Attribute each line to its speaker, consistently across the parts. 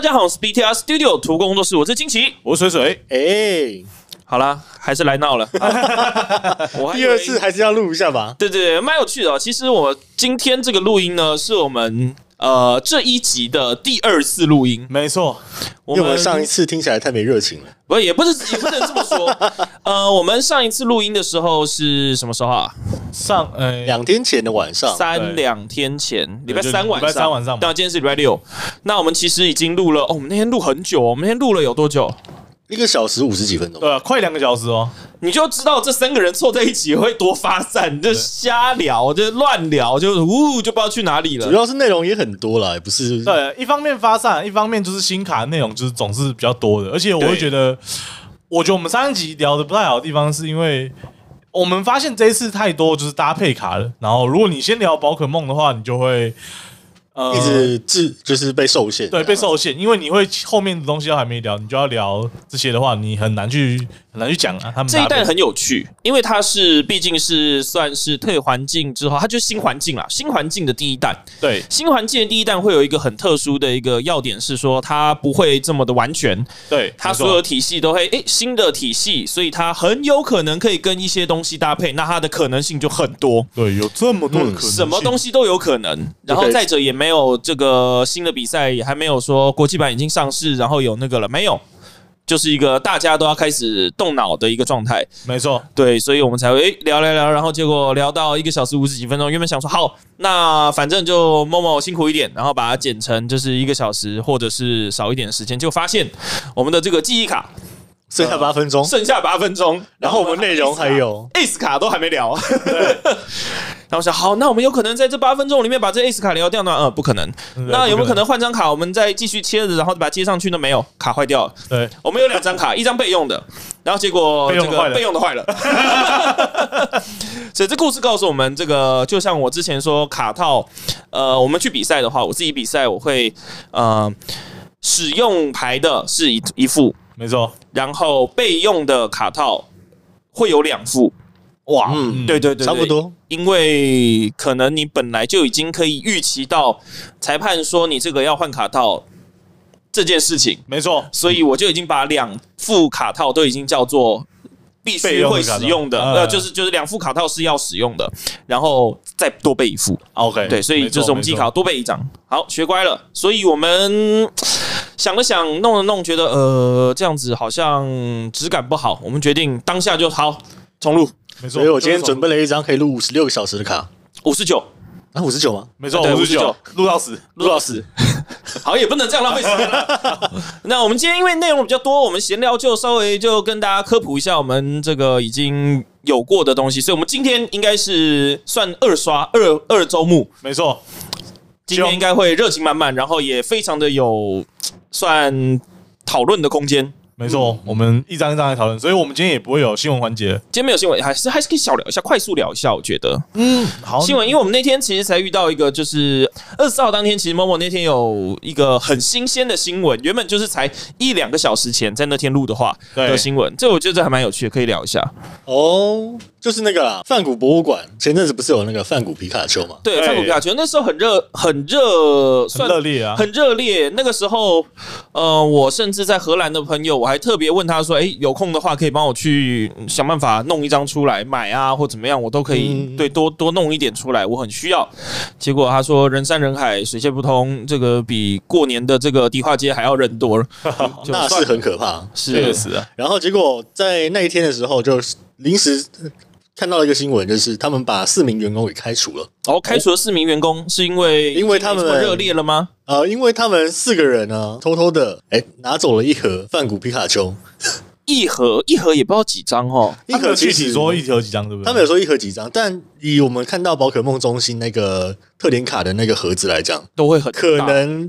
Speaker 1: 家好，我是 BTR Studio 图工作室，我是金奇。
Speaker 2: 我是水水，
Speaker 3: 哎、
Speaker 1: 好啦，还是来闹 了。我还以
Speaker 3: 第
Speaker 1: 为
Speaker 3: 二次还是要录一下吧。
Speaker 1: 对对对，蛮有趣的、哦。其实我今天这个录音呢，是我们呃这一集的第二次录音。
Speaker 2: 没错，
Speaker 1: 我
Speaker 3: 因为我
Speaker 1: 们
Speaker 3: 们上一次听起来太没热情了，
Speaker 1: 不也不是也不能这么 说。呃，我们上一次录音的时候是什么时候啊？
Speaker 2: 上呃
Speaker 3: 两天前的晚上，
Speaker 1: 三
Speaker 2: 对
Speaker 1: 两天前，礼拜
Speaker 2: 就
Speaker 1: 三晚上，啊
Speaker 2: 礼拜三晚上嘛
Speaker 1: 但今天是礼拜六，那我们其实已经录了。哦，我们那天录很久哦，我们那天录了有多久？
Speaker 3: 一个小时五十几分钟。
Speaker 2: 对啊，快两个小时哦，
Speaker 1: 你就知道这三个人凑在一起会多发散，你就瞎聊，就乱聊，就呜就不知道去哪里
Speaker 3: 主
Speaker 1: 了。
Speaker 3: 要是内容也很多啦，也不是
Speaker 2: 对，一方面发散，一方面就是新卡内容就是总是比较多的，而且我会觉得，我觉得我们上一集聊的不太好的地方是因为。我们发现这一次太多就是搭配卡了，然后如果你先聊宝可梦的话，你就会呃
Speaker 3: 一直自就是被受限。
Speaker 2: 对被受限，因为你会后面的东西都还没聊，你就要聊这些的话，你很难去很难去讲啊。他们
Speaker 1: 这一
Speaker 2: 搭配
Speaker 1: 代很有趣，因为它是毕竟是算是退环境之后，它就是新环境啦，新环境的第一代，
Speaker 2: 对
Speaker 1: 新环境的第一代会有一个很特殊的一个要点是说，它不会这么的完全，
Speaker 2: 对，
Speaker 1: 它
Speaker 2: 没错
Speaker 1: 所有体系都会诶、新的体系，所以它很有可能可以跟一些东西搭配，那它的可能性就很多。
Speaker 2: 对有这么多的
Speaker 3: 嗯
Speaker 2: 可能性，
Speaker 1: 什么东西都有可能，然
Speaker 3: 就
Speaker 1: 后
Speaker 3: 可以
Speaker 1: 再者也没有这个新的比赛，也还没有说国际版已经上市，然后有那个了没有？就是一个大家都要开始动脑的一个状态，
Speaker 2: 没错，
Speaker 1: 对，所以我们才会诶聊聊聊，然后结果聊到一个小时五十几分钟，原本想说好，那反正就默默辛苦一点，然后把它剪成就是一个小时或者是少一点的时间，就发现我们的这个记忆卡
Speaker 3: 剩下八分钟，
Speaker 1: 剩下八分钟，
Speaker 3: 然后我们内容还有
Speaker 1: ACE 卡都还没聊。然后我想，好，那我们有可能在这八分钟里面把这 ACE 卡聊掉呢？呃，不可能。那有没有可能换张卡，我们再继续切着，然后把它接上去呢？没有，卡坏掉了。
Speaker 2: 对，
Speaker 1: 我们有两张卡，一张备用的，然后结果
Speaker 2: 备
Speaker 1: 这
Speaker 2: 用的坏
Speaker 1: 个
Speaker 2: 了
Speaker 1: 备用的坏了。 所以这故事告诉我们，这个就像我之前说卡套，呃，我们去比赛的话，我自己比赛我会呃使用牌的是一一副，
Speaker 2: 没错，
Speaker 1: 然后备用的卡套会有两副。哇，
Speaker 3: 嗯
Speaker 1: 对对对对
Speaker 3: 差不多。
Speaker 1: 因为可能你本来就已经可以预期到裁判说你这个要换卡套这件事情，
Speaker 2: 没错，
Speaker 1: 所以我就已经把两副卡套都已经叫做必须会使用的，
Speaker 2: 备用的卡套
Speaker 1: 呃，
Speaker 2: 呃
Speaker 1: 就是就是两副卡套是要使用的，然后再多备一副，
Speaker 2: OK，
Speaker 1: 对，所以就是我们
Speaker 2: 技
Speaker 1: 季考多备一张。好，学乖了，所以我们想了想，弄了弄，觉得呃这样子好像质感不好，我们决定当下就好重录
Speaker 2: 没错。
Speaker 3: 所以我今天准备了一张可以录五十六个小时的卡，
Speaker 1: 五十九。
Speaker 3: 啊，五十九吗？
Speaker 2: 没错，
Speaker 1: 对
Speaker 2: 五十九录到死，
Speaker 3: 陆老师，
Speaker 1: 好，也不能这样浪费时间了。 那我们今天因为内容比较多，我们闲聊就稍微就跟大家科普一下我们这个已经有过的东西，所以我们今天应该是算二刷二二周目，
Speaker 2: 没错，
Speaker 1: 今天应该会热情满满，然后也非常的有算讨论的空间。
Speaker 2: 没
Speaker 1: 嗯
Speaker 2: 错。我们一张一张来讨论，所以我们今天也不会有新闻环节。
Speaker 1: 今天没有新闻，还是还是可以小聊一下，快速聊一下。我觉得
Speaker 2: 嗯，好
Speaker 1: 新闻，因为我们那天其实才遇到一个，就是二十四号当天，其实某某那天有一个很新鲜的新闻，原本就是才一两个小时前在那天录的话
Speaker 2: 对
Speaker 1: 的新闻，这我觉得这还蛮有趣的，可以聊一下。
Speaker 3: 哦，就是那个啦，范谷博物馆前阵子不是有那个范谷皮卡丘吗？
Speaker 1: 对，
Speaker 2: 对
Speaker 1: 范股票球那时候很热，很热，
Speaker 2: 很
Speaker 1: 算
Speaker 2: 热烈啊，
Speaker 1: 很热烈。那个时候，呃，我甚至在荷兰的朋友，我还特别问他说：“哎、有空的话可以帮我去嗯想办法弄一张出来买啊，或怎么样，我都可以、
Speaker 3: 嗯
Speaker 1: 对多多弄一点出来，我很需要。”结果他说：“人山人海，水泄不通，这个比过年的这个迪化街还要人多。就
Speaker 3: 那
Speaker 1: 算
Speaker 3: 是很可怕。
Speaker 1: 是”
Speaker 2: 实啊，
Speaker 3: 然后结果在那一天的时候，就是临时看到了一个新闻，就是他们把四名员工给开除了。
Speaker 1: 然后哦开除了四名员工，是因为
Speaker 3: 因为他们
Speaker 1: 这么热烈了吗？
Speaker 3: 呃，因为他们四个人呢，偷偷的哎拿走了一盒范谷皮卡丘，
Speaker 1: 一盒一盒也不知道几张哦，
Speaker 3: 一
Speaker 2: 他们
Speaker 3: 盒
Speaker 2: 有具
Speaker 3: 其实
Speaker 2: 体说一条几张，对不对？
Speaker 3: 他们有说一盒几张，但以我们看到宝可梦中心那个特点卡的那个盒子来讲，
Speaker 1: 都会很大
Speaker 3: 可能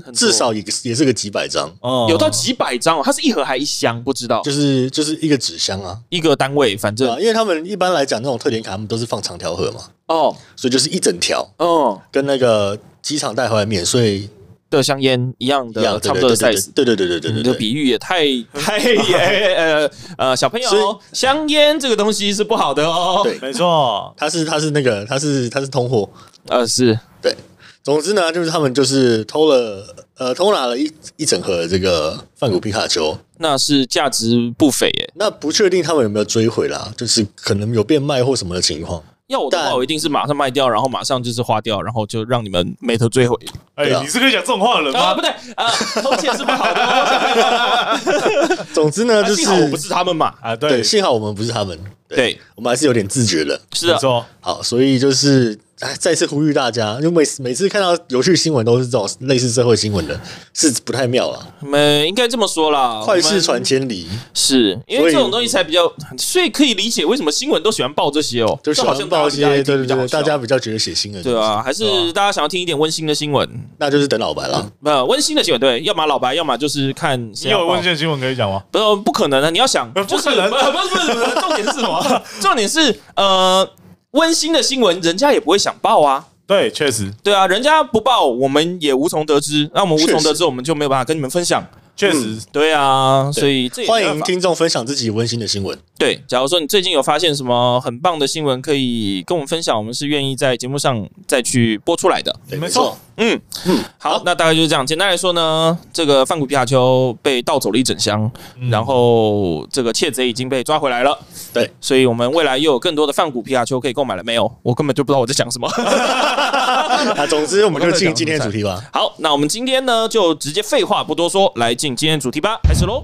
Speaker 1: 很多
Speaker 3: 至少也也是个几百张，
Speaker 2: 哦
Speaker 1: 有到几百张哦，它是一盒还一箱，不知道
Speaker 3: 就是就是一个纸箱啊，
Speaker 1: 一个单位，反
Speaker 3: 对
Speaker 1: 正
Speaker 3: 啊，因为他们一般来讲那种特点卡，他们都是放长条盒嘛，
Speaker 1: 哦
Speaker 3: 所以就是一整条，
Speaker 1: 哦
Speaker 3: 跟那个机场带回来免税
Speaker 1: 的香烟一样
Speaker 3: 一
Speaker 1: 的，
Speaker 3: 样，
Speaker 1: 差不多的 size。
Speaker 3: 对对对对对
Speaker 1: 你的
Speaker 3: 对对对。
Speaker 1: 比喻也 太太呃呃小朋
Speaker 3: 所
Speaker 1: 友
Speaker 3: 以，
Speaker 1: 香烟这个东西是不好的哦。
Speaker 3: 对
Speaker 2: 没错，
Speaker 3: 他是他是那个他是他是通货，
Speaker 1: 呃是，
Speaker 3: 对，总之呢，就是他们就是偷了呃偷拿了一一整盒这个梵谷皮卡丘，
Speaker 1: 那是价值不菲耶、
Speaker 3: 那不确定他们有没有追回啦，就是可能有变卖或什么的情况。
Speaker 1: 要我的话，
Speaker 3: 但
Speaker 1: 我一定是马上卖掉，然后马上就是花掉，然后就让你们没头追回。
Speaker 2: 哎
Speaker 3: 对，啊
Speaker 2: 你是可以讲这种话的人
Speaker 1: 啊，
Speaker 2: 吗
Speaker 1: 不？对啊，偷窃是不好的 哦。
Speaker 3: 总之
Speaker 1: 啊
Speaker 3: 呢，就
Speaker 1: 幸好我不是他们嘛。
Speaker 2: 啊，
Speaker 3: 对，
Speaker 2: 对，
Speaker 3: 幸好我们不是他们，
Speaker 1: 对，
Speaker 3: 我们还是有点自觉的。
Speaker 1: 是啊
Speaker 2: 没
Speaker 1: 的，
Speaker 2: 错，
Speaker 3: 好，所以就是哎，再次呼吁大家，因为每次每次看到有趣新闻都是这种类似社会新闻的，是不太妙了。
Speaker 1: 我们应该这么说啦。
Speaker 3: 快
Speaker 1: 我
Speaker 3: 事
Speaker 1: 们
Speaker 3: 传千里，
Speaker 1: 是因为
Speaker 3: 所以
Speaker 1: 这种东西才比较，所以可以理解为什么新闻都喜欢报这些哦，
Speaker 3: 就
Speaker 1: 这
Speaker 3: 喜
Speaker 1: 好像
Speaker 3: 欢报一
Speaker 1: 大家
Speaker 3: 些
Speaker 1: 一
Speaker 3: 对
Speaker 1: 定
Speaker 3: 对
Speaker 1: 比较好
Speaker 3: 对，
Speaker 1: 笑
Speaker 3: 大家比较觉得血腥的，
Speaker 1: 对，啊，还是大家想要听一点温馨的新闻，
Speaker 3: 那就是等老白了。
Speaker 1: 呃，温馨的新闻，对，要么老白，要么就是看
Speaker 2: 你
Speaker 1: 谁要
Speaker 2: 有
Speaker 1: 报
Speaker 2: 温馨的新闻可以讲吗？
Speaker 1: 不是不可能的，你要想，
Speaker 2: 呃不可能
Speaker 1: 就是不是不是不是，重点是什么？重点是呃，温馨的新闻人家也不会想报啊，
Speaker 2: 对，确实，
Speaker 1: 对啊，人家不报，我们也无从得知，那我们无从
Speaker 3: 确实
Speaker 1: 得知，我们就没有办法跟你们分享。
Speaker 2: 确
Speaker 3: 嗯
Speaker 2: 实，
Speaker 1: 对啊，所以这也没
Speaker 3: 欢
Speaker 1: 办
Speaker 3: 迎
Speaker 1: 法。
Speaker 3: 听众分享自己温馨的新闻，
Speaker 1: 对，假如说你最近有发现什么很棒的新闻，可以跟我们分享，我们是愿意在节目上再去播出来的。
Speaker 3: 对
Speaker 2: 没
Speaker 3: 没
Speaker 2: 错
Speaker 3: 错，
Speaker 1: 嗯嗯，好
Speaker 3: 好，
Speaker 1: 那大概就是这样。简单来说呢，这个范古皮卡丘被盗走了一整箱，
Speaker 2: 嗯
Speaker 1: 然后这个窃贼已经被抓回来了。
Speaker 3: 对，
Speaker 1: 所以我们未来又有更多的范古皮卡丘可以购买了没有？我根本就不知道我在讲什么。
Speaker 3: 啊，总之我们就进今天的主题吧。
Speaker 1: 好，那我们今天呢就直接废话不多说，来进今天的主题吧，开始喽。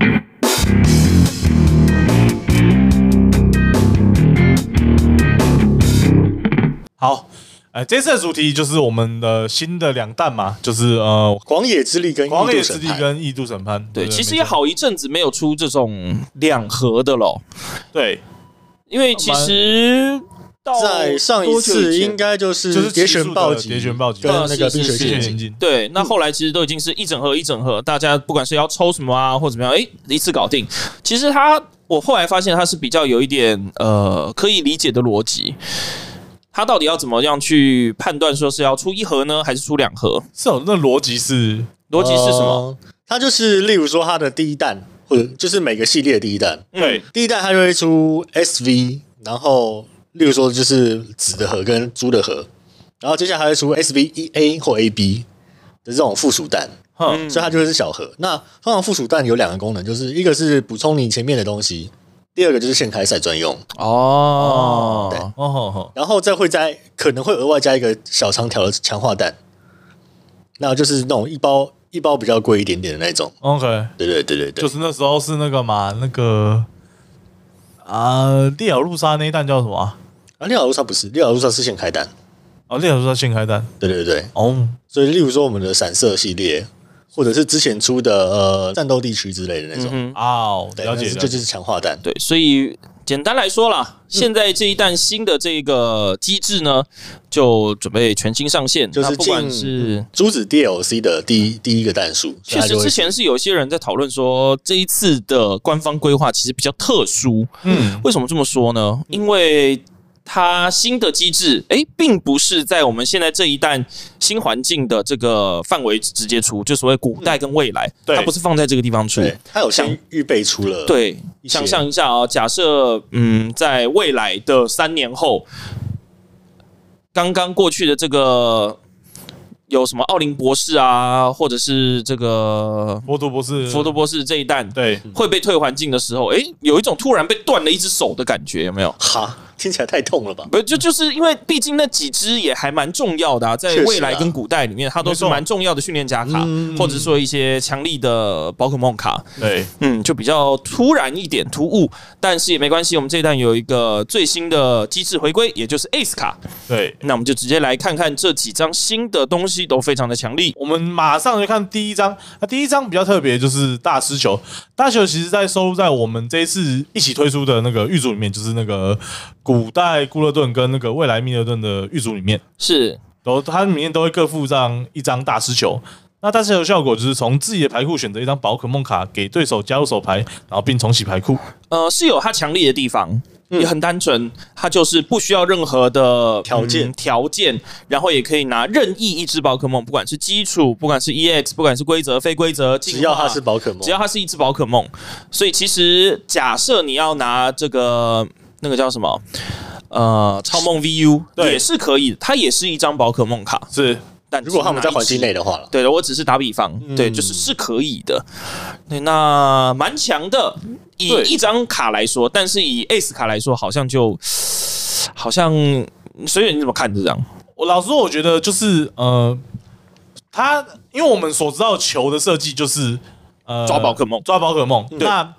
Speaker 2: 好，哎，这次的主题就是我们的新的两弹嘛，就是呃，
Speaker 3: 狂野之力跟
Speaker 2: 狂
Speaker 3: 异
Speaker 2: 野
Speaker 3: 度
Speaker 2: 之
Speaker 3: 神
Speaker 2: 地
Speaker 3: 派，
Speaker 2: 跟异度审判。
Speaker 1: 对，其实也
Speaker 2: 没错，
Speaker 1: 好一阵子没有出这种两盒的喽，
Speaker 2: 对，
Speaker 1: 因为其实到
Speaker 3: 在上一
Speaker 1: 多久以
Speaker 3: 次
Speaker 1: 前
Speaker 3: 应该就是
Speaker 2: 就是
Speaker 3: 蝶
Speaker 2: 奇数
Speaker 3: 旋
Speaker 2: 的
Speaker 3: 暴击，
Speaker 2: 蝶旋暴击
Speaker 3: 跟那个
Speaker 1: 啊是
Speaker 3: 冰
Speaker 1: 是
Speaker 3: 雪
Speaker 1: 是
Speaker 3: 奇
Speaker 2: 谢
Speaker 3: 缘
Speaker 2: 前进。
Speaker 1: 对，
Speaker 3: 嗯
Speaker 1: 那后来其实都已经是一整盒一整盒，大家不管是要抽什么啊，或怎么样，哎，一次搞定。其实它，我后来发现它是比较有一点呃可以理解的逻辑。它到底要怎么样去判断，说是要出一盒呢，还是出两盒？
Speaker 2: 是哦，那逻辑是
Speaker 1: 逻辑是什么？
Speaker 3: 呃？它就是例如说它的第一弹，或者就是每个系列的第一弹，
Speaker 1: 对，
Speaker 3: 第一代它就会出 SV，然后例如说就是紫的盒跟猪的盒，然后接下来还会出 SV 一 A 或 AB 的这种附属蛋，
Speaker 2: 哼
Speaker 3: 所以它就会是小盒。那通常附属蛋有两个功能，就是一个是补充你前面的东西，第二个就是现开赛专用，
Speaker 1: 哦，
Speaker 3: 对
Speaker 2: 哦吼吼，
Speaker 3: 然后再会再可能会额外加一个小长条的强化蛋，那就是那种一包一包比较贵一点点的那种。
Speaker 2: ，OK，
Speaker 3: 对对对对对，
Speaker 2: 就是那时候是那个嘛，那个啊，烈咬路杀那一弹叫什么啊？
Speaker 3: 啊，六角路上不是六角路上是现开蛋，
Speaker 2: 哦，烈咬路杀新开弹，
Speaker 3: 对对对。
Speaker 2: 哦，
Speaker 3: 所以，例如说我们的散射系列，或者是之前出的呃战斗地区之类的那种，
Speaker 1: 嗯哼，
Speaker 2: 啊，哦
Speaker 3: 对，
Speaker 2: 了
Speaker 3: 那
Speaker 2: 解
Speaker 3: 是
Speaker 2: 了
Speaker 3: 这
Speaker 2: 解，
Speaker 3: 就是强化弹。
Speaker 1: 对，所以简单来说啦，现在这一弹新的这个机制呢，就准备全新上线。
Speaker 3: 就是
Speaker 1: 那不管
Speaker 3: 进
Speaker 1: 是
Speaker 3: 珠子 DLC 的第一第一个弹数，所
Speaker 1: 确
Speaker 3: 以它
Speaker 1: 实，
Speaker 3: 就
Speaker 1: 之
Speaker 3: 会
Speaker 1: 前是有些人在讨论说，这一次的官方规划其实比较特殊。
Speaker 2: 嗯，
Speaker 1: 为什么这么说呢？
Speaker 3: 嗯
Speaker 1: 因为它新的机制，诶，并不是在我们现在这一代新环境的这个范围直接出，就所谓古代跟未来，
Speaker 2: 对
Speaker 1: 它不是放在这个地方出。
Speaker 3: 嗯对，呃它有
Speaker 1: 像
Speaker 3: 先预备出了，，
Speaker 1: 嗯对，
Speaker 3: 一些
Speaker 1: 想象一下啊、假设嗯，在未来的三年后，刚刚过去的这个有什么奥林博士啊，或者是这个
Speaker 2: 佛陀博士，
Speaker 1: 佛陀博士这一弹
Speaker 2: 对，
Speaker 1: 会被退环境的时候，诶，有一种突然被断了一只手的感觉，有没有？
Speaker 3: 哈，听起来太痛了吧？
Speaker 1: 不就就是因为毕竟那几只也还蛮重要的啊，在
Speaker 3: 确实啊
Speaker 1: 未来跟古代里面，它都是
Speaker 2: 没错
Speaker 1: 蛮重要的训练家卡，
Speaker 2: 嗯
Speaker 1: 或者说一些强力的宝可梦卡。
Speaker 2: 对，
Speaker 1: 嗯，就比较突然一点突兀，但是也没关系，我们这一段有一个最新的机制回归，也就是 Ace 卡，
Speaker 2: 对，
Speaker 1: 那我们就直接来看看这几张新的东西都非常的强力。
Speaker 2: 我们马上就看第一章。那第一章比较特别，就是大师球。大师球其实在收录在我们这一次一起推出的那个玉组里面，就是那个古代固勒顿跟那个未来密勒顿的玉组里面，
Speaker 1: 是，
Speaker 2: 然后它里面都会各附上一张大师球。那大师球效果就是从自己的牌库选择一张宝可梦卡给对手加入手牌，然后并重启牌库。
Speaker 1: 呃，是有它强力的地方，
Speaker 3: 嗯
Speaker 1: 也很单纯，它就是不需要任何的
Speaker 3: 条件
Speaker 1: 嗯条件，然后也可以拿任意一只宝可梦，不管是基础，不管是 EX，不管是规则、非规则，进化
Speaker 3: 只要它是宝可梦
Speaker 1: 只，要它是一只宝可梦，所以其实假设你要拿这个那个叫什么？呃，超梦 VU
Speaker 2: 对
Speaker 1: 也是可以的，它也是一张宝可梦卡。
Speaker 2: 是
Speaker 1: 但
Speaker 3: 如果他们在环境内
Speaker 1: 的，
Speaker 3: 的话了，
Speaker 1: 对的，我只是打比方，
Speaker 2: 嗯
Speaker 1: 对，就是是可以的。对，那蛮强的，以
Speaker 2: 对
Speaker 1: 一张卡来说，但是以 S 卡来说，好像就好像，所以你怎么看这张？
Speaker 2: 我老实说，我觉得就是呃，它因为我们所知道球的设计就是呃
Speaker 1: 抓宝可梦嗯
Speaker 2: 抓宝可梦。
Speaker 1: 对
Speaker 2: 那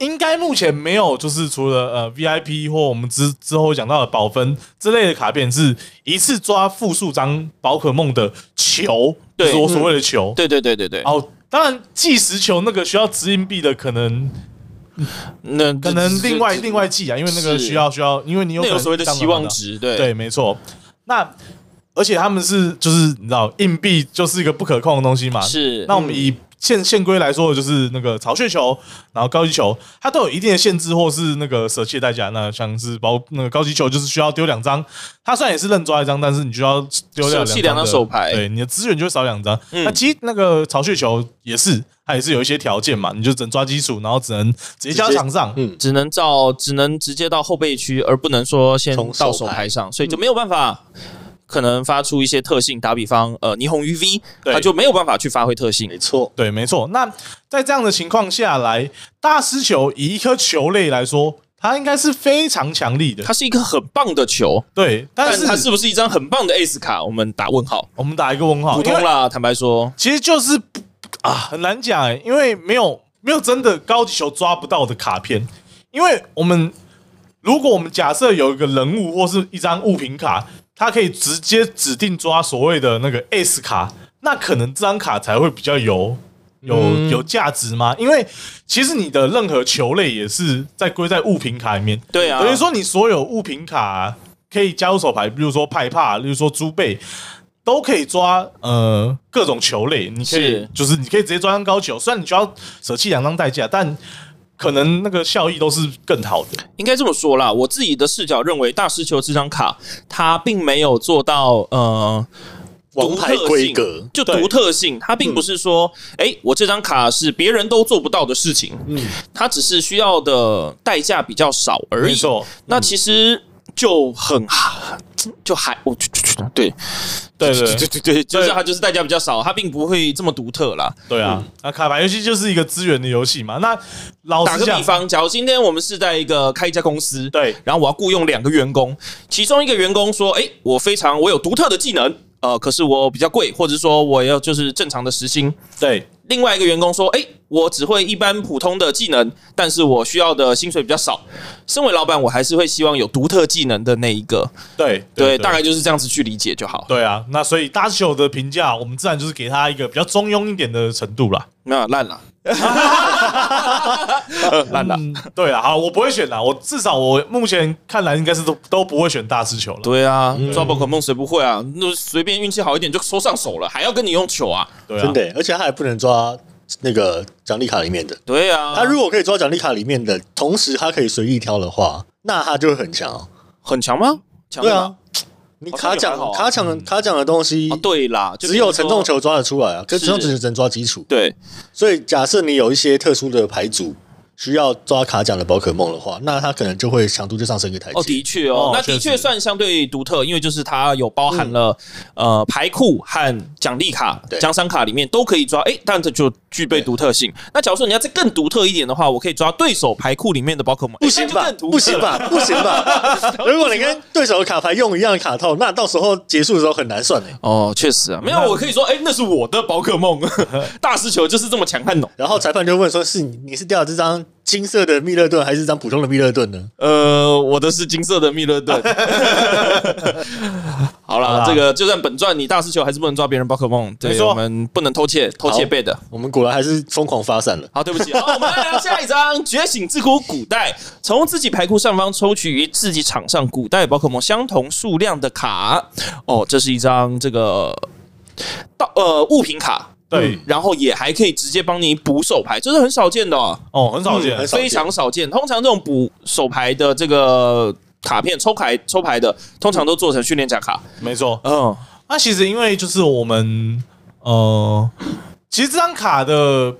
Speaker 2: 应该目前没有，就是除了呃 VIP 或我们之之后讲到的宝分之类的卡片，是一次抓复数张宝可梦的球，
Speaker 1: 对嗯
Speaker 2: 就是我所谓的球。
Speaker 1: 对对对对对，
Speaker 2: 哦，当然计时球那个需要掷硬币的，可能
Speaker 1: 那
Speaker 2: 可能
Speaker 1: 这
Speaker 2: 另外
Speaker 1: 这
Speaker 2: 另外计啊，因为那个
Speaker 1: 是
Speaker 2: 需要需要，因为你有
Speaker 1: 那
Speaker 2: 可
Speaker 1: 有
Speaker 2: 能
Speaker 1: 所谓的
Speaker 2: 上
Speaker 1: 期
Speaker 2: 网
Speaker 1: 望
Speaker 2: 拿到
Speaker 1: 值，对
Speaker 2: 对，没错。那而且他们是就是你知道，硬币就是一个不可控的东西嘛。。
Speaker 1: 是嗯
Speaker 2: 啊那我们以现现规来说，就是那个巢穴球，然后高级球，它都有一定的限制或是那个舍弃的代价。那像是包那个高级球，就是需要丢两张，它虽然也是认抓一张，但是你就要丢
Speaker 1: 舍
Speaker 2: 掉
Speaker 1: 弃
Speaker 2: 两
Speaker 1: 两张
Speaker 2: 的
Speaker 1: 手牌
Speaker 2: 对，你的资源就会少两张。
Speaker 1: 嗯
Speaker 2: 那其实那个巢穴球也是，它也是有一些条件嘛，你就只能抓基础，然后只能直接交
Speaker 3: 直接
Speaker 2: 场上。
Speaker 3: 嗯
Speaker 1: 只能照只能直接到后备区，而不能说先
Speaker 3: 从手
Speaker 1: 到手
Speaker 3: 牌
Speaker 1: 牌上，
Speaker 2: 嗯
Speaker 1: 所以就没有办法。可能发出一些特性，打比方，呃，霓虹鱼 V，
Speaker 2: 对
Speaker 1: 它就没有办法去发挥特性
Speaker 3: 没。错，
Speaker 2: 对，没错。那在这样的情况下来，大师球以一颗球类来说，它应该是非常强力的。
Speaker 1: 它是一个很棒的球，
Speaker 2: 对，但
Speaker 1: 但
Speaker 2: 是
Speaker 1: 它是不是一张很棒的 ace 卡？我们打问号，
Speaker 2: 我们打一个问号，
Speaker 1: 普
Speaker 2: 哦因
Speaker 1: 通
Speaker 2: 为
Speaker 1: 啦。坦白说，
Speaker 2: 其实就是不啊，很难讲哎、因为没有没有真的高级球抓不到的卡片，因为我们如果我们假设有一个人物或是一张物品卡，它可以直接指定抓所谓的那个 S 卡，那可能这张卡才会比较有。有有价
Speaker 1: 嗯
Speaker 2: 值吗？因为其实你的任何球类也是在归在物品卡里面，
Speaker 1: 对啊，
Speaker 2: 等于说你所有物品卡、可以加入手牌，比如说派帕，例如说猪背，都可以抓呃各种球类，你可以
Speaker 1: 是
Speaker 2: 就是你可以直接抓张高球，虽然你需要舍弃两张代价，但可能那个效益都是更好的。
Speaker 1: 应该这么说啦，我自己的视角认为，大师球这张卡它并没有做到呃
Speaker 3: 王牌规
Speaker 1: 独特
Speaker 3: 格
Speaker 1: 性，就
Speaker 2: 对
Speaker 1: 独特性，它并不是说，哎、我这张卡是别人都做不到的事情，嗯，它只是需要的代价比较少而
Speaker 2: 没
Speaker 1: 已。
Speaker 2: 错，
Speaker 1: 那其实就很。就还我就就就对
Speaker 2: 对对
Speaker 1: 对
Speaker 2: 对
Speaker 1: 对对， 就是
Speaker 2: 对
Speaker 1: 它就是代价比较少，它并不会这么独特啦。
Speaker 2: 对啊！那卡牌游戏就是一个资源的游戏嘛。那老
Speaker 1: 打
Speaker 2: 实
Speaker 1: 个
Speaker 2: 讲
Speaker 1: 比，方，假如今天我们是在一个开一家公司，
Speaker 2: 对
Speaker 1: 然后我要雇佣两个员工，其中一个员工说：“哎，我非常我有独特的技能，呃，可是我比较贵，或者说我要就是正常的时薪。
Speaker 2: 对”
Speaker 1: 另外一个员工说：“哎，我只会一般普通的技能，但是我需要的薪水比较少。”身为老板，我还是会希望有独特技能的那一个。
Speaker 2: 对
Speaker 1: 对，大概就是这样子去理解就好。
Speaker 2: 对啊。那所以大师球的评价，我们自然就是给他一个比较中庸一点的程度啦。
Speaker 1: 没有啊烂了，烂了。
Speaker 2: 嗯，对啊，好，我不会选啦，我至少我目前看来应该是都都不会选大师球了。
Speaker 1: 对啊，抓宝可梦谁不会啊？那随便运气好一点就收上手了，还要跟你用球啊？
Speaker 2: 对啊，
Speaker 3: 真的耶，而且他还不能抓那个奖励卡里面的。
Speaker 1: 对啊，
Speaker 3: 他如果可以抓奖励卡里面的，同时他可以随意挑的话，那他就会很强哦。
Speaker 1: 很强吗？强
Speaker 3: 对
Speaker 1: 的
Speaker 3: 啊
Speaker 1: 吗，，
Speaker 3: 你
Speaker 1: 好像
Speaker 3: 卡
Speaker 1: 也还
Speaker 3: 奖
Speaker 1: 好啊
Speaker 3: 卡奖卡奖的东西
Speaker 1: 哦，对啦，就
Speaker 3: 只有
Speaker 1: 比
Speaker 3: 承
Speaker 1: 如说
Speaker 3: 重。球抓得出来啊，可
Speaker 1: 是
Speaker 3: 承重只能抓基础。
Speaker 1: 对，
Speaker 3: 所以假设你有一些特殊的牌组需要抓卡奖的宝可梦的话，那他可能就会强度就上升一个台
Speaker 1: 哦，
Speaker 3: 阶。
Speaker 1: 的确哦
Speaker 2: 哦，
Speaker 1: 那
Speaker 2: 确
Speaker 1: 的确
Speaker 2: 实
Speaker 1: 算相对独特，因为就是它有包含了呃牌库和奖励卡、
Speaker 3: 嗯对
Speaker 1: 奖赏卡里面都可以抓，哎，但这就具备独特性。那假如说你要再更独特一点的话，我可以抓对手牌库里面的宝可梦，
Speaker 3: 不行吧
Speaker 1: 哎那就更？独特
Speaker 3: 不行 吧？不行吧？如果你跟对手的卡牌用一样的卡套，那到时候结束的时候很难算哎。
Speaker 1: 哦，确实啊，没有，我可以说，哎，那是我的宝可 梦，大师球就是这么强悍哦。
Speaker 3: 然后裁判就问说：“是你你是掉了这张金色的密勒顿，还是这张普通的密勒顿呢
Speaker 1: 呃，我的是金色的密勒 顿。好
Speaker 2: 好
Speaker 1: 啦，
Speaker 2: 啦
Speaker 1: 这个就算本传你大师球还是不能抓别人宝可梦，对
Speaker 2: 没错
Speaker 1: 我们不能偷窃，偷窃
Speaker 3: 好
Speaker 1: 背的。？”
Speaker 3: 我们果然还是疯狂发散了。
Speaker 1: 好，对不起。好，我们来聊下一张《觉醒之谷古代》，从自己牌库上方抽取与自己场上古代宝可梦相同数量的卡。哦，这是一张这个到呃物品卡。
Speaker 2: 对
Speaker 1: 嗯然后也还可以直接帮你补手牌，这是很少见的、哦，
Speaker 2: 哦，很少见
Speaker 3: 嗯，很少见
Speaker 1: 非常少见。通常这种补手牌的这个卡片抽牌抽牌的，通常都做成训练家卡。
Speaker 2: 没错。
Speaker 1: 嗯，
Speaker 2: 那其实因为就是我们呃，其实这张卡的，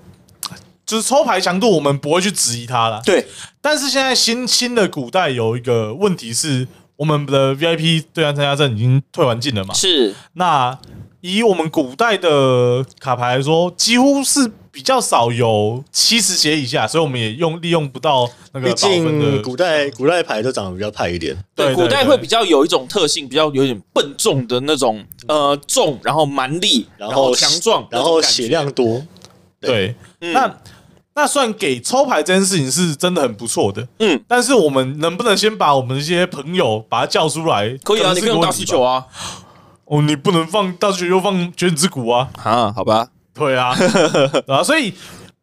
Speaker 2: 就是抽牌强度，我们不会去质疑它啦。
Speaker 1: 对，
Speaker 2: 但是现在新新的古代有一个问题是，我们的 VIP 对岸参加证已经退完禁了嘛？
Speaker 1: 是
Speaker 2: 那以我们古代的卡牌来说，几乎是比较少有七十血以下，所以我们也用利用不到那个
Speaker 3: 毕
Speaker 2: 保分
Speaker 3: 竟
Speaker 2: 的
Speaker 3: 古代古代牌都长得比较派一点，
Speaker 2: 对对
Speaker 1: 古代
Speaker 2: 对
Speaker 1: 会比较有一种特性，比较有点笨重的那种，呃，重，然后蛮力，
Speaker 3: 然
Speaker 1: 后
Speaker 3: 后
Speaker 1: 强壮，
Speaker 3: 然后血量多，
Speaker 2: 对，
Speaker 1: 嗯
Speaker 2: 那那算给抽牌这件事情是真的很不错的，
Speaker 1: 嗯，
Speaker 2: 但是我们能不能先把我们这些朋友把他叫出来？
Speaker 1: 可以啊，
Speaker 2: 可能
Speaker 1: 你
Speaker 2: 是
Speaker 1: 可以用
Speaker 2: 个问
Speaker 1: 大
Speaker 2: 题
Speaker 1: 师
Speaker 2: 吧
Speaker 1: 球啊，
Speaker 2: 哦，你不能放大师球，又放绝子之谷啊，
Speaker 1: 啊，好吧，
Speaker 2: 对啊，对啊，所以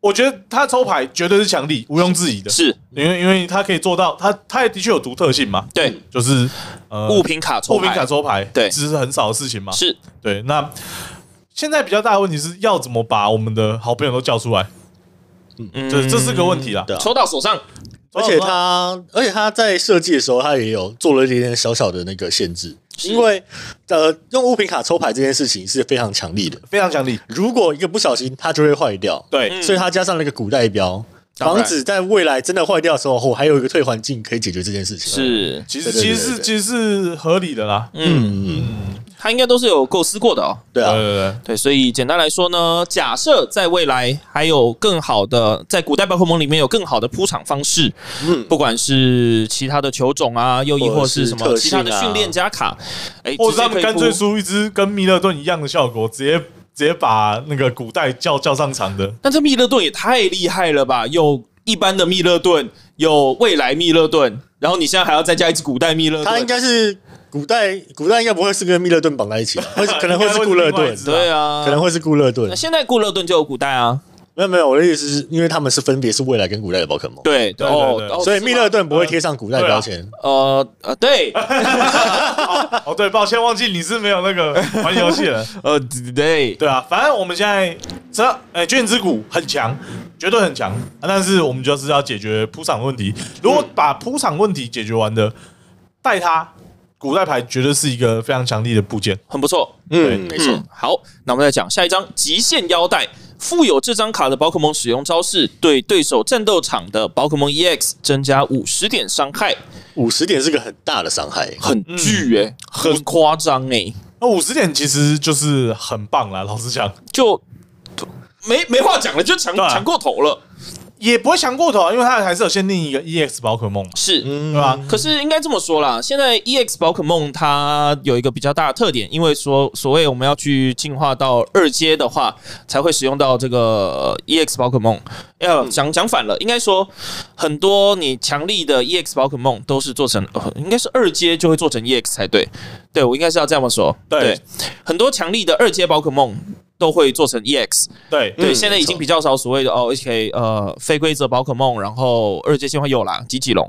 Speaker 2: 我觉得他抽牌绝对是强力，毋庸置疑的，
Speaker 1: 是
Speaker 2: 因为因为他可以做到，他他也的确有独特性嘛，
Speaker 1: 对
Speaker 2: 就是呃
Speaker 1: 物品卡抽
Speaker 2: 物
Speaker 1: 牌，
Speaker 2: 品卡抽牌，
Speaker 1: 对
Speaker 2: 这是很少的事情嘛，
Speaker 1: 是
Speaker 2: 对，那。现在比较大的问题是要怎么把我们的好朋友都叫出来，这这是个问题啦。
Speaker 3: 对啊
Speaker 1: 嗯抽到手上，
Speaker 3: 而
Speaker 1: 哦
Speaker 3: 且他，而且他在设计的时候，他也有做了一点点小小的那个限制，因为呃，用物品卡抽牌这件事情是非常强力的。
Speaker 2: 非常强力，
Speaker 3: 如果一个不小心，它就会坏掉。
Speaker 2: 对
Speaker 1: 嗯
Speaker 3: 所以它加上了一个古代标，
Speaker 1: 当然
Speaker 3: 防止在未来真的坏掉的时候，我还有一个退环境可以解决这件事情。，
Speaker 1: 是
Speaker 2: 其实
Speaker 3: 对对
Speaker 2: 其
Speaker 3: 对
Speaker 2: 实是
Speaker 3: 对
Speaker 2: 其实是合理的啦。
Speaker 3: 嗯，
Speaker 1: 他应该都是有构思过的哦。
Speaker 3: 对啊，
Speaker 2: 对
Speaker 1: 对，所以简单来说呢，假设在未来还有更好的，在古代宝可梦里面有更好的铺场方式，嗯，不管是其他的球种啊，又亦或是什么
Speaker 3: 或者
Speaker 1: 其
Speaker 3: 是特
Speaker 1: 他的
Speaker 3: 性啊
Speaker 1: 训练家卡，哎、
Speaker 2: 或
Speaker 1: 直接
Speaker 2: 者他
Speaker 1: 可
Speaker 2: 们
Speaker 1: 以
Speaker 2: 干脆
Speaker 1: 铺
Speaker 2: 出一支跟弥勒顿一样的效果，直接直接把那个古代叫叫上场的。
Speaker 1: 但这密勒顿也太厉害了吧！有一般的密勒顿，有未来密勒顿，然后你现在还要再加一只古代密勒
Speaker 3: 它
Speaker 1: 顿。
Speaker 3: 应该是古代，古代应该不会是跟密勒顿绑在一起，会是可能会是固勒
Speaker 2: 应该会是另外
Speaker 3: 顿
Speaker 2: 一，只
Speaker 1: 对啊，
Speaker 3: 可能会是固勒顿
Speaker 1: 那。现在固勒顿就有古代啊，
Speaker 3: 没有没有，我的意思是因为他们是分别是未来跟古代的宝可梦，
Speaker 1: 对
Speaker 2: 对
Speaker 1: 哦
Speaker 2: 对，对
Speaker 1: 哦
Speaker 3: 所以密勒
Speaker 1: 是吗
Speaker 3: 顿不会贴上古代标签。
Speaker 1: 呃呃对
Speaker 3: 啊
Speaker 2: 哦，对，抱歉，忘记你是没有那个 玩游戏了。
Speaker 1: 呃对，
Speaker 2: 对啊，反正我们现在知道，哎，卷之谷很强，绝对很强。啊但是我们就是要解决铺场问题。如果把铺场问题解决完的，带他古代牌绝对是一个非常强力的部件。
Speaker 1: 很不错，
Speaker 3: 嗯，没错
Speaker 1: 嗯。，好，那我们再讲下一张极限腰带。附有这张卡的宝可梦使用招式，对对手战斗场的宝可梦 EX 增加五十点伤害，
Speaker 3: 五十点是个很大的伤害，
Speaker 1: 很巨诶、很夸张诶，
Speaker 2: 那五十点其实就是很棒啦，老实讲，
Speaker 1: 就没没话讲了，就强
Speaker 2: 对啊
Speaker 1: 强过头了。
Speaker 2: 也不会强过头啊，因为它还是有限定一个 EX 宝可梦嘛，
Speaker 1: 是，
Speaker 2: 对嗯
Speaker 3: 嗯
Speaker 2: 吧？
Speaker 1: 可是应该这么说啦，现在 EX 宝可梦它有一个比较大的特点，因为说所谓我们要去进化到二阶的话，才会使用到这个呃 EX 宝可梦。要讲讲反了，应该说很多你强力的 EX 宝可梦都是做成，呃应该是二阶就会做成 EX 才对。对我应该是要这么说。
Speaker 2: 对
Speaker 1: 很多强力的二阶宝可梦都会做成 EX。
Speaker 2: 对
Speaker 1: 对，
Speaker 3: 嗯
Speaker 1: 现在已经比较少所谓的哦，OK，呃，非规则宝可梦，然后二阶进化有啦，吉吉龙。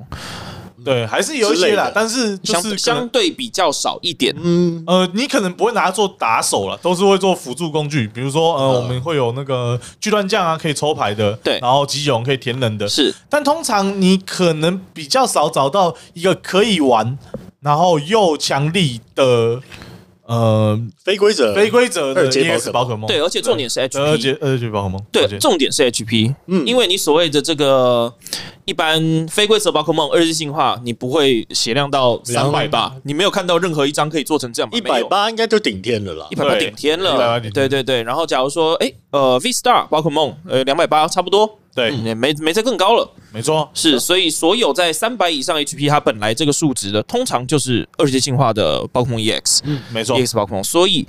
Speaker 2: 对，还是有一些啦，
Speaker 3: 之类的
Speaker 2: 但是就
Speaker 1: 相
Speaker 2: 是可
Speaker 1: 相
Speaker 2: 能
Speaker 1: 对比较少一点。
Speaker 3: 嗯，
Speaker 2: 呃，你可能不会拿它做打手了，都是会做辅助工具，比如说呃，
Speaker 3: 呃
Speaker 2: 我们会有那个锯断匠啊，可以抽牌的，
Speaker 1: 对
Speaker 2: 然后吉勇可以填人的，
Speaker 1: 是
Speaker 2: 但通常你可能比较少找到一个可以玩，然后又强力的呃
Speaker 3: 非规则，
Speaker 2: 非规则的
Speaker 3: 二阶宝可
Speaker 2: EX 宝可梦，
Speaker 1: 哦对，而且重点是
Speaker 2: 二
Speaker 1: HP，
Speaker 2: 阶二阶宝可梦，
Speaker 1: 对
Speaker 2: 抱，歉
Speaker 1: 重点是 HP，嗯，因为你所谓的这个一般非规则宝可梦二次进化，你不会血量到三百吧？你没有看到任何一张可以做成这样吧，
Speaker 3: 一百八应该就顶天了啦
Speaker 1: 一。百八
Speaker 2: 对
Speaker 1: 顶天
Speaker 2: 180
Speaker 1: 了，
Speaker 2: 顶天
Speaker 1: 对对对。然后假如说，哎，呃，V Star 宝可梦，呃，两百八差不多，
Speaker 2: 对，
Speaker 1: 也没没再更高了，
Speaker 2: 没错，
Speaker 1: 是，所以所有在三百以上 HP 它本来这个数值的，通常就是二阶进化的宝可梦 E EX，
Speaker 2: 没错，
Speaker 1: EX 宝可梦，所以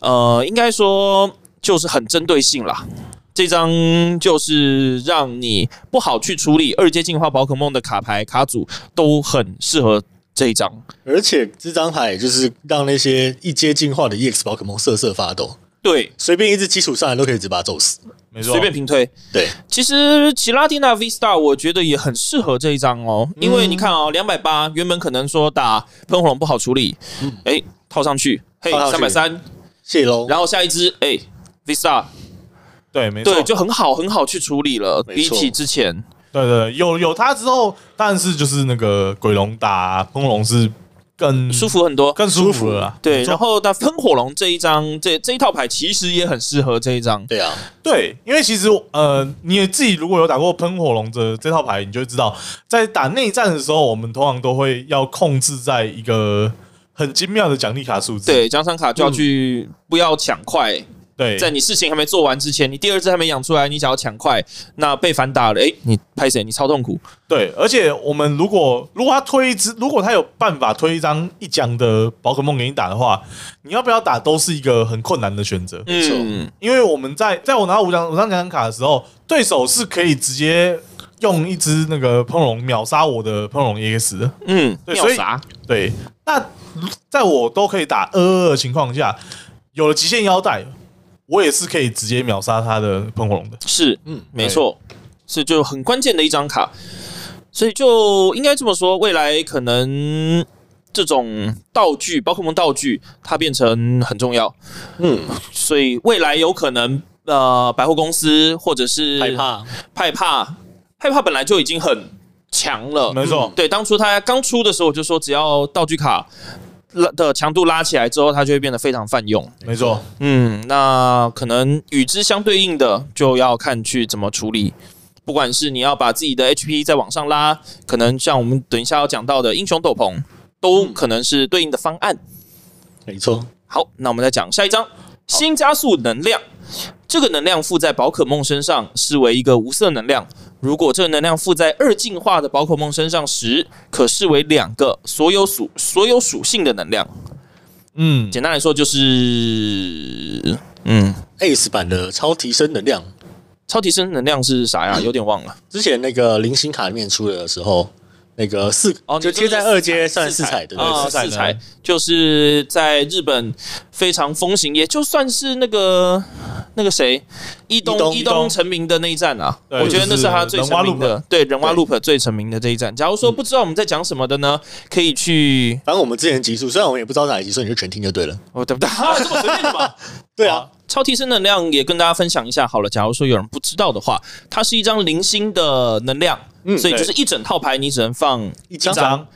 Speaker 1: 呃，应该说就是很针对性啦。这张就是让你不好去处理二阶进化宝可梦的卡牌卡组都很适合这一张。
Speaker 3: 而且这张牌就是让那些一阶进化的 EX 宝可梦瑟瑟发抖，
Speaker 1: 对，
Speaker 3: 随便一只基础上来都可以直接把它揍死。
Speaker 2: 没错，
Speaker 1: 随便平推。
Speaker 3: 对，
Speaker 1: 其实奇拉蒂娜 V Star 我觉得也很适合这一张哦，因为你看哦，两百八原本可能说打喷火龙不好处理，哎，套上去，嘿，三
Speaker 3: 套上
Speaker 1: 百
Speaker 3: 去
Speaker 1: 三，
Speaker 3: 谢喽。
Speaker 1: 然后下一只，哎，V Star，
Speaker 2: 对，没错，
Speaker 1: 对，就很好很好去处理了，
Speaker 3: 没
Speaker 1: 比
Speaker 3: 错
Speaker 1: 起之前。
Speaker 2: 对对，对有有它之后，但是就是那个鬼龙打风龙是更
Speaker 1: 舒服很多，
Speaker 2: 更舒服了啦。
Speaker 1: 对，
Speaker 2: 没错
Speaker 1: 然后它喷火龙这一张，这这一套牌其实也很适合这一张。
Speaker 3: 对啊，
Speaker 2: 对，因为其实呃，你也自己如果有打过喷火龙的这套牌，你就会知道，在打内战的时候，我们通常都会要控制在一个很精妙的奖励卡数字。
Speaker 1: 对，奖赏卡就要去不要抢快，
Speaker 2: 嗯对，
Speaker 1: 在你事情还没做完之前，你第二只还没养出来，你想要抢快，那被反打了，哎，你拍谁？你超痛苦。
Speaker 2: 对，而且我们如果如果他推一只，如果他有办法推一张一奖的宝可梦给你打的话，你要不要打都是一个很困难的选择。
Speaker 3: 错
Speaker 1: 嗯，
Speaker 2: 因为我们在在我拿到五张五张奖赏卡的时候，对手是可以直接用一只那个喷龙秒杀我的喷龙 EX 的。
Speaker 1: 嗯，
Speaker 2: 对
Speaker 1: 秒
Speaker 2: 所以
Speaker 1: 杀，
Speaker 2: 对，那在我都可以打二二的情况下，有了极限腰带，我也是可以直接秒杀他的喷火龙的。
Speaker 1: 是，嗯，没错，是就很关键的一张卡，所以就应该这么说，未来可能这种道具，宝可梦道具，它变成很重要，
Speaker 3: 嗯，
Speaker 1: 所以未来有可能呃，百货公司或者是
Speaker 3: 害怕，
Speaker 1: 害怕，害怕本来就已经很强
Speaker 3: 哦
Speaker 1: 了，
Speaker 2: 没错，
Speaker 1: 对，当初它刚出的时候，我就说只要道具卡拉的强度拉起来之后，它就会变得非常泛用。
Speaker 2: 没错，
Speaker 1: 嗯，那可能与之相对应的就要看去怎么处理。不管是你要把自己的 HP 再往上拉，可能像我们等一下要讲到的英雄斗篷，都可能是对应的方案。
Speaker 3: 没错，
Speaker 1: 好，那我们再讲下一章，新加速能量。这个能量附在宝可梦身上，视为一个无色能量。如果这个能量附在二进化的宝可梦身上时，可视为两个所有属所有属性的能量。
Speaker 2: 嗯，
Speaker 1: 简单来说，就是嗯，
Speaker 3: Ace 版的超提升能量，
Speaker 1: 超提升能量是啥呀？有点忘了。
Speaker 3: 之前那个零星卡里面出的时候，那个四
Speaker 1: 哦，
Speaker 3: 就
Speaker 1: 你说
Speaker 3: 贴
Speaker 1: 是
Speaker 3: 在二阶算四彩的，对
Speaker 1: 啊，
Speaker 3: 不
Speaker 1: 四彩
Speaker 3: 对
Speaker 1: 哦四彩就是在日本非常风行，也就算是那个那个谁伊
Speaker 3: 伊
Speaker 1: 东
Speaker 3: 东
Speaker 1: 伊东成名的那一战啊，
Speaker 2: 对
Speaker 1: 我觉得那是他最成名
Speaker 2: 就是人蛙
Speaker 1: 的，对人蛙 loop 最成名的这一战。假如
Speaker 2: 嗯
Speaker 1: 说不知道我们在讲什么的呢，可以去
Speaker 3: 反正我们之前集数，虽然我们也不知道哪一集，所以你就全听就对了。
Speaker 1: 哦，对不 对？啊这么随便的吗？
Speaker 3: 对
Speaker 2: 哦
Speaker 3: 啊，
Speaker 1: 超提升能量也跟大家分享一下好了。假如说有人不知道的话，它是一张零星的能量，
Speaker 2: 嗯
Speaker 1: 所以就是一整套牌你只能放
Speaker 3: 一
Speaker 2: 一张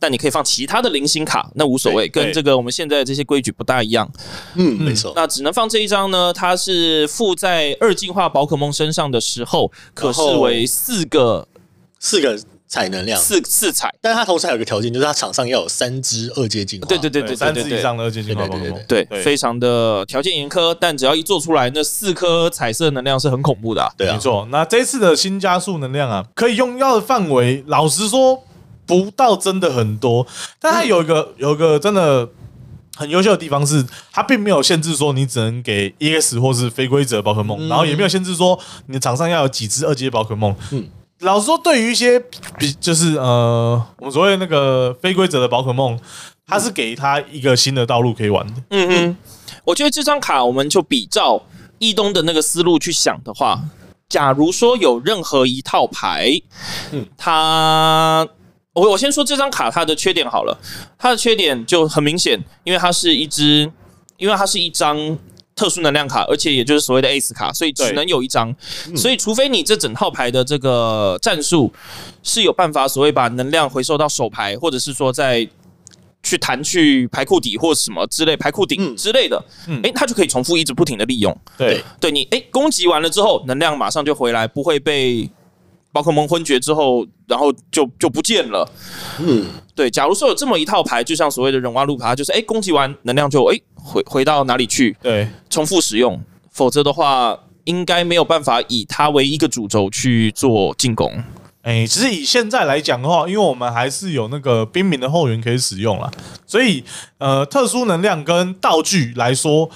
Speaker 1: 但你可以放其他的零星卡，那无所谓，
Speaker 2: 对对
Speaker 1: 跟这个我们现在的这些规矩不大一样。
Speaker 3: 嗯，没错，
Speaker 1: 那只能放这一张呢，它是附在二进化宝可梦身上的时候，可视为四个
Speaker 3: 四个彩能量，
Speaker 1: 四四彩。
Speaker 3: 但它同时还有一个条件，就是它场上要有三只二阶进化。
Speaker 1: 哦对对对对对
Speaker 2: 三
Speaker 1: 对
Speaker 2: 只以
Speaker 1: 对。
Speaker 2: 上的二阶进化宝可
Speaker 3: 对对
Speaker 2: 梦
Speaker 3: 对。
Speaker 1: 对，
Speaker 2: 对
Speaker 1: 非常的条件严苛，但只要一做出来，那四颗彩色能量是很恐怖的、啊。
Speaker 3: 对
Speaker 2: 没
Speaker 3: 啊，
Speaker 2: 错，那这次的新加速能量啊，可以用药的范围，老实说不到真的很多，但它有一个、有一个真的很优秀的地方是，它并没有限制说你只能给 EX 或是非规则宝可梦，然后也没有限制说你的场上要有几只二阶宝可梦。嗯
Speaker 3: 嗯，
Speaker 2: 老实说，对于一些比就是呃，我们所谓那个非规则的宝可梦。它是给它一个新的道路可以玩的，
Speaker 1: 嗯哼，我觉得这张卡我们就比照一东的那个思路去想的话，假如说有任何一套牌，嗯
Speaker 3: 嗯，
Speaker 1: 它我我先说这张卡它的缺点好了，它的缺点就很明显，因为它是一只，因为它是一张。特殊能量卡，而且也就是所谓的 ACE 卡，所以只
Speaker 2: 对
Speaker 1: 能有一张。所以，除非你这整套牌的这个战术是有办法所谓把能量回收到手牌，或者是说在去弹去牌库底或什么之类牌库顶
Speaker 3: 嗯
Speaker 1: 之类的，
Speaker 2: 嗯
Speaker 1: 诶，它就可以重复一直不停的利用。
Speaker 2: 对
Speaker 3: 对
Speaker 1: 对你，诶，攻击完了之后，能量马上就回来，不会被宝可梦昏厥之后，然后就就不见了。
Speaker 3: 嗯，
Speaker 1: 对，假如说有这么一套牌，就像所谓的人蛙路牌，它就是诶，攻击完能量就诶回回到哪里去，
Speaker 2: 对，
Speaker 1: 重复使用。否则的话，应该没有办法以它为一个主轴去做进攻。
Speaker 2: 哎、其实以现在来讲的话，因为我们还是有那个冰民的后援可以使用啦，所以呃，特殊能量跟道具来说，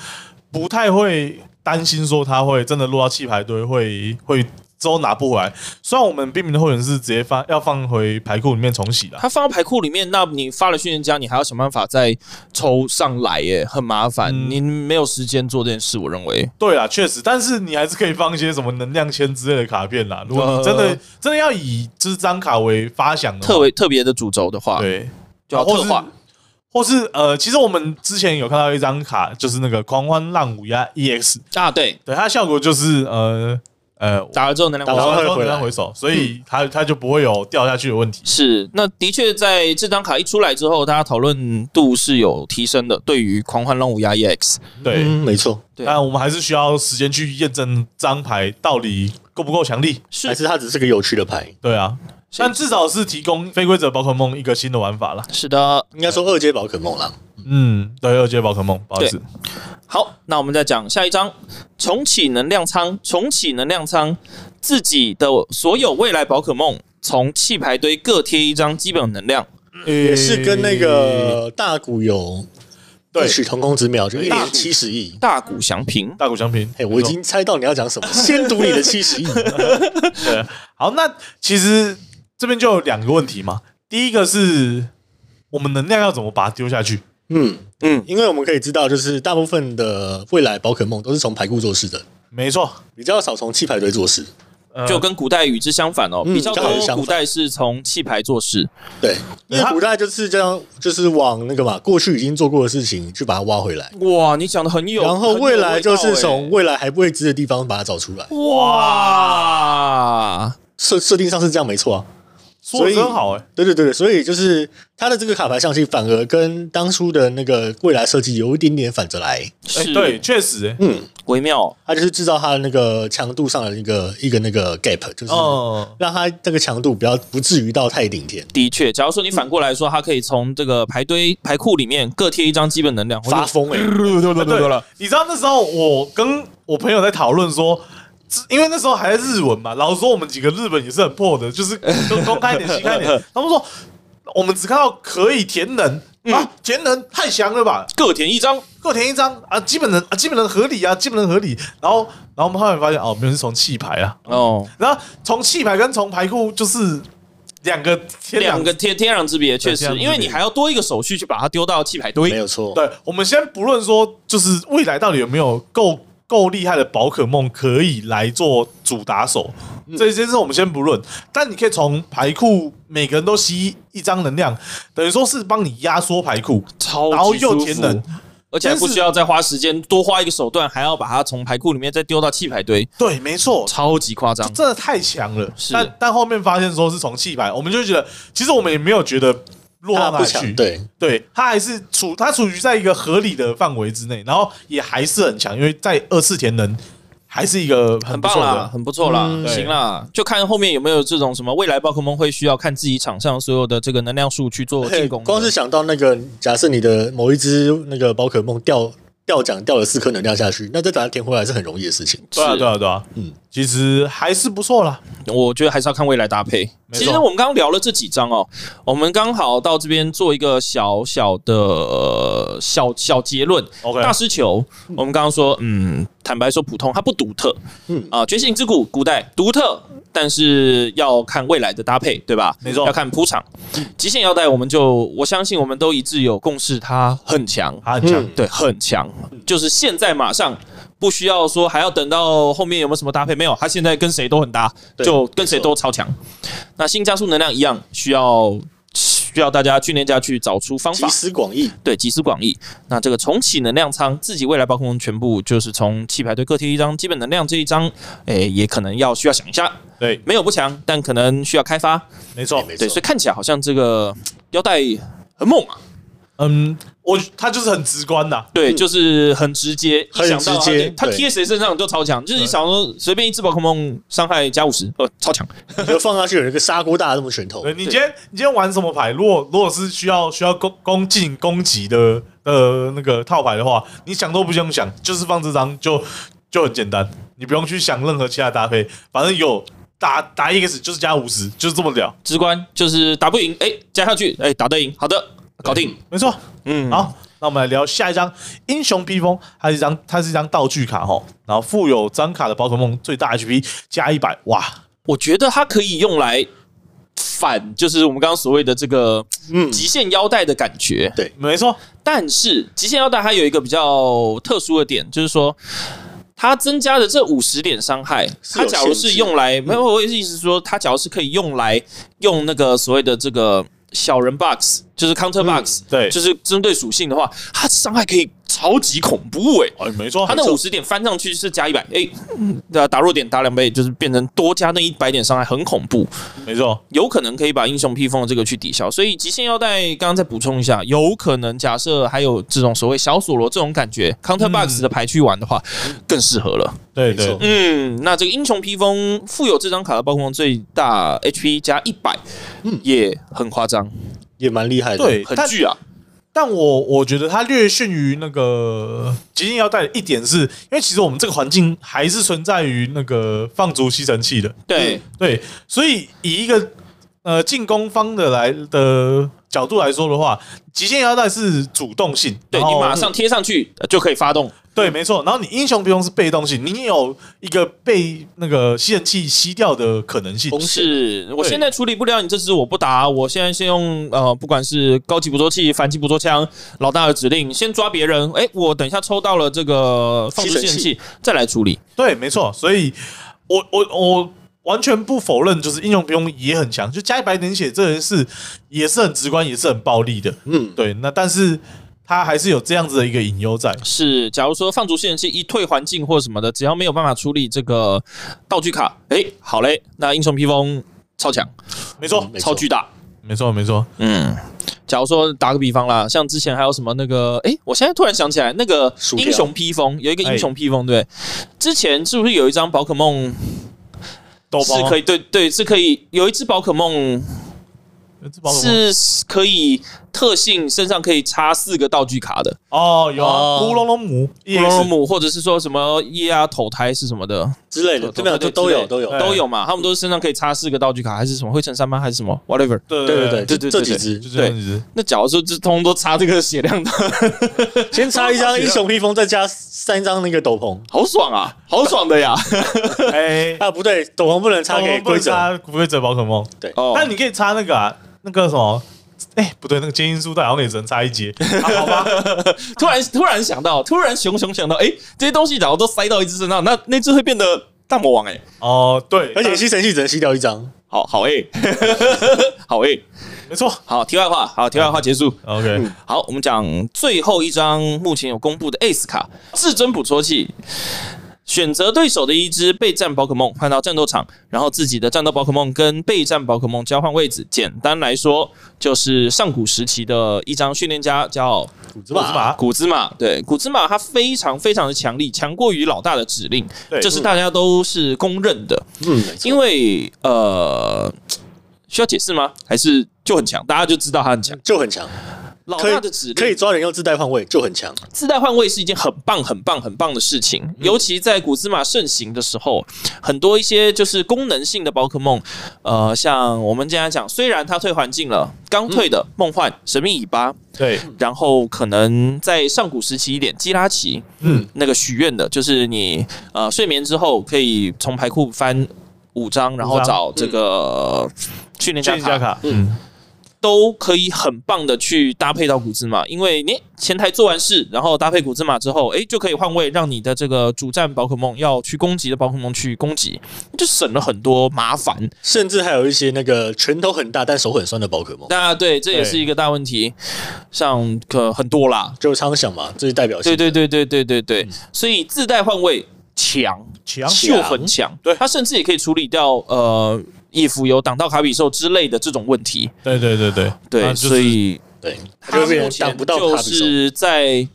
Speaker 2: 不太会担心说它会真的落到弃牌堆，会会之后拿不回来。虽然我们冰民的后援是直接放要放回牌库里面重洗的，
Speaker 1: 它放到牌库里面，那你发了训练家，你还要想办法再抽上来，耶，很麻烦，
Speaker 2: 嗯
Speaker 1: 你没有时间做这件事。我认为，
Speaker 2: 对啦，确实，但是你还是可以放一些什么能量签之类的卡片啦。如果你真的、
Speaker 1: 呃
Speaker 2: 真的要以这张卡为发想的话
Speaker 1: 特为特别的主轴的话，
Speaker 2: 哦对，啊
Speaker 1: 就要
Speaker 2: 或
Speaker 1: 特
Speaker 2: 是
Speaker 1: 化。
Speaker 2: 或是呃，其实我们之前有看到一张卡，就是那个狂欢浪舞呀 EX，
Speaker 1: 啊，对，
Speaker 2: 对它的效果就是呃呃，
Speaker 1: 打了之后能量
Speaker 3: 打
Speaker 1: 回收
Speaker 3: 完
Speaker 2: 完
Speaker 3: 会
Speaker 2: 后
Speaker 3: 回
Speaker 2: 能
Speaker 3: 来嗯
Speaker 2: 量回手，所以它它就不会有掉下去的问题。
Speaker 1: 是，那的确在这张卡一出来之后，大家讨论度是有提升的。对于狂欢浪舞压 EX，
Speaker 2: 对，
Speaker 3: 嗯，没错，
Speaker 1: 对
Speaker 2: 但我们还是需要时间去验证张牌到底够不够强力。
Speaker 1: 是
Speaker 3: 还是它只是个有趣的牌，
Speaker 2: 对啊，但至少是提供非规则宝可梦一个新的玩法啦。
Speaker 1: 是的，
Speaker 3: 应该说二阶宝可梦啦。
Speaker 2: 嗯，对，二阶宝可梦，不好意思，
Speaker 1: 好，那我们再讲下一章，重启能量仓，重启能量仓，自己的所有未来宝可梦从弃牌堆各贴一张基本能量，
Speaker 2: 也
Speaker 3: 也是跟那个大谷有
Speaker 2: 对
Speaker 3: 异曲同工之妙，就一年七十亿。
Speaker 1: 大谷翔平。
Speaker 2: 大谷相平。
Speaker 3: 哎，我已经猜到你要讲什么，先读你的 七十亿。
Speaker 2: 对，好，那其实这边就有两个问题嘛。第一个是我们能量要怎么把它丢下去？
Speaker 3: 嗯，
Speaker 1: 嗯，
Speaker 3: 因为我们可以知道，就是大部分的未来宝可梦都是从排骨做事的，
Speaker 2: 没错，
Speaker 3: 比较少从弃牌堆做事。
Speaker 2: 呃
Speaker 1: 就跟古代与之相反哦，
Speaker 3: 嗯
Speaker 1: 比较
Speaker 3: 刚好
Speaker 1: 多
Speaker 3: 相反
Speaker 1: 古代是从弃牌做事，
Speaker 3: 对，因为
Speaker 1: 啊
Speaker 2: 它
Speaker 3: 古代就是这样，就是往那个嘛，过去已经做过的事情去把它挖回来，
Speaker 1: 哇，你讲的很有，
Speaker 3: 然后未来就是
Speaker 1: 从
Speaker 3: 从未来还不未知的地方把它找出来。
Speaker 1: 哇，
Speaker 3: 设设定上是这样没错啊。
Speaker 2: 说的真好哎、
Speaker 3: 对对对对，所以就是它的这个卡牌象性反而跟当初的那个未来设计有一点点反着来。
Speaker 2: 哎
Speaker 1: 是，
Speaker 2: 对，，确实、欸，
Speaker 3: 嗯，
Speaker 1: 微妙，
Speaker 3: 它就是制造它的那个强度上的一个一个那个 gap，就是
Speaker 2: 哦，
Speaker 3: 让它这个强度不要不至于到太顶天。
Speaker 1: 的确。假如说你反过来说，它可以从这个排堆排库里面各贴一张基本能量，
Speaker 3: 发疯哎、欸，
Speaker 2: 对了，你知道那时候我跟我朋友在讨论说。是因为那时候还在日文嘛，老实说我们几个日本也是很破的，就是 都东看一点西看一点。他们说我们只看到可以填能、啊，填能太强了吧，
Speaker 1: 各填一张，
Speaker 2: 各填一张啊，基本能啊，基本能合理啊，基本能合理。然后，然后我们后来发现哦，没有是从弃牌啊，
Speaker 1: 哦，
Speaker 2: 然后从弃牌跟从牌库就是两个天
Speaker 1: 两个天天壤之别，确
Speaker 2: 天壤
Speaker 1: 实，
Speaker 2: 之别
Speaker 1: 因为你还要多一个手续去把它丢到弃牌
Speaker 3: 没
Speaker 1: 堆。
Speaker 3: 有错。
Speaker 2: 对，我们先不论说，就是未来到底有没有够够厉害的宝可梦可以来做主打手，
Speaker 1: 嗯
Speaker 2: 这些事我们先不论。但你可以从牌库每个人都吸一张能量，等于说是帮你压缩牌库，
Speaker 1: 超级
Speaker 2: 然后又
Speaker 1: 舒服
Speaker 2: 填能。，
Speaker 1: 而且还不需要再花时间，多花一个手段，还要把它从牌库里面再丢到弃牌堆，
Speaker 2: 对，没错，
Speaker 1: 超级夸张。
Speaker 2: 真的太强了。
Speaker 1: 是
Speaker 2: 但但后面发现说是从弃牌，我们就觉得其实我们也没有觉得落
Speaker 3: 它
Speaker 2: 到哪
Speaker 3: 不
Speaker 1: 啊
Speaker 2: 里去
Speaker 3: 强，。对，
Speaker 2: 对，它还是处它处于在一个合理的范围之内，然后也还是很强，因为在二次田能还是一个很
Speaker 1: 很
Speaker 2: 不
Speaker 1: 棒
Speaker 2: 错
Speaker 1: 啦，
Speaker 2: 的。嗯
Speaker 1: 很不错啦，
Speaker 2: 对啊
Speaker 1: 行啦，就看后面有没有这种什么未来宝可梦会需要看自己场上所有的这个能量数去做进攻的。
Speaker 3: 光是想到那个，假设你的某一只那个宝可梦掉掉奖掉了四颗能量下去，那再把它填回来是很容易的事情。
Speaker 2: 对啊，对啊，对啊，
Speaker 3: 嗯
Speaker 2: 嗯，其实还是不错啦。
Speaker 1: 我觉得还是要看未来搭配。
Speaker 2: 没
Speaker 1: 其
Speaker 2: 错
Speaker 1: 实我们刚刚聊了这几章哦，我们刚好到这边做一个小小的、呃小小结论。
Speaker 2: OK
Speaker 1: 大师球，我们刚刚说，嗯，坦白说普通，它不独特，嗯
Speaker 3: 嗯
Speaker 1: 啊，觉醒之谷古代独特，但是要看未来的搭配，对吧？
Speaker 2: 没错嗯
Speaker 1: 要看铺场。极限腰带，我们就我相信我们都一致有共识，它很强，
Speaker 2: 它很强
Speaker 3: 嗯，
Speaker 1: 对，很强，就是现在马上不需要说还要等到后面有没有什么搭配，没有，他现在跟谁都很搭，
Speaker 3: 对
Speaker 1: 就跟谁都超强。那新加速能量一样，需要需要大家训练家去找出方
Speaker 3: 集
Speaker 1: 法，
Speaker 3: 思广益，
Speaker 1: 对，集思广益。那这个重启能量仓，自己未来包括全部就是从弃牌对各贴一张基本能量这一张，诶，也可能要需要想一下，
Speaker 2: 对，
Speaker 1: 没有不强，但可能需要开发，
Speaker 2: 没错，
Speaker 3: 没
Speaker 1: 对，
Speaker 3: 错
Speaker 1: 所以。看起来好像这个嗯腰带很猛啊。
Speaker 2: 嗯，我它就是很直观的，
Speaker 1: 对，就是很直接，
Speaker 3: 很
Speaker 1: 一想到他
Speaker 3: 直接
Speaker 1: 他
Speaker 3: 对
Speaker 1: 贴谁身上都超强，就是你想说随便一只宝可梦伤害加五十，呃，超强。
Speaker 3: 你就放下去有一个砂锅大的那么拳头
Speaker 2: 对，你今天你今天玩什么牌？如果如果是需要需要攻攻进攻击的呃那个套牌的话，你想都不用想，就是放这张就就很简单，你不用去想任何其他搭配，反正有打打 EX 就是加五十，就是这么屌，
Speaker 1: 直观就是打不赢，哎，加下去，哎，打得赢，好的，搞定。
Speaker 2: 没错。
Speaker 1: 嗯，
Speaker 2: 好，那我们来聊下一张英雄披风，它是一张它是一张道具卡哈，然后附有张卡的宝可梦最大 HP 加一百，哇，
Speaker 1: 我觉得它可以用来反，就是我们刚刚所谓的这个
Speaker 3: 嗯
Speaker 1: 极限腰带的感觉。
Speaker 2: 没错，
Speaker 1: 但是极限腰带它有一个比较特殊的点，就是说它增加的这五十点伤害，
Speaker 3: 是
Speaker 1: 它
Speaker 3: 有
Speaker 1: 假如
Speaker 3: 限
Speaker 1: 是
Speaker 3: 制嗯
Speaker 1: 用来没有，我的意思是说，它假如是可以用来用那个所谓的这
Speaker 3: 嗯
Speaker 1: 个小人 box，就是 counter box，、
Speaker 2: 对
Speaker 1: 就是针对属性的话，它伤害可以超级恐怖哎、
Speaker 2: 哎，没
Speaker 3: 哦
Speaker 2: 错，
Speaker 1: 他那
Speaker 2: 没错
Speaker 1: 五十点翻上去是加一百，哎，打打弱点打两倍，就是变成多加那一百点伤害，很恐怖，
Speaker 2: 没错，
Speaker 1: 有可能可以把英雄披风的这个去抵消。所以极限腰带刚刚再补充一下，有可能假设还有这种所谓小索罗这种感觉，counter box
Speaker 2: 嗯
Speaker 1: 的牌去玩的话，更适合了。
Speaker 2: 对
Speaker 3: 没
Speaker 2: 对
Speaker 3: 错，
Speaker 1: 嗯，那这个英雄披风富有这张卡的暴风最大 HP 加一百，
Speaker 2: 嗯
Speaker 1: 也很夸张，
Speaker 3: 也蛮厉害的。
Speaker 2: 对
Speaker 1: 很
Speaker 2: 但
Speaker 1: 巨啊。
Speaker 2: 但我我觉得它略逊于那个极限腰带的一点是，因为其实我们这个环境还是存在于那个放逐吸尘器的，
Speaker 1: 对，
Speaker 2: 对，所以以一个呃进攻方的来的角度来说的话，极限腰带是主动性，
Speaker 1: 对
Speaker 2: 然
Speaker 1: 你
Speaker 2: 后
Speaker 1: 马上贴上去呃就可以发动。
Speaker 2: 对，没错。然后你英雄不用是被动性，你也有一个被那个吸尘器吸掉的可能性。
Speaker 1: 是
Speaker 3: 啊
Speaker 1: 我
Speaker 2: 对
Speaker 1: 现在处理不了你这只，我不打。我现在先用呃，不管是高级捕捉器、反击捕捉枪，老大的指令，先抓别人。哎，我等一下抽到了这个放逐
Speaker 3: 吸
Speaker 1: 吸
Speaker 3: 尘
Speaker 1: 尘器，再来处理。
Speaker 2: 对，没
Speaker 3: 嗯
Speaker 2: 错。所以我我我完全不否认，就是英雄不用也很强，就加一百点血这件事也是很直观，也是很暴力的。
Speaker 3: 嗯，
Speaker 2: 对，那但是他还是有这样子的一个隐忧在。
Speaker 1: 是，假如说放逐吸尘器一退环境或什么的，只要没有办法处理这个道具卡，哎，好嘞，那英雄披风超强、
Speaker 2: 没错，
Speaker 3: 嗯没错
Speaker 1: 超巨大。
Speaker 2: 没错，没错。
Speaker 1: 嗯，假如说打个比方啦，像之前还有什么那个，诶，我现在突然想起来，那个
Speaker 3: 薯条哎
Speaker 1: 英雄披风有一个英雄披风，对，之前是不是有一张宝可梦
Speaker 2: 豆包
Speaker 1: 是可以，对对，是可以有一只宝可梦
Speaker 2: 哎包
Speaker 1: 是可以特性身上可以插四个道具卡的，
Speaker 2: 哦，有啊，
Speaker 3: 哦
Speaker 2: 乌龙龙母，
Speaker 1: 布隆
Speaker 2: E
Speaker 1: 姆或者是说什么液压头胎是什么的
Speaker 3: 之类的，
Speaker 1: 对
Speaker 3: 对没有
Speaker 1: 对对
Speaker 3: 都都
Speaker 1: 之类
Speaker 3: 有
Speaker 1: 的
Speaker 3: 都有。
Speaker 2: 对
Speaker 1: 都有嘛，他们都是身上可以插四个道具卡，还是什么灰尘三班还是什么 whatever。
Speaker 2: 对
Speaker 3: 对
Speaker 2: 对
Speaker 3: 对
Speaker 1: 对
Speaker 3: 对，
Speaker 1: 对
Speaker 3: 就
Speaker 1: 对
Speaker 3: 这
Speaker 1: 对
Speaker 3: 几只
Speaker 2: 就这样子。
Speaker 1: 那假如说这通通都插这个血量的，
Speaker 3: 先插一张英雄披风，再加三张那个斗篷。
Speaker 1: 好爽啊，好爽的呀！
Speaker 2: 哎，
Speaker 3: 啊，不对，斗篷不能插给规则。
Speaker 2: 插规则宝可梦。
Speaker 1: 哦
Speaker 2: 但你可以插那个啊，那个什么，哎、不对，那个监音书带好像也只能插一节，啊、好吧？
Speaker 1: 突然突然想到，突然熊熊想到，哎、这些东西假如都塞到一只身上，那那只会变得大魔王哎、
Speaker 2: 哦，对，
Speaker 3: 而且吸尘器只能吸掉一张，
Speaker 1: 好好哎、 好哎、
Speaker 2: 没错
Speaker 1: 好，题外话，好，题外话结束。
Speaker 2: ，OK，
Speaker 1: 好，我们讲最后一张目前有公布的 Ace 卡至尊捕捉器。选择对手的一只备战宝可梦换到战斗场，然后自己的战斗宝可梦跟备战宝可梦交换位置。简单来说，就是上古时期的一张训练家，叫
Speaker 3: 古之
Speaker 2: 我是
Speaker 3: 马
Speaker 2: 马，
Speaker 1: 古兹马，对，古兹马他非常非常的强力，强过于老大的指令，
Speaker 2: 对
Speaker 1: 这是大家都是公认的。
Speaker 3: 嗯，没错
Speaker 1: 因为呃，需要解释吗？还是就很强，大家就知道他很强。
Speaker 3: 就很强，
Speaker 1: 嗯老
Speaker 3: 可以
Speaker 1: 大的指令
Speaker 3: 可以抓人用自带换位，就很强。
Speaker 1: 自带换位是一件很棒、很棒、很棒的事情，尤其在古兹马盛行的时候，很多一些就是功能性的宝可梦，呃，像我们今天讲，虽然它退环境了，刚退的梦幻、神秘尾巴，
Speaker 2: 对，
Speaker 1: 然后可能在上古时期一点，基拉奇，嗯
Speaker 2: 嗯，
Speaker 1: 那个许愿的，就是你呃睡眠之后可以从牌库翻五张，嗯然后找这个训练家
Speaker 2: 建议加
Speaker 1: 卡，
Speaker 2: 卡，嗯，
Speaker 1: 都可以很棒的去搭配到古兹马，因为你前台做完事，然后搭配古兹马之后，诶，就可以换位，让你的这个主战宝可梦要去攻击的宝可梦去攻击，就省了很多麻烦。
Speaker 3: 甚至还有一些那个拳头很大但手很酸的宝可梦，
Speaker 1: 那对，这也
Speaker 2: 对
Speaker 1: 是一个大问题，像可很多啦，
Speaker 3: 就是苍响嘛，最代表性
Speaker 1: 对。对对对对对对，所以自带换位强，
Speaker 2: 强
Speaker 1: 就很强。
Speaker 2: 对
Speaker 1: 他甚至也可以处理掉呃叶浮游、挡到卡比兽之类的这种问题。
Speaker 2: 对对对对
Speaker 1: 对，
Speaker 2: 那就是
Speaker 1: 所以
Speaker 3: 对，它
Speaker 1: 他
Speaker 3: 就
Speaker 1: 目
Speaker 3: 变
Speaker 1: 前
Speaker 3: 成挡不到
Speaker 1: 就
Speaker 3: 卡比兽。
Speaker 1: 是在。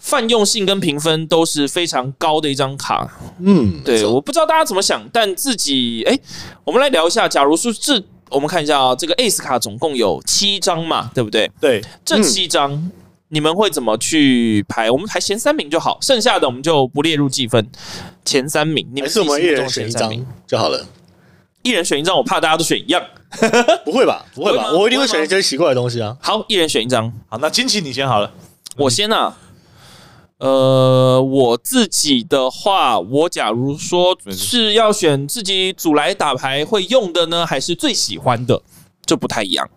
Speaker 1: 泛用性跟评分都是非常高的一张卡，
Speaker 3: 嗯，没
Speaker 1: 对，
Speaker 3: 错
Speaker 1: 我不知道大家怎么想，但自己哎、我们来聊一下，假如说这，我们看一下啊，这个 Ace 卡总共有七张嘛，对不对？
Speaker 2: 对，
Speaker 1: 这七张、你们会怎么去排？我们排前三名就好，剩下的我们就不列入计分。前三名，你
Speaker 3: 还
Speaker 1: 们
Speaker 3: 是我们
Speaker 1: 自己
Speaker 3: 一
Speaker 1: 心目
Speaker 3: 人
Speaker 1: 中的
Speaker 3: 选
Speaker 1: 前
Speaker 3: 一
Speaker 1: 三
Speaker 3: 张
Speaker 1: 名，
Speaker 3: 就好了。
Speaker 1: 一人选一张，我怕大家都选一样。
Speaker 3: 不会吧？不会
Speaker 1: 不
Speaker 3: 吧？
Speaker 1: 会吗
Speaker 3: 我一定
Speaker 1: 不会
Speaker 3: 会选
Speaker 1: 吗
Speaker 3: 一些奇怪的东西啊。
Speaker 1: 好，一人选一张，
Speaker 2: 好，那金奇你先好了，
Speaker 1: 我先啊。呃，我自己的话，我假如说
Speaker 2: 没事
Speaker 1: 是要选自己组来打牌会用的呢，还是最喜欢的，这不太一样。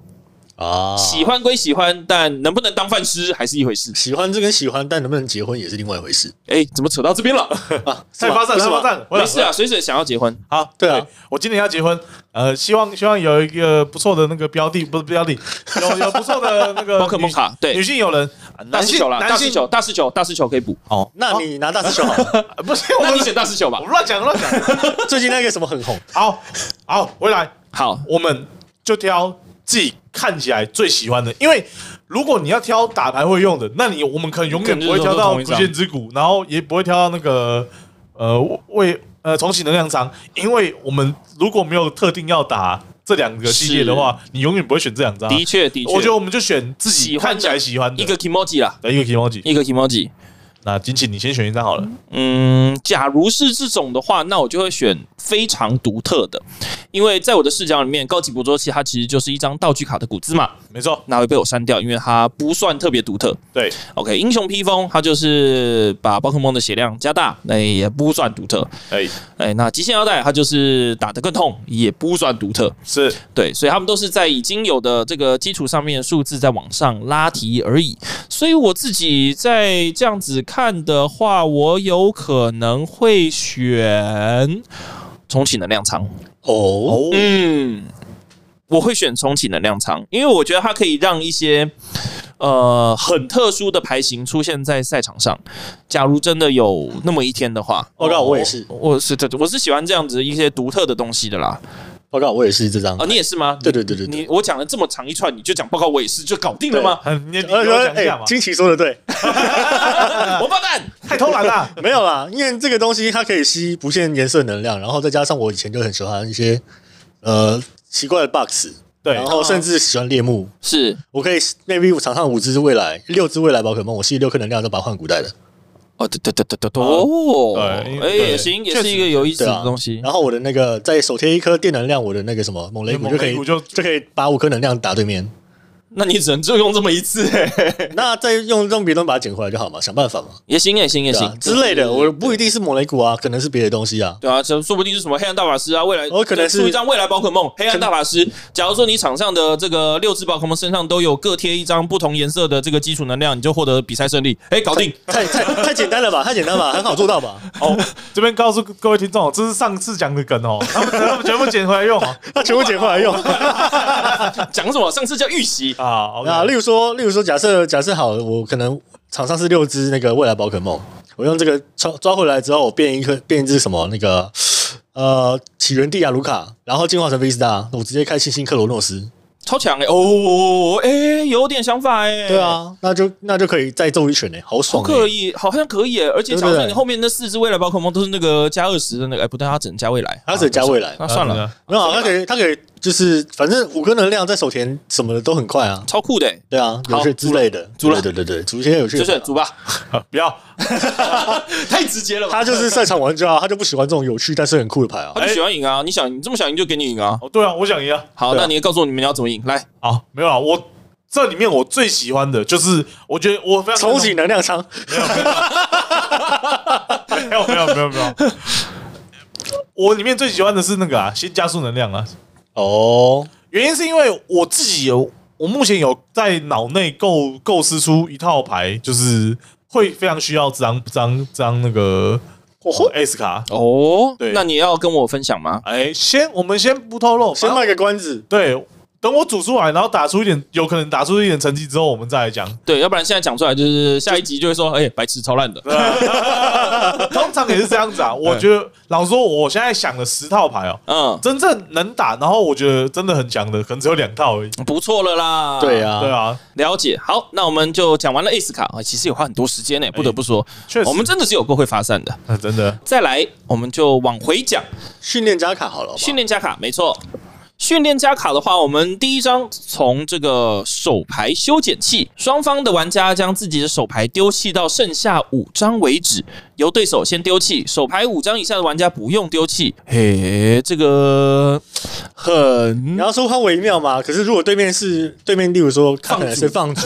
Speaker 3: 啊，
Speaker 1: 喜欢归喜欢，但能不能当饭吃还是一回事。
Speaker 3: 喜欢这跟喜欢，但能不能结婚也是另外一回 事
Speaker 1: 哎，怎么扯到这边了？
Speaker 3: 啊。
Speaker 2: 太发散，
Speaker 3: 是
Speaker 2: 太
Speaker 3: 吧
Speaker 2: 发？散，
Speaker 1: 没事啊，随时想要结婚，
Speaker 2: 好，
Speaker 3: 对啊
Speaker 2: 我今年要结婚，呃，希望希望有一个不错的那个标的，不是标的，有有不错的那个
Speaker 1: 宝 可梦卡对
Speaker 2: 女性友人，啊
Speaker 1: 大
Speaker 2: 男
Speaker 1: 四
Speaker 2: 性
Speaker 1: 球啦，大
Speaker 2: 男
Speaker 1: 四
Speaker 2: 性
Speaker 1: 球，大四球，大四球可以补。
Speaker 2: 哦，
Speaker 3: 那你拿大师兄好了，
Speaker 2: 呃不是我
Speaker 1: 那
Speaker 2: 们
Speaker 1: 你选大四球吧
Speaker 2: 我。乱讲乱 讲，
Speaker 3: 最近那个什么很红，
Speaker 2: 好好回来，
Speaker 1: 好，
Speaker 2: 我们就挑自己看起来最喜欢的，因为如果你要挑打牌会用的，那你我们可能永远不会挑到
Speaker 1: 可能就是同
Speaker 2: 无
Speaker 1: 一张
Speaker 2: 限之谷，然后也不会挑到那个呃为呃重启能量场，因为我们如果没有特定要打这两个系列的话，你永远不会选这两张。
Speaker 1: 的确的确，
Speaker 2: 我觉得我们就选自己
Speaker 1: 喜欢的
Speaker 2: 看起来喜欢的
Speaker 1: 一个 emoji 啦，
Speaker 2: 对一个 k i m o j i
Speaker 1: 一个 emoji。
Speaker 2: 那金奇，你先选一张好了。
Speaker 1: 嗯，假如是这种的话，那我就会选非常独特的，因为在我的视角里面，高级捕捉器它其实就是一张道具卡的古兹嘛，
Speaker 2: 没错，
Speaker 1: 那会被我删掉，因为它不算特别独特。
Speaker 2: 对，
Speaker 1: OK，英雄披风它就是把宝可梦的血量加大，那也不算独特。
Speaker 2: 哎，
Speaker 1: 哎，那极限腰带它就是打得更痛，也不算独特。
Speaker 2: 是
Speaker 1: 对，所以他们都是在已经有的这个基础上面数字在往上拉提而已。所以我自己在这样子看的话，我有可能会选重启能量仓。
Speaker 3: 哦，
Speaker 2: 哦，
Speaker 1: 嗯，我会选重启能量仓，因为我觉得它可以让一些呃很特殊的牌型出现在赛场上。假如真的有那么一天的话，
Speaker 3: 报告我也是，
Speaker 1: 我是这我是喜欢这样子一些独特的东西的啦。
Speaker 3: 报告我也是这张
Speaker 1: 啊，。
Speaker 2: 哦
Speaker 1: 你也是吗？
Speaker 3: 对对对对对，
Speaker 1: 你我讲了这么长一串，你就讲报告我也是就搞定了吗？
Speaker 2: 你你给
Speaker 3: 呃
Speaker 2: 我讲一
Speaker 3: 哎
Speaker 2: 下嘛，
Speaker 3: 金奇说的对，
Speaker 1: 王八蛋！
Speaker 2: 太偷懒了。
Speaker 3: 没有啦，因为这个东西它可以吸不限颜色能量，然后再加上我以前就很喜欢一些呃奇怪的 box，
Speaker 2: 对
Speaker 3: 然，后甚至喜欢猎木。
Speaker 1: 是
Speaker 3: 我可以 maybe 我场上五只未来，六只未来宝可梦，我吸六颗能量都把它换古代的，
Speaker 1: 哦，对对对对对对，哦，
Speaker 2: 对
Speaker 1: 哎，
Speaker 2: 对
Speaker 1: 也行，也
Speaker 2: 确
Speaker 1: 是
Speaker 2: 实
Speaker 1: 一个有意思
Speaker 3: 对啊
Speaker 1: 的东西。
Speaker 3: 然后我的那个再手贴一颗电能量，我的那个什么猛雷
Speaker 2: 猛
Speaker 3: 鼓
Speaker 2: 雷
Speaker 3: 就可以
Speaker 2: 鼓就
Speaker 3: 可以把五颗能量打对面。
Speaker 1: 那你只能就用这么一次，嘿
Speaker 3: 那再用用别的东西把它捡回来就好嘛，想办法嘛，
Speaker 1: 也行，也行，也
Speaker 3: 对
Speaker 1: 行
Speaker 3: 啊之类的。我不一定是猛雷鼓啊，可能是别的东西 啊。
Speaker 1: 对啊，这说不定是什么黑暗大法师啊，未来
Speaker 3: 哦可能是
Speaker 1: 出一张未来宝可梦黑暗大法师。假如说你场上的这个六只宝可梦身上都有各贴一张不同颜色的这个基础能量，你就获得比赛胜利。哎，搞 定！
Speaker 3: 太太太简单了吧，太简单吧，很好做到吧？
Speaker 2: 哦，这边告诉各位听众，这是上次讲的梗哦，他们他们全部捡回来用哦
Speaker 3: 那全部捡回来用
Speaker 1: 讲什么？上次叫预习，
Speaker 2: 啊。
Speaker 3: 啊。
Speaker 2: OK，
Speaker 3: 例如说，例如说，假设假设好，我可能场上是六只那个未来宝可梦，我用这个抓抓回来之后，我变一颗变一只什么那个呃起源地亚卢卡，然后进化成 V Star，我直接开星星克罗诺斯。
Speaker 1: 超强哎！哦，哎，有点想法哎。
Speaker 3: 对啊，那就那就可以再揍一拳呢、好
Speaker 1: 好
Speaker 3: 爽、欸！
Speaker 1: 可以，好像可以耶！而且
Speaker 3: 对不
Speaker 1: 假设
Speaker 3: 对
Speaker 1: 你后面那四只未来宝可梦都是那个加二十的那个，哎，不对，它只能加未来，
Speaker 3: 他只能加未来，
Speaker 1: 那算了，，
Speaker 3: 没有啊，他可以他可以就是反正五颗能量在手填什么的都很快啊。
Speaker 1: 超酷的耶，
Speaker 3: 对啊，
Speaker 1: 好
Speaker 3: 有趣之类的，
Speaker 1: 租了
Speaker 3: 对对对对，组一些有趣
Speaker 1: 就
Speaker 3: 的
Speaker 1: 是主 吧，
Speaker 2: 不要
Speaker 1: 太直接了吧？
Speaker 3: 他就是赛场玩家啊，他就不喜欢这种有趣但是很酷的牌啊。
Speaker 1: 他就喜欢赢啊！你想，你这么想赢就给你赢啊！
Speaker 2: 哦，对啊，我想赢啊。
Speaker 1: 好，
Speaker 3: 对啊
Speaker 1: 那你告诉我你们要怎么赢？来，
Speaker 2: 好，没有啊，我这里面我最喜欢的就是，我觉得我非常
Speaker 3: 重启能量仓，
Speaker 2: 没有没有没有没有，我里面最喜欢的是那个啊，先加速能量啊。
Speaker 3: 哦，
Speaker 2: 原因是因为我自己有，我目前有在脑内构构思出一套牌，就是会非常需要这张这张这张那个
Speaker 3: 哦吼
Speaker 2: S 卡。
Speaker 1: 哦，
Speaker 2: 对
Speaker 1: 那你要跟我分享吗？
Speaker 2: 哎，先我们先不透露，
Speaker 3: 先卖个关子，
Speaker 2: 对，等我煮出来，然后打出一点，有可能打出一点成绩之后，我们再来讲。
Speaker 1: 对，要不然现在讲出来就是下一集就会说，哎，白痴超烂的。
Speaker 3: 啊
Speaker 2: 通常也是这样子啊。我觉得，老实说，我现在想了十套牌哦，
Speaker 1: 嗯，
Speaker 2: 真正能打，然后我觉得真的很强的，可能只有两套而已。
Speaker 1: 不错了啦。
Speaker 3: 对，啊，
Speaker 2: 对，啊，
Speaker 1: 了解。好，那我们就讲完了 S 卡啊，其实也花很多时间呢，不
Speaker 3: 哎
Speaker 1: 得不说，
Speaker 2: 确实，
Speaker 1: 我们真的是有够会发散的。
Speaker 2: 啊真的
Speaker 1: 再来，我们就往回讲。
Speaker 3: 训练加卡好了，好不好
Speaker 1: 训练加卡，没错。训练加卡的话，我们第一张从这个手牌修剪器，双方的玩家将自己的手牌丢弃到剩下五张为止，由对手先丢弃，手牌五张以下的玩家不用丢弃。嘿，这个很
Speaker 3: 你要说它微妙嘛，可是如果对面是对面，例如说他可能是 放逐，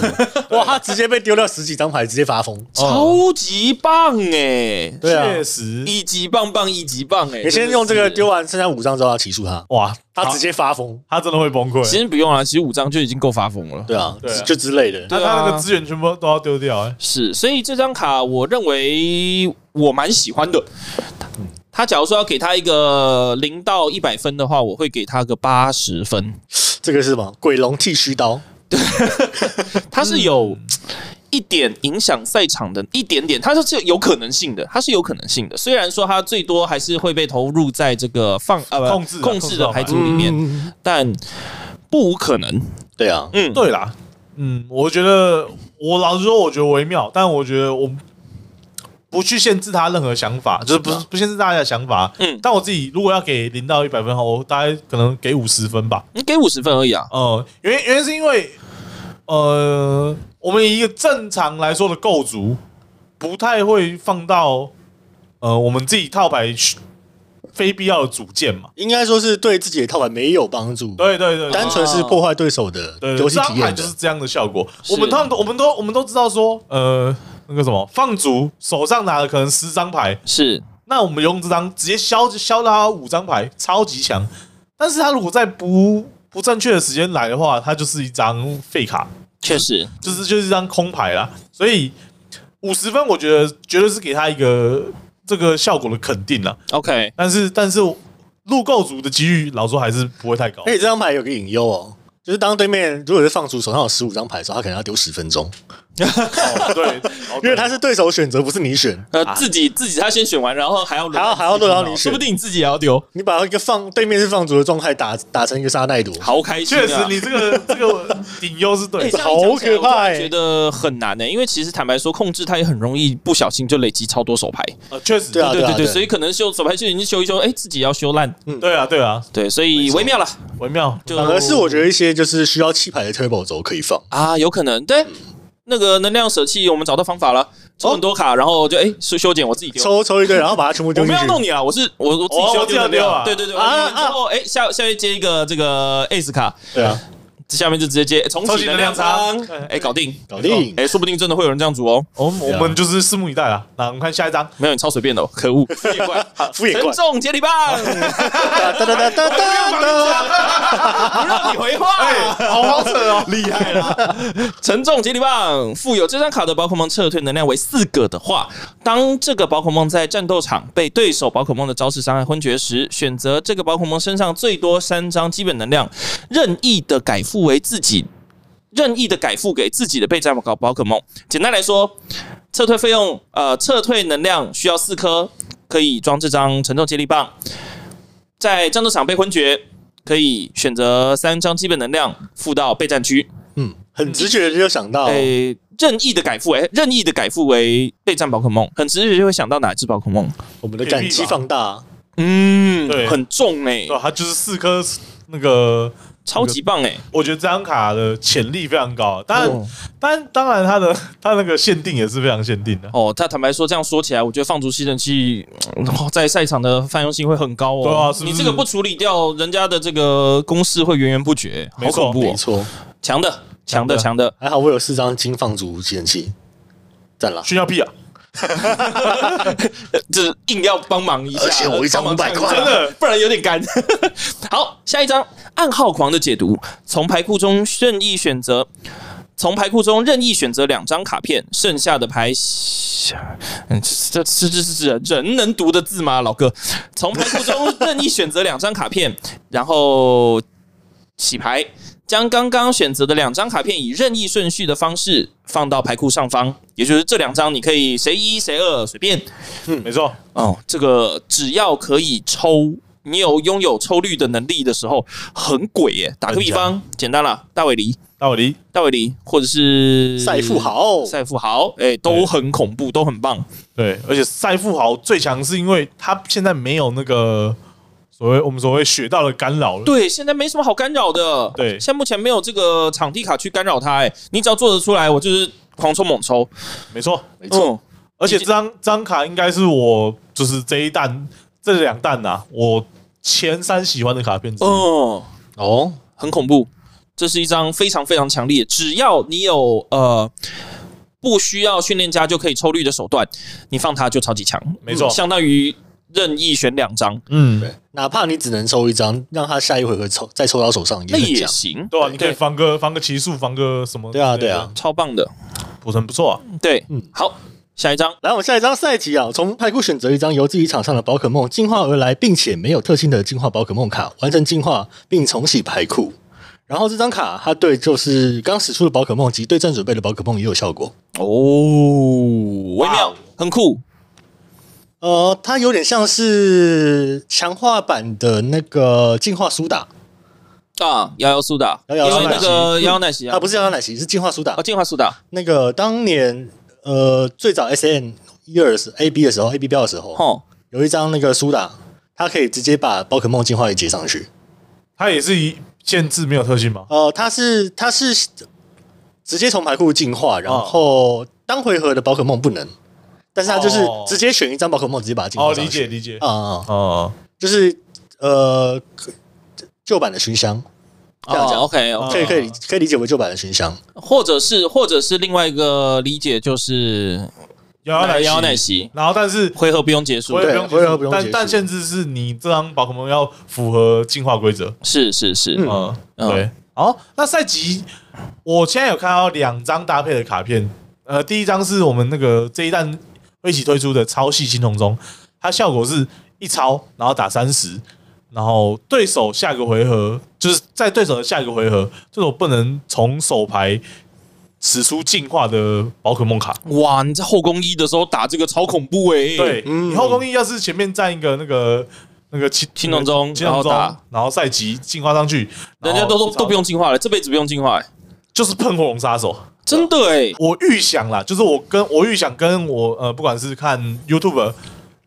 Speaker 3: 哇，他直接被丢掉十几张牌，直接发疯。
Speaker 1: 超级棒哎、
Speaker 3: 对啊，
Speaker 2: 确实，
Speaker 1: 一级棒棒，一级棒哎、
Speaker 3: 你
Speaker 1: 真
Speaker 3: 先
Speaker 1: 的
Speaker 3: 用这个
Speaker 1: 是
Speaker 3: 丢完剩下五张之后要起诉他，
Speaker 2: 哇，
Speaker 3: 他直接发疯。
Speaker 2: 他真的会崩
Speaker 1: 其
Speaker 2: 溃，
Speaker 1: 实不用了，啊其实五张就已经够发疯了。
Speaker 3: 对啊，
Speaker 2: 对啊
Speaker 3: 就之类的。
Speaker 2: 他
Speaker 1: 对啊
Speaker 2: 他那个资源全部都要丢掉，哎，
Speaker 1: 是，所以这张卡我认为我蛮喜欢的。他假如说要给他一个零到一百分的话，我会给他个八十分。
Speaker 3: 这个是什么？鬼龙剃须刀，
Speaker 1: 他是有一点影响赛场的，一点点，他是有可能性的，他是有可能性的。虽然说他最多还是会被投入在这个放呃不
Speaker 2: 控制啊
Speaker 1: 控
Speaker 2: 控
Speaker 1: 制
Speaker 2: 制
Speaker 1: 的
Speaker 2: 到
Speaker 1: 牌
Speaker 2: 牌
Speaker 1: 组里面，
Speaker 3: 嗯
Speaker 1: 但不无可能。
Speaker 3: 对啊，
Speaker 1: 嗯，
Speaker 2: 对啦，嗯，我觉得我老实说，我觉得微妙，但我觉得我不去限制他任何想法，就是不不限制大家的想法。
Speaker 1: 嗯
Speaker 2: 但我自己如果要给零到一百分后，我大概可能给五十分吧。
Speaker 1: 你给五十分而已啊。
Speaker 2: 呃，原因原因是因为呃，我们以一个正常来说的构筑，不太会放到呃我们自己套牌去非必要的组件嘛。
Speaker 3: 应该说是对自己的套牌没有帮助，
Speaker 2: 对对对，
Speaker 3: 单纯是破坏对手的
Speaker 2: 对，
Speaker 3: 游戏
Speaker 2: 这张
Speaker 3: 体验
Speaker 2: 牌就是
Speaker 3: 的。
Speaker 2: 这样的效果。
Speaker 1: 是
Speaker 2: 我们通常都，我们都，我们都知道说，呃，那个什么，放逐手上拿了可能十张牌，
Speaker 1: 是，
Speaker 2: 那我们用这张直接削削到他五张牌，超级强。但是他如果在不不正确的时间来的话，它就是一张废卡，
Speaker 1: 确实，
Speaker 3: 嗯
Speaker 2: 就是就是一张空牌啦。所以五十分，我觉得绝对是给他一个这个效果的肯定啦。
Speaker 1: OK，
Speaker 2: 但是但是路购组的机遇，老实说还是不会太高
Speaker 3: 而。且哎这张牌有个隐忧哦，就是当对面如果是放逐手上有十五张牌的时候，他可能要丢十分钟，
Speaker 2: 哦 对，
Speaker 3: 因为他是对手选择，不是你选。
Speaker 1: 呃，自己自己他先选完，然后还要轮
Speaker 3: 啊还
Speaker 1: 到
Speaker 3: 要还要
Speaker 1: 自己
Speaker 3: 轮到
Speaker 1: 碰
Speaker 3: 你
Speaker 1: 说
Speaker 3: 选
Speaker 1: 不定你自己也要丢，
Speaker 3: 你把一个放对面是放逐的状态打打成一个沙袋毒，
Speaker 1: 好开心、啊！
Speaker 2: 确实，你这个这个顶优是对
Speaker 1: 哎这
Speaker 2: 的。
Speaker 1: 样一讲起来
Speaker 3: 好可怕
Speaker 1: 我突然
Speaker 3: 哎
Speaker 1: 觉得很难欸呢、因为其实坦白说，控制它也很容易不小心就累积超多手牌。
Speaker 2: 呃确实，
Speaker 3: 对啊
Speaker 1: 对对
Speaker 3: 对
Speaker 1: 所以可能修手牌就已经修一修，哎，自己要修烂。
Speaker 2: 对啊，对啊，
Speaker 1: 对，所以微妙了，
Speaker 2: 微妙。
Speaker 1: 就
Speaker 3: 反而是我觉得一些就是需要弃牌的 Turbo 轴可以放。
Speaker 1: 啊，有可能对。那个能量舍弃，我们找到方法了，抽很多卡，然后就哎修修剪，我自己丢。
Speaker 3: 抽抽一堆，然后把它全部
Speaker 1: 我
Speaker 3: 丢
Speaker 1: 没
Speaker 3: 进
Speaker 1: 有
Speaker 3: 去。
Speaker 1: 弄你啊，我是我我自己
Speaker 2: 哦
Speaker 1: 修
Speaker 2: 我知道
Speaker 1: 能量
Speaker 2: 丢啊
Speaker 1: 对对对，
Speaker 3: 啊
Speaker 1: 啊之后哎下下面接一个这个 Ace 卡，
Speaker 3: 对啊，
Speaker 1: 下面就直接接重
Speaker 2: 重
Speaker 1: 启
Speaker 2: 启
Speaker 1: 能
Speaker 2: 能
Speaker 1: 量
Speaker 2: 量
Speaker 1: 仓
Speaker 2: 仓，
Speaker 1: 哎搞定。
Speaker 3: 搞定。
Speaker 1: 哎，说不定真的会有人这样组哦。
Speaker 2: 我们我们就是拭目以待啊。那我们看下一张，
Speaker 1: 没有，你超随便的哦，可恶！敷衍怪，
Speaker 3: 敷 衍
Speaker 1: 沉
Speaker 3: 怪
Speaker 1: 重接力棒，
Speaker 3: 哒哒哒哒哒哒。
Speaker 1: 不让你回话。
Speaker 2: 好好扯哦，厉害了。
Speaker 1: 沉重接力棒附有这张卡的宝可梦撤退能量为四个的话，当这个宝可梦在战斗场被对手宝可梦的招式伤害昏厥时，选择这个宝可梦身上最多三张基本能量，任意的改付为自己。任意的改付给自己的备战宝宝可梦。简单来说，撤退费用，呃，撤退能量需要四颗，可以装这张沉重接力棒。在战斗场被昏厥，可以选择三张基本能量付到备战区。
Speaker 3: 嗯，很直觉的就想到，
Speaker 1: 诶、任意的改付，诶、任意的改付为备战宝可梦，很直觉就会想到哪只宝可梦。
Speaker 3: 我们的感激放大，
Speaker 1: 嗯，
Speaker 2: 对
Speaker 1: 很重诶、
Speaker 2: 对，啊它就是四颗那个，
Speaker 1: 超级棒诶、
Speaker 2: 我觉得这张卡的潜力非常高。啊当
Speaker 1: 哦
Speaker 2: 然，当然，当然，它的 它那个限定也是非常限定的。
Speaker 1: 哦，他坦白说，这样说起来，我觉得放逐吸尘器、嗯哦在赛场的泛用性会很高哦。
Speaker 2: 对啊是不是
Speaker 1: 你这个不处理掉，人家的这个攻势会源源不绝，好
Speaker 2: 没错
Speaker 1: 恐怖、
Speaker 3: 没
Speaker 1: 哦！
Speaker 3: 错。
Speaker 1: 强的，强的，强的。
Speaker 3: 还好我有四张金放逐吸尘器，赞啦！
Speaker 2: 炫耀屁啊！
Speaker 1: 就是硬要帮忙一下，
Speaker 3: 而且我一张
Speaker 1: 帮忙
Speaker 3: 500
Speaker 1: 看
Speaker 3: 块
Speaker 1: 一下
Speaker 2: 真的
Speaker 1: 不然有点干。好，下一张暗号狂的解读，从牌库中任意选择，从牌库中任意选择两张卡片，剩下的牌，嗯，这这这这人人能读的字吗，老哥？从牌库中任意选择两张卡片，然后洗牌。将刚刚选择的两张卡片以任意顺序的方式放到牌库上方，也就是这两张你可以谁一谁二随便，
Speaker 2: 没错，
Speaker 1: 哦，这个只要可以抽，你有拥有抽绿的能力的时候，很鬼耶、打个比方，简单啦，大尾狸、
Speaker 2: 大尾狸
Speaker 1: 大尾狸，或者是
Speaker 3: 赛富、豪，
Speaker 1: 赛富豪，哎、都很恐怖，都很棒。
Speaker 2: 对，而且赛富豪最强是因为他现在没有那个所谓我们所谓学到的干扰了。
Speaker 1: 对，现在没什么好干扰的。
Speaker 2: 对
Speaker 1: 现在目前没有这个场地卡去干扰它，哎，你只要做得出来，我就是狂抽猛抽。
Speaker 2: 没错，
Speaker 3: 没错，
Speaker 1: 嗯
Speaker 2: 而且这张这张卡应该是我就是这一弹这两弹呐、我前三喜欢的卡片之一。
Speaker 1: 哦，
Speaker 3: 哦，
Speaker 1: 很恐怖。这是一张非常非常强力的，只要你有呃不需要训练家就可以抽绿的手段，你放它就超级强，嗯
Speaker 2: 没错
Speaker 1: 相当于任意选两张，
Speaker 2: 嗯，
Speaker 3: 对，哪怕你只能抽一张，让他下一回合抽再抽到手上也
Speaker 1: 那
Speaker 3: 很
Speaker 1: 也
Speaker 3: 强。
Speaker 1: 行，
Speaker 2: 对啊，你可以
Speaker 1: 对
Speaker 2: 防个防个奇数，防个什么之
Speaker 3: 对
Speaker 2: 类的？
Speaker 3: 啊，对啊。
Speaker 1: 超棒的。
Speaker 2: 不是很不错啊。
Speaker 1: 对，
Speaker 3: 嗯
Speaker 1: 好，下一张，
Speaker 3: 来，我们下一张赛题啊，从派库选择一张由自己场上的宝可梦进化而来，并且没有特性的进化宝可梦卡，完成进化并重洗牌库。然后这张卡，它对就是刚使出的宝可梦及对战准备的宝可梦也有效果。
Speaker 1: 哦，微
Speaker 3: 哦
Speaker 1: 妙，很酷，
Speaker 3: 呃，它有点像是强化版的那个进化苏打，
Speaker 1: 啊，摇摇苏打，
Speaker 3: 摇摇
Speaker 1: 因为
Speaker 3: 苏打
Speaker 1: 那个摇摇奶昔啊，
Speaker 3: 啊，不是羊奶昔，是进化苏打
Speaker 1: 啊，。进化苏打，
Speaker 3: 那个当年呃最早 S N 一二 A B 的时候，A B 标的时候，
Speaker 1: 吼，
Speaker 3: 有一张那个苏打，它可以直接把宝可梦进化也接上去。
Speaker 2: 它也是一限制没有特性吗？
Speaker 3: 呃，它是它是直接从牌库进化，
Speaker 1: 哦
Speaker 3: 然后当回合的宝可梦不能，但是它就是
Speaker 2: 哦
Speaker 3: 直接选一张宝可梦直接把它进
Speaker 2: 哦，
Speaker 3: 化上
Speaker 2: 理
Speaker 3: 去。
Speaker 2: 解理解
Speaker 3: 啊。啊、啊
Speaker 2: 哦，
Speaker 3: 就是呃可旧版的熏香，这样讲
Speaker 1: 哦，OK，啊
Speaker 2: 哦
Speaker 3: 可以可以可以理解为旧版的熏香。
Speaker 1: 或者是或者是另外一个理解就是
Speaker 2: 摇摇奶昔
Speaker 1: 摇摇奶昔，
Speaker 2: 然后但是
Speaker 1: 回合不用结束
Speaker 2: 我，也
Speaker 3: 对
Speaker 2: 不用
Speaker 3: 回合不
Speaker 2: 结束
Speaker 3: 用结
Speaker 2: 但
Speaker 3: 束
Speaker 2: 但限制是你这张宝可梦要符合进化规则。
Speaker 1: 是是是，
Speaker 3: 嗯
Speaker 2: 嗯，
Speaker 1: 嗯
Speaker 2: 对。好，那赛季我现在有看到两张搭配的卡片，呃，第一张是我们那个这一弹会一起推出的超系青铜钟，它效果是一超，然后打三十，然后对手下个回合就是在对手的下一个回合，对手不能从手牌使出进化的宝可梦卡。
Speaker 1: 哇，你在后宫一的时候打这个超恐怖欸诶，
Speaker 2: 对，
Speaker 3: 嗯
Speaker 2: 你后宫一要是前面站一个那个那个青
Speaker 1: 青铜钟
Speaker 2: 青
Speaker 1: 然
Speaker 2: 铜
Speaker 1: 后
Speaker 2: 钟
Speaker 1: 打，
Speaker 2: 然后赛季进化上去，
Speaker 1: 人家都都都不
Speaker 2: 用，
Speaker 1: 用进化了，这辈子不用进化欸，
Speaker 2: 就是喷火龙杀手。
Speaker 1: 真的欸诶，
Speaker 2: 我预想啦，就是我跟我预想跟我呃，不管是看 YouTube，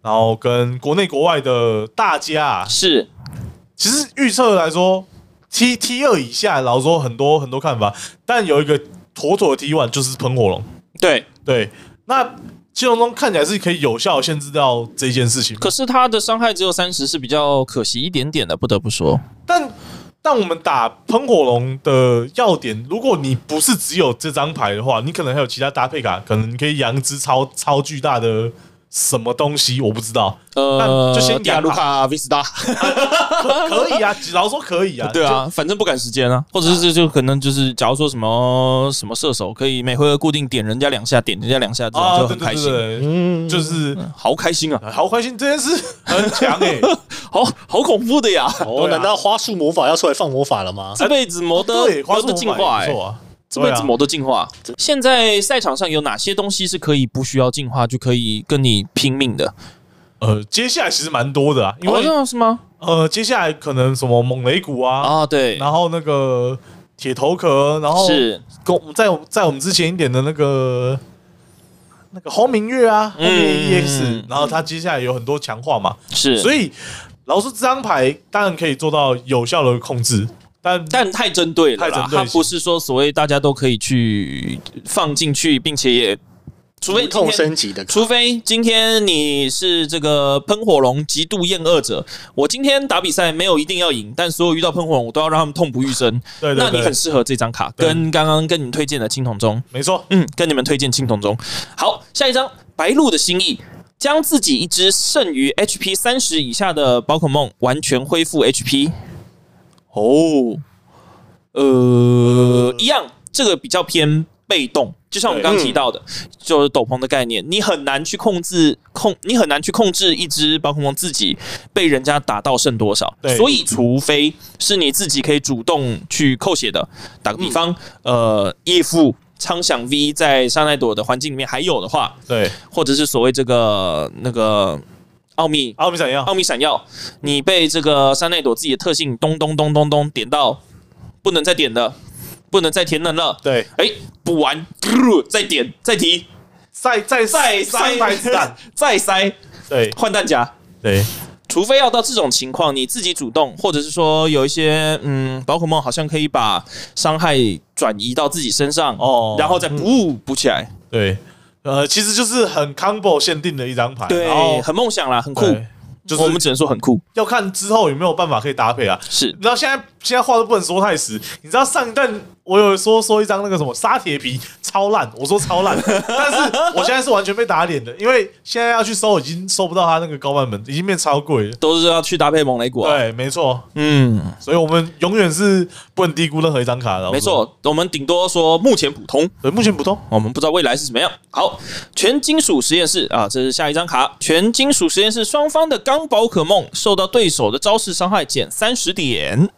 Speaker 2: 然后跟国内国外的大家啊，
Speaker 1: 是
Speaker 2: 其实预测来说，T T 二以下，老实说很多很多看法，但有一个妥妥的 T one 就是喷火龙，
Speaker 1: 对，
Speaker 2: 对，那。金龙中看起来是可以有效限制到这件事情，
Speaker 1: 可是它的伤害只有三十，是比较可惜一点点的，不得不说，
Speaker 2: 但但我们打喷火龙的要点，如果你不是只有这张牌的话，你可能还有其他搭配卡，可能你可以养一只超超巨大的什么东西，我不 知道，
Speaker 1: 呃，
Speaker 2: 那就先
Speaker 1: 亚
Speaker 2: 养吧
Speaker 1: 卢卡维斯达。
Speaker 2: 可可以啊，老实说可以啊，
Speaker 1: 对啊，反正不赶时间啊，或者是就就可能就是，假如说什么什么射手可以每回合固定点人家两下，点人家两下，这
Speaker 2: 就，
Speaker 1: 种
Speaker 2: 啊，
Speaker 1: 就
Speaker 2: 对
Speaker 1: 很
Speaker 2: 对
Speaker 1: 开心，
Speaker 2: 对对，
Speaker 3: 嗯，
Speaker 2: 就是哎
Speaker 1: 好开心啊，
Speaker 2: 好开心，这件事很强 哎，
Speaker 1: 好好恐怖的呀！
Speaker 2: 啊
Speaker 3: 哦，难道花束魔法要出来放魔法了吗？
Speaker 1: 这辈子魔的
Speaker 2: 对，花
Speaker 1: 魔
Speaker 2: 束
Speaker 1: 的
Speaker 2: 魔
Speaker 1: 进化
Speaker 2: 法
Speaker 1: 哎、
Speaker 2: 也不错啊，
Speaker 1: 这辈子
Speaker 2: 对啊
Speaker 1: 魔的进化。现在赛场上有哪些东西是可以不需要进化就可以跟你拼命的？
Speaker 2: 呃，接下来其实蛮多的啊，因
Speaker 1: 哦，
Speaker 2: 为
Speaker 1: 这样是吗？
Speaker 2: 呃，接下来可能什么猛雷谷啊，
Speaker 1: 啊，对，
Speaker 2: 然后那个铁头壳，然后
Speaker 1: 是
Speaker 2: 跟我们在我们在我们之前一点的那个那个红明月啊，
Speaker 1: 嗯
Speaker 2: 红明 EX，
Speaker 1: 嗯
Speaker 2: 然后它接下来有很多强化嘛，
Speaker 1: 是，
Speaker 2: 所以老实说这张牌当然可以做到有效的控制，但
Speaker 1: 但太针对了
Speaker 2: 太
Speaker 1: 啦
Speaker 2: 针，对
Speaker 1: 它不是说所谓大家都可以去放进去，并且也除非
Speaker 3: 无
Speaker 1: 今天
Speaker 3: 痛升级的卡，
Speaker 1: 除非今天你是这个喷火龙极度厌恶者，我今天打比赛没有一定要赢，但所有遇到喷火龙，我都要让他们痛不欲生。
Speaker 2: 对
Speaker 1: 那
Speaker 2: 对
Speaker 1: 你
Speaker 2: 对
Speaker 1: 很，适合这张卡，
Speaker 2: 对
Speaker 1: 跟刚刚跟你推荐的青铜钟，
Speaker 2: 没错，
Speaker 1: 嗯，跟你们推荐青铜钟。好，下一张白鹿的心意。将自己一只剩余 HP 三十以下的宝可梦完全恢复 HP。哦，呃，一样，这个比较偏被动，就像我们刚刚提到的，就是斗篷的概念，你很难去控制控，你很难去控制一只宝可梦自己被人家打到剩多少，
Speaker 2: 对
Speaker 1: 所以除非是你自己可以主动去扣血的。打个比方，呃，叶父苍响 V 在沙奈朵的环境里面还有的话，
Speaker 2: 对，
Speaker 1: 或者是所谓这个那个奥秘
Speaker 2: 奥米闪耀
Speaker 1: 奥秘闪耀，你被这个山内朵自己的特性咚咚咚咚咚点到不能再点了，不能再填能了。
Speaker 2: 对，
Speaker 1: 哎，补完、呃再点再提
Speaker 2: 再再
Speaker 1: 再
Speaker 2: 三百子弹
Speaker 1: 塞，再塞
Speaker 2: 对
Speaker 1: 换弹夹。
Speaker 2: 对，
Speaker 1: 除非要到这种情况，你自己主动，或者是说有一些嗯，宝可梦好像可以把伤害转移到自己身上，
Speaker 2: 哦
Speaker 1: 然后再补补起来，
Speaker 2: 对，呃，其实就是很 combo 限定的一张牌，
Speaker 1: 对
Speaker 2: 然后，
Speaker 1: 很梦想啦，很酷，
Speaker 2: 对就是
Speaker 1: 我们只能说很酷，
Speaker 2: 要看之后有没有办法可以搭配啊。
Speaker 1: 是
Speaker 2: 你知道现在现在话都不能说太死，你知道上一段我有说说一张那个什么沙铁皮超烂，我说超烂，但是我现在是完全被打脸的，因为现在要去搜已经搜不到他那个高版本，已经变超贵了。
Speaker 1: 都是要去搭配猛雷果、啊。
Speaker 2: 对，没错，
Speaker 1: 嗯，
Speaker 2: 所以我们永远是不能低估任何一张卡的。
Speaker 1: 没
Speaker 2: 我说，
Speaker 1: 错，我们顶多说目前普通，
Speaker 2: 对，目前普通，
Speaker 1: 我们不知道未来是怎么样。好，全金属实验室啊，这是下一张卡。全金属实验室双方的钢宝可梦受到对手的招式伤害减三十点，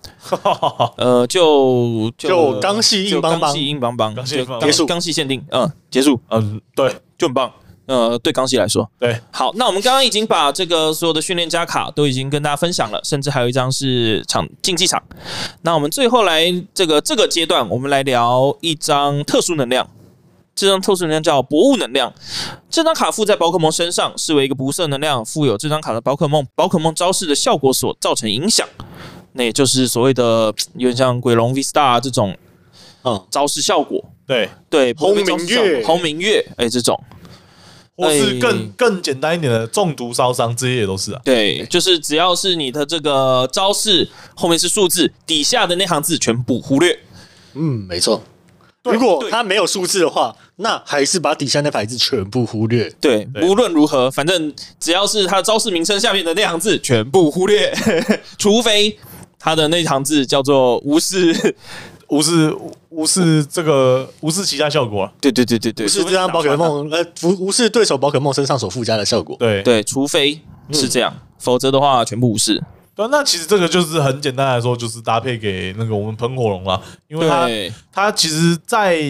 Speaker 1: 呃，就
Speaker 3: 就钢系硬邦
Speaker 1: 就钢
Speaker 3: 邦
Speaker 1: 系硬邦邦，
Speaker 2: 钢系硬邦邦
Speaker 1: 就
Speaker 3: 结束
Speaker 1: 钢系限定，嗯，结束
Speaker 2: 嗯，对
Speaker 1: 就很棒。呃，对钢系来说，
Speaker 2: 对，
Speaker 1: 好，那我们刚刚已经把这个所有的训练家卡都已经跟大家分享了，甚至还有一张是场竞技场。那我们最后来这个这个阶段，我们来聊一张特殊能量。这张特殊能量叫薄雾能量，这张卡附在宝可梦身上，视为一个不射能量，附有这张卡的宝可梦宝可梦招式的效果所造成影响。那也就是所谓的有点像鬼龙 V Star 这种
Speaker 3: 嗯，
Speaker 1: 招式效果，
Speaker 2: 对，
Speaker 1: 对，
Speaker 3: 红明月
Speaker 1: 不会被招式效果红明月，哎，这种。
Speaker 2: 或是更
Speaker 1: 哎
Speaker 2: 更简单一点的中毒烧伤，这些也都是啊。
Speaker 1: 对，就是只要是你的这个招式后面是数字，底下的那行字全部忽略。
Speaker 3: 嗯，没错。
Speaker 2: 对
Speaker 3: 如果
Speaker 1: 对
Speaker 3: 它没有数字的话，那还是把底下那排字全部忽略。
Speaker 1: 对，
Speaker 2: 对
Speaker 1: 无论如何，反正只要是它的招式名称下面的那行字全部忽略， 除非它的那行字叫做无视。
Speaker 2: 无视无视这个无视其他效果啊，
Speaker 1: 对对对对对，
Speaker 3: 不是这张宝可。梦，呃，不，不是对手宝可梦身上所附加的效果。
Speaker 2: 对
Speaker 1: 对，除非是这样，否则的话全部无视。
Speaker 2: 对，啊那其实这个就是很简单来说，就是搭配给那个我们喷火龙啦，因为它
Speaker 1: 对，
Speaker 2: 它其实，在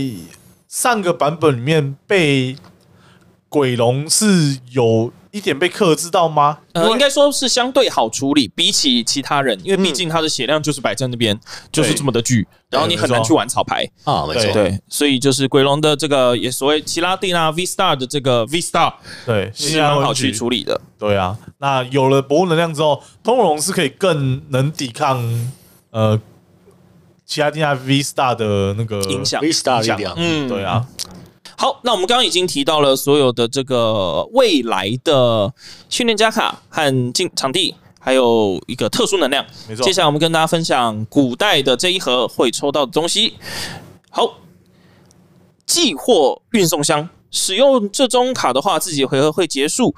Speaker 2: 上个版本里面被鬼龙是有一点被克制到吗？
Speaker 1: 呃，
Speaker 2: 因为
Speaker 1: 应该说是相对好处理，比起其他人，因为毕竟它的血量就是摆在那边，就是这么的巨，然后你很难去玩草牌。
Speaker 3: 啊，没
Speaker 2: 对
Speaker 3: 错。
Speaker 1: 对，所以就是鬼龙的这个也所谓奇拉蒂娜 V Star 的这个 V Star
Speaker 2: 对，
Speaker 1: 是蛮好去
Speaker 2: 出。
Speaker 1: 处理的。
Speaker 2: 对啊，那有了博物能量之后，喷火龙是可以更能抵抗呃其他地下 V Star 的那个
Speaker 1: 影响
Speaker 3: V Star
Speaker 2: 影响
Speaker 3: 力量，
Speaker 1: 嗯
Speaker 2: 对啊，
Speaker 1: 好，那我们刚刚已经提到了所有的这个未来的训练家卡和进场地，还有一个特殊能量。
Speaker 2: 没错
Speaker 1: 接。下来我们跟大家分享古代的这一盒会抽到的东西。好，寄货运送箱。使用这张卡的话，自己回合会结束，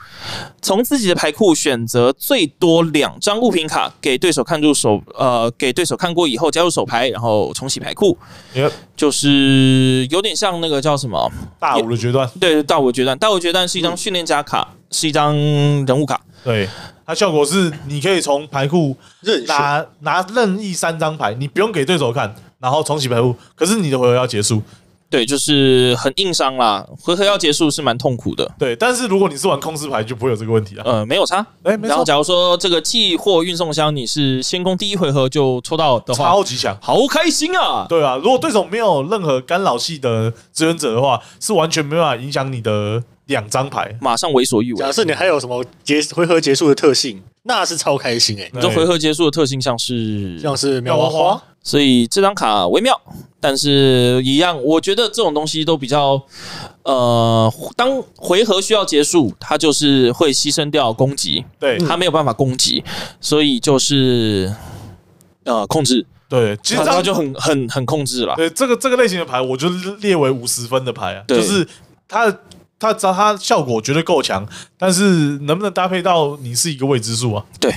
Speaker 1: 从自己的牌库选择最多两张物品卡，给对手看入手，呃，给对手看过以后加入手牌，然后重启牌库，
Speaker 2: 因为
Speaker 1: 就是有点像那个叫什么？
Speaker 2: 大五的决断，
Speaker 1: 对，大我决战，大我决战是一张训练家卡，是一张人物卡，
Speaker 2: 对它效果是你可以从牌库
Speaker 3: 任选
Speaker 2: 拿拿任意三张牌，你不用给对手看，然后重启牌库，可是你的回合要结束。
Speaker 1: 对，就是很硬伤啦，回合要结束是蛮痛苦的。
Speaker 2: 对，但是如果你是玩控制牌，就不会有这个问题了。
Speaker 1: 呃，没有差。
Speaker 2: 哎，没
Speaker 1: 然后，
Speaker 2: 错，
Speaker 1: 假如说这个寄货运送箱你是先攻第一回合就抽到的话，
Speaker 2: 超级强。
Speaker 1: 好开心啊！
Speaker 2: 对啊，如果对手没有任何干扰系的志愿者的话，是完全没办法影响你的两张牌。
Speaker 1: 马上为所欲为
Speaker 3: 假。设你还有什么结回合结束的特性，那是超开心哎、
Speaker 1: 你这
Speaker 2: 对
Speaker 1: 回合结束的特性像是，
Speaker 3: 像是妙蛙
Speaker 2: 妙蛙
Speaker 3: 花
Speaker 2: 花，
Speaker 1: 所以这张卡微妙，但是一样，我觉得这种东西都比较，呃，当回合需要结束，它就是会牺牲掉攻击，
Speaker 2: 对
Speaker 1: 它没有办法攻击，所以就是呃控制，
Speaker 2: 对，其实这
Speaker 1: 它
Speaker 2: 样
Speaker 1: 就很很很控制了。
Speaker 2: 对这个这个类型的牌，我就列为五十分的牌啊，
Speaker 1: 对
Speaker 2: 就是它的它它它效果绝对够强，但是能不能搭配到你是一个未知数啊？
Speaker 1: 对，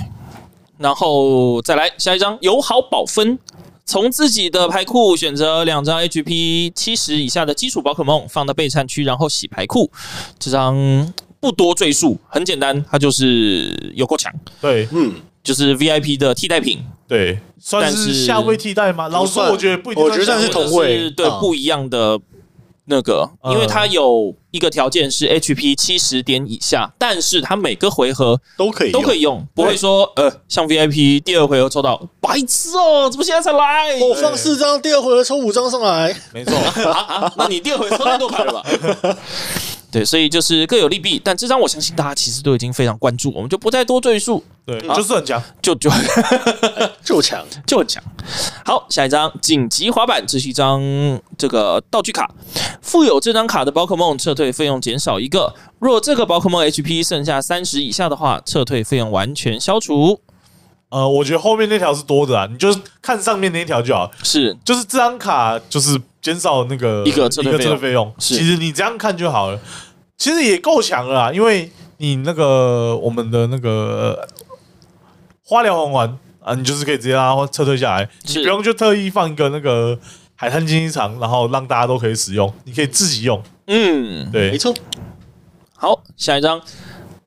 Speaker 1: 然后再来下一张友好宝分。从自己的牌库选择两张 HP 七十以下的基础宝可梦，放到备战区，然后洗牌库。这张不多赘述，很简单，它就是有够强，
Speaker 2: 对
Speaker 3: 嗯，
Speaker 1: 就是 VIP 的替代品，
Speaker 2: 对，算
Speaker 1: 但
Speaker 2: 是
Speaker 1: 是
Speaker 2: 下位替代吗？老实说，
Speaker 3: 算
Speaker 2: 我觉得不一定。
Speaker 3: 我觉得算是同位
Speaker 1: 或者是对
Speaker 3: 嗯
Speaker 1: 不一样的那个，
Speaker 2: 嗯
Speaker 1: 因为它有一个条件是 HP 七十点以下，但是它每个回合
Speaker 3: 都可以
Speaker 1: 都可
Speaker 3: 以。
Speaker 1: 以用，不会说呃，像 VIP 第二回合抽到白痴哦，怎么现在才来？
Speaker 3: 我 放四张，第二回合抽五张上来，
Speaker 2: 没错，
Speaker 1: 啊啊！那你第二回抽太多牌了吧？ 对，所以就是各有利弊，但这张我相信大家其实都已经非常关注，我们就不再多赘述，
Speaker 2: 对，就是很强。
Speaker 1: 就就
Speaker 3: 就强，
Speaker 1: 就很强。好，下一张紧急滑板，这是一张这个道具卡，附有这张卡的宝可梦撤退费用减少一个，若这个宝可梦 HP 剩下三十以下的话，撤退费用完全消除。
Speaker 2: 呃，我觉得后面那条是多的啊，你就是看上面那一条就好。
Speaker 1: 是
Speaker 2: 就是这张卡就是减少那个
Speaker 1: 一个车
Speaker 2: 一
Speaker 1: 队
Speaker 2: 个
Speaker 1: 费用
Speaker 2: 车队费用，
Speaker 1: 是
Speaker 2: 其实你这样看就好了，其实也够强了啊，因为你那个我们的那个呃花疗环环啊，你就是可以直接让它撤退下来，你
Speaker 1: 是
Speaker 2: 不用就特意放一个那个海滩竞技场，然后让大家都可以使用，你可以自己用，
Speaker 1: 嗯，
Speaker 2: 对
Speaker 3: 没，错，
Speaker 1: 好，下一张，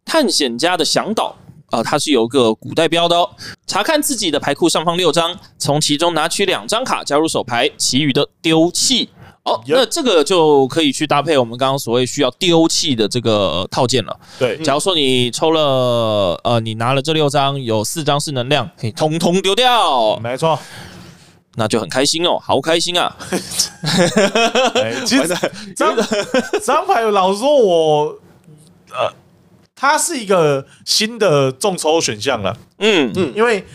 Speaker 1: 探险家的向导啊、呃它是有个古代标的哦。查看自己的牌库上方六张，从其中拿取两张卡加入手牌，其余的丢弃。哦，
Speaker 2: Yep
Speaker 1: 那这个就可以去搭配我们刚刚所谓需要丢弃的这个套件了。
Speaker 2: 对，
Speaker 1: 假如说你抽了，呃，你拿了这六张，有四张是能量，可以嗯通通丢掉，
Speaker 2: 嗯没错，
Speaker 1: 那就很开心哦，好开心啊！
Speaker 2: 哎其实这张这张牌老实说我呃，它是一个新的众筹选项了。
Speaker 1: 嗯嗯，
Speaker 2: 因为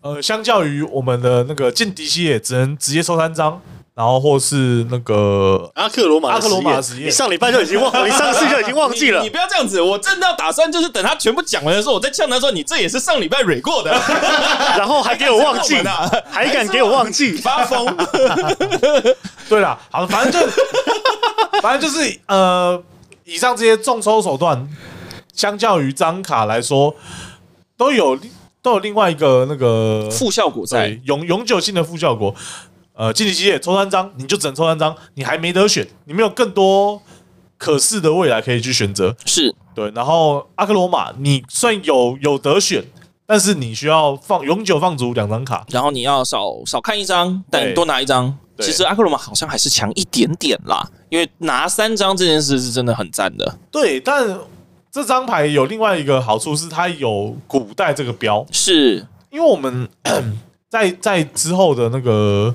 Speaker 2: 呃，相较于我们的那个劲敌系列，只能直接抽三张，然后或是那个
Speaker 3: 阿克罗马的
Speaker 2: 阿克罗马
Speaker 3: 实
Speaker 2: 实
Speaker 3: 验
Speaker 2: 验
Speaker 3: 你上礼拜就已经忘，你上次就已经忘记了
Speaker 1: 你，不要这样子，我正要打算就是等他全部讲完的时候，我再呛他说：“你这也是上礼拜蕊 过的。”
Speaker 3: 然后还给我忘记
Speaker 1: 还，敢这样
Speaker 3: 还敢给我忘记，
Speaker 1: 发疯，
Speaker 2: 对啦，好，反正就 反正就是呃，以上这些重抽手段，相较于张卡来说，都有都有另外一个那个
Speaker 1: 负效果在
Speaker 2: 对。永永久性的副效果。呃，竞敌系列抽三张，你就只能抽三张，你还没得选，你没有更多可视的未来可以去选择。
Speaker 1: 是
Speaker 2: 对，然后阿克罗马，你算有有得选，但是你需要放永久放逐两张卡。
Speaker 1: 然后你要少少看一张，但
Speaker 2: 对
Speaker 1: 多拿一张。
Speaker 2: 对
Speaker 1: 其实阿克罗马好像还是强一点点啦，因为拿三张这件事是真的很赞的。
Speaker 2: 对，但这张牌有另外一个好处是，它有古代这个标，
Speaker 1: 是
Speaker 2: 因为我们 在在之后的那个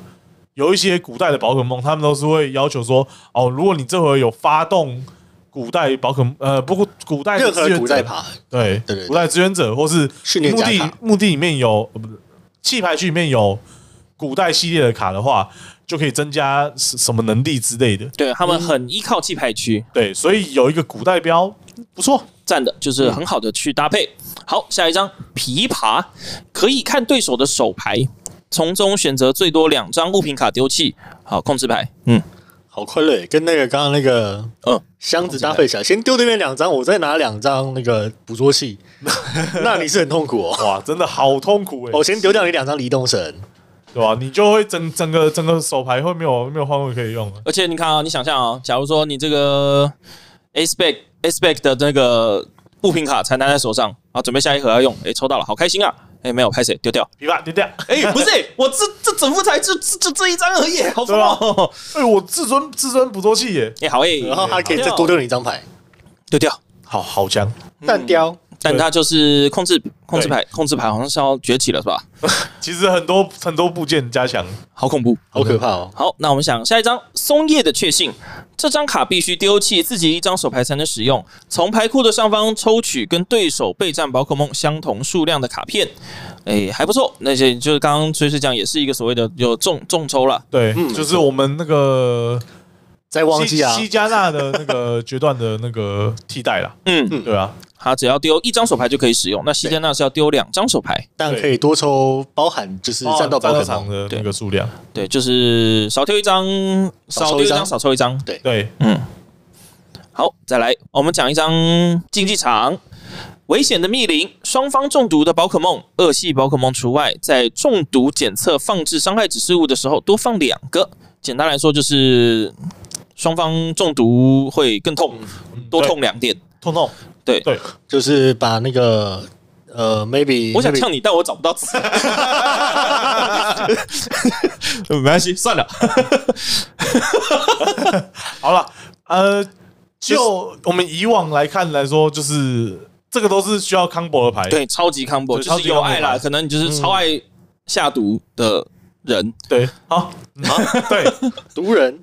Speaker 2: 有一些古代的宝可梦，他们都是会要求说，哦，如果你这回有发动古代宝可呃，不过古代的
Speaker 3: 任何
Speaker 2: 志愿
Speaker 3: 古
Speaker 2: 者
Speaker 3: 代爬，
Speaker 2: 对
Speaker 3: 对对对
Speaker 2: 古代志愿者，或是
Speaker 3: 训练
Speaker 2: 目
Speaker 3: 家
Speaker 2: 的
Speaker 3: 卡
Speaker 2: 目的里面有呃不是弃牌区里面有古代系列的卡的话，就可以增加什什么能力之类的。
Speaker 1: 对他们很依靠气派区，
Speaker 2: 对，所以有一个古代标不 错。
Speaker 1: 赞的，就是很好的去搭配。好，下一张琵琶，可以看对手的手牌，从中选择最多两张物品卡丢弃。好，控制牌，嗯，
Speaker 3: 好快乐耶，跟那个刚刚那个
Speaker 1: 嗯
Speaker 3: 箱子搭配起来，先丢对面两张，我再拿两张那个捕捉 器，那你是很痛苦哦。
Speaker 2: 哇，真的好痛苦哎、
Speaker 3: 我先丢掉你两张移动绳，
Speaker 2: 对吧、你就会整整个整个手牌会没有没有换位可以用了。
Speaker 1: 而且你看啊，你想象啊，假如说你这个 A spec A spec 的那个物品卡才拿在手上啊，准备下一盒要用，诶，抽到了，好开心啊！诶，没有拍谁丢掉？
Speaker 2: 琵琶丢掉，
Speaker 1: 诶，不是、我这这整副牌就就就这一张而已，好疯哦！
Speaker 2: 哎、我至尊至尊捕捉器耶，
Speaker 1: 诶，好诶，
Speaker 3: 然后还可以再多丢你一张牌，
Speaker 1: 丢掉。
Speaker 2: 好好强，
Speaker 3: 蛋雕。
Speaker 1: 但它就是控制控制牌，控制牌好像是要崛起了，是吧？
Speaker 2: 其实很多很多部件加强，
Speaker 1: 好恐怖！
Speaker 3: 好可怕哦！
Speaker 1: 好，那我们想下一张松叶的确信，这张卡必须丢弃自己一张手牌才能使用，从牌库的上方抽取跟对手备战宝可梦相同数量的卡片，哎，还不错。那些就是刚刚崔师讲，也是一个所谓的有众众筹啦。
Speaker 2: 对，嗯就是我们那个
Speaker 3: 再忘记啊，
Speaker 2: 西西加纳的那个决断的那个替代啦，
Speaker 1: 嗯，
Speaker 2: 对啊，
Speaker 1: 他只要丢一张手牌就可以使用，那西加纳是要丢两张手牌，
Speaker 3: 但可以多抽包含就是战斗宝可
Speaker 2: 场
Speaker 3: 梦。
Speaker 2: 的那个数量，
Speaker 1: 对，就是少丢一张，少丢一张，少抽一张。
Speaker 2: 对，
Speaker 1: 嗯，好，再来，我们讲一张竞技场。危险的密林，双方中毒的宝可梦，恶系宝可梦除外，在中毒检测放置伤害指示物的时候多放两个。简单来说就是，双方中毒会更痛，
Speaker 2: 嗯
Speaker 1: 多痛两点。
Speaker 2: 痛痛，
Speaker 1: 对
Speaker 2: 对，
Speaker 3: 就是把那个呃，maybe
Speaker 1: 我想
Speaker 3: maybe-
Speaker 1: 呛你，但我找不到词。没关系，算了。
Speaker 2: 好了，呃，就我们以往来看来说，就是这个都是需要 combo 的牌，
Speaker 1: 对，超级 combo 就
Speaker 2: 对超
Speaker 1: 是
Speaker 2: 级
Speaker 1: 有爱
Speaker 2: combo
Speaker 1: 啦，
Speaker 2: 吧
Speaker 1: 可能你就是超爱下毒的人。
Speaker 2: 对，好，嗯对
Speaker 3: 毒人，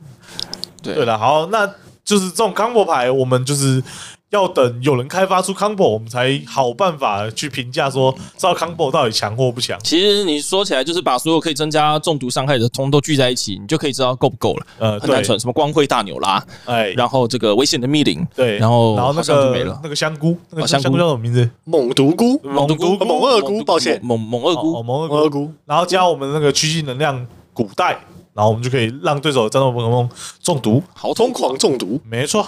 Speaker 1: 对
Speaker 2: 对了，好，那就是这种 combo 牌，我们就是要等有人开发出 combo，我们才好办法去评价说这套 combo 到底强或不强。
Speaker 1: 其实你说起来，就是把所有可以增加中毒伤害的通都聚在一起，你就可以知道够不够了。
Speaker 2: 呃，
Speaker 1: 很
Speaker 2: 对
Speaker 1: 单，纯，什么光辉大牛拉，
Speaker 2: 哎，
Speaker 1: 然后这个危险的密林，
Speaker 2: 对，
Speaker 1: 然后
Speaker 2: 然后那
Speaker 1: 好像就
Speaker 2: 个
Speaker 1: 没了
Speaker 2: 那个香菇，那
Speaker 1: 哦
Speaker 2: 个
Speaker 1: 香
Speaker 2: 香
Speaker 1: 菇
Speaker 2: 菇叫什么名字？
Speaker 3: 猛毒菇、
Speaker 2: 猛毒菇
Speaker 3: 猛二菇抱歉
Speaker 1: 猛猛猛二
Speaker 2: 哦，
Speaker 1: 菇，
Speaker 2: 蒙
Speaker 3: 猛
Speaker 2: 二
Speaker 3: 二
Speaker 2: 菇，
Speaker 3: 菇，
Speaker 2: 然后加我们那个趋近能量古代，然后我们就可以让对手的战斗宝可梦中毒。
Speaker 1: 好痛
Speaker 3: 疯
Speaker 1: 苦。
Speaker 3: 狂中 毒。
Speaker 2: 没错，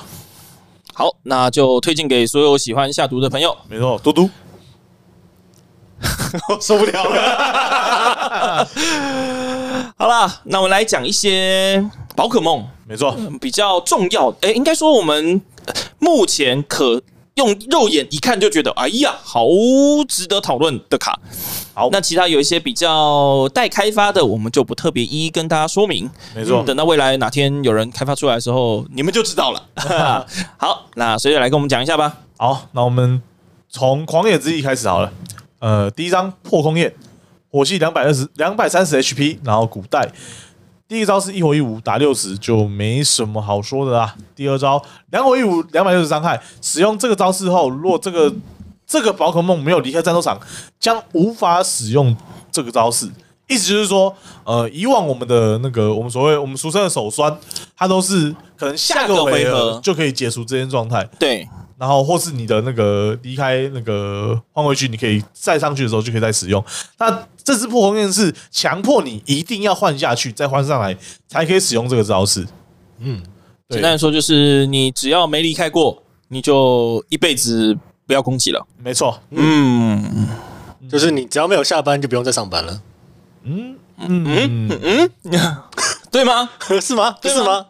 Speaker 1: 好，那就推荐给所有喜欢下毒的朋友。
Speaker 2: 没错，嘟嘟，受不了了。
Speaker 1: 好啦，那我们来讲一些宝可梦
Speaker 2: 没错，
Speaker 1: 比较重要，诶，应该说我们呃目前可。用肉眼一看就觉得，哎呀，好值得讨论的卡。
Speaker 2: 好
Speaker 1: 那其他有一些比较待开发的，我们就不特别一一跟大家说明。
Speaker 2: 没错，
Speaker 1: 等到未来哪天有人开发出来的时候，你们就知道了。 好，那随着来跟我们讲一下吧。
Speaker 2: 好，那我们从狂野之翼开始好了。呃，第一张破空焰，火系两百二十两百三十 HP，然后古代第一招是一火一五打六十，就没什么好说的啦。第二招两火一五两百六十伤害，使用这个招式后，若这个这个宝可梦没有离开战斗场，将无法使用这个招式。意思就是说，呃，以往我们的那个我们所谓我们俗称的手酸，它都是可能下
Speaker 1: 下个
Speaker 2: 个
Speaker 1: 回
Speaker 2: 回
Speaker 1: 合
Speaker 2: 合就可以解除这件状态。
Speaker 1: 对，
Speaker 2: 然后或是你的那个离开那个换位区，你可以再上去的时候就可以再使用。那这只破空焰是强迫你一定要换下去，再换上来才可以使用这个招式。对
Speaker 1: 简单来说就是，你只要没离开过，你就一辈子不要攻击了。
Speaker 2: 没错，
Speaker 1: 嗯
Speaker 3: 就是你只要没有下班，就不用再上班了，
Speaker 2: 嗯，
Speaker 1: 嗯，对吗？
Speaker 3: 是吗？
Speaker 1: 对吗
Speaker 3: 是吗？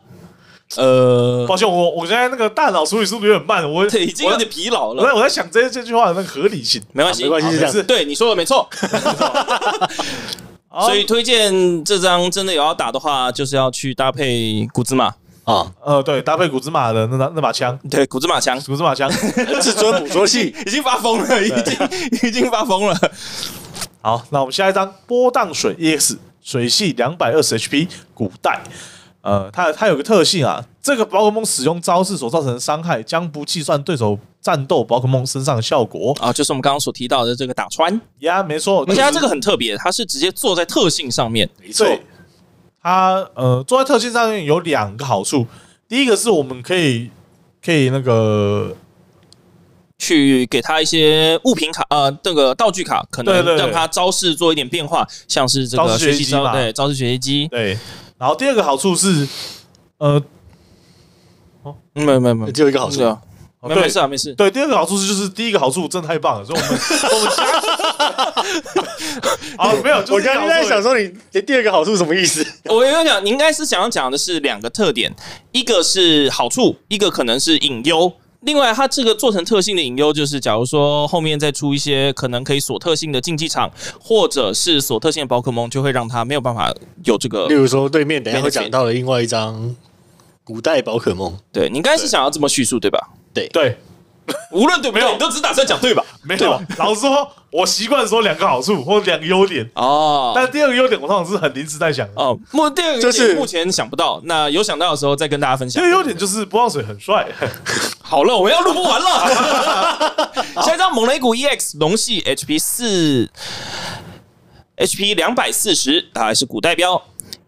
Speaker 1: 呃，
Speaker 2: 嗯抱歉，我我现在那个大脑处理速度有点慢，我
Speaker 1: 对，已经有点疲劳
Speaker 2: 我在
Speaker 1: 了，
Speaker 2: 我在想这这句话的那个合理性。
Speaker 1: 没关
Speaker 3: 啊
Speaker 1: 系，
Speaker 3: 没关系，是这样
Speaker 2: 没。事
Speaker 1: 对，你说的没 错。
Speaker 2: 好
Speaker 1: 所以推荐这张真的有要打的话，就是要去搭配古兹马，
Speaker 3: 啊，
Speaker 2: 呃，对，搭配古兹马的那那那把枪，
Speaker 1: 对，古兹马枪
Speaker 2: 古兹马枪。
Speaker 3: 至尊捕捉 器，
Speaker 1: 已经发疯了，已经 已经发疯了。
Speaker 2: 好，那我们下一张波荡水 EX 水系两百二十 HP 古代，呃，它它有个特性啊，这个宝可梦使用招式所造成的伤害将不计算对手战斗宝可梦身上的效果。
Speaker 1: 啊，就是我们刚刚所提到的这个打穿，
Speaker 2: 呀，没错，
Speaker 1: 而且它这
Speaker 2: 个
Speaker 1: 个很特别，它是直接坐在特性上面。
Speaker 3: 没错，
Speaker 2: 对，它呃坐在特性上面有两个好处，第一个是我们可以可以那个
Speaker 1: 去给他一些物品卡，呃，这个道具卡，可
Speaker 2: 对
Speaker 1: 能
Speaker 2: 对对
Speaker 1: 让他招式做一点变化，像是这
Speaker 2: 招
Speaker 1: 个
Speaker 2: 式
Speaker 1: 学
Speaker 2: 学习
Speaker 1: 习
Speaker 2: 机
Speaker 1: 招，
Speaker 2: 嘛
Speaker 1: 对，招式学习机。
Speaker 2: 对，然后第二个好处是呃
Speaker 1: 嗯没有没有没有，
Speaker 3: 只有一个好处
Speaker 1: 是啊，
Speaker 2: 哦
Speaker 1: 没有
Speaker 2: 对
Speaker 1: 没事啊，没事。
Speaker 2: 对，第二个好处是就是第一个好处真的太棒了，所 以我们我们加。啊，没有，就
Speaker 3: 我
Speaker 2: 是第一
Speaker 3: 刚
Speaker 2: 个 好
Speaker 3: 刚在
Speaker 2: 处
Speaker 3: 想说，你你第二个好处是什么意思？
Speaker 1: 我跟你讲，你应该是想要讲的是两个特点，一个是好处，一个可能是隐忧。另外，它这个做成特性的隐忧就是，假如说后面再出一些可能可以锁特性的竞技场，或者是锁特性的宝可梦，就会让它没有办法有这个
Speaker 3: 例如说，对面等一下会讲到的另外一张古代宝可梦，
Speaker 1: 对你应该是想要这么叙述对吧？
Speaker 2: 对，
Speaker 1: 无论对不对，你都只打算讲对吧？
Speaker 2: 没有。老实说，我习惯说两个好处或两个优点，
Speaker 1: 哦，
Speaker 2: 但第二个优点我通常是很临时在想的。
Speaker 1: 哦，目第二个优点
Speaker 3: 就是
Speaker 1: 目前想不到，那有想到的时候再跟大家分
Speaker 2: 第
Speaker 1: 享
Speaker 2: 二。个优点就是波浪水 很帅，
Speaker 1: 好了，我们要录不完了。 下一张猛雷谷 EX 龙系 HP 四 HP 两百四十，啊，是古代标。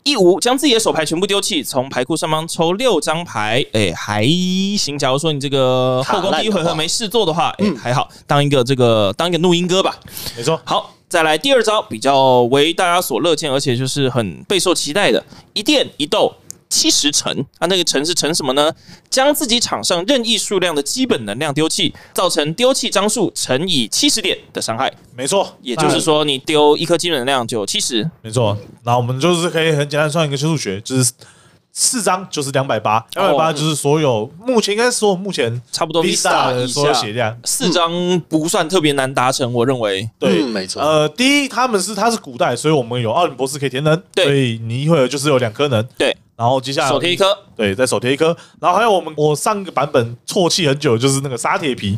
Speaker 1: 一无将自己的手牌全部丢弃，从牌库上方抽六张牌，哎、还行。假如说你这个后宫
Speaker 3: 卡烂的
Speaker 1: 第一回合
Speaker 3: 话嗯
Speaker 1: 没事做的话，哎、还好，当一个这个当一个怒音哥吧。
Speaker 2: 没错，
Speaker 1: 好，再来第二招，比较为大家所乐见，而且就是很备受期待的，一电一斗七十乘啊，那个乘是乘什么呢？将自己场上任意数量的基本能量丢弃，造成丢弃张数乘以七十点的伤害，
Speaker 2: 没错，
Speaker 1: 也就是说，你丢一颗基本能量就有七十。
Speaker 2: 没错。然后我们就是可以很简单算一个数学，就是四张就是两百八，两百
Speaker 1: 哦
Speaker 2: 八就是所有目前应该是所有目前
Speaker 1: 差不多
Speaker 2: Vista
Speaker 1: Vista 以
Speaker 2: 的
Speaker 1: 下
Speaker 2: 所有血量。
Speaker 1: 四张不算特别难达成，我认为。
Speaker 2: 对，
Speaker 3: 嗯没错，
Speaker 2: 呃，第一，他们是它是古代，所以我们有奥林博士可以填能，
Speaker 1: 对
Speaker 2: 所以你一会儿就是有两颗能，
Speaker 1: 对，
Speaker 2: 然后接下来
Speaker 1: 手贴一，颗，
Speaker 2: 对，再手贴一颗，然后还有我们我上个版本错弃很久，就是那个沙铁皮，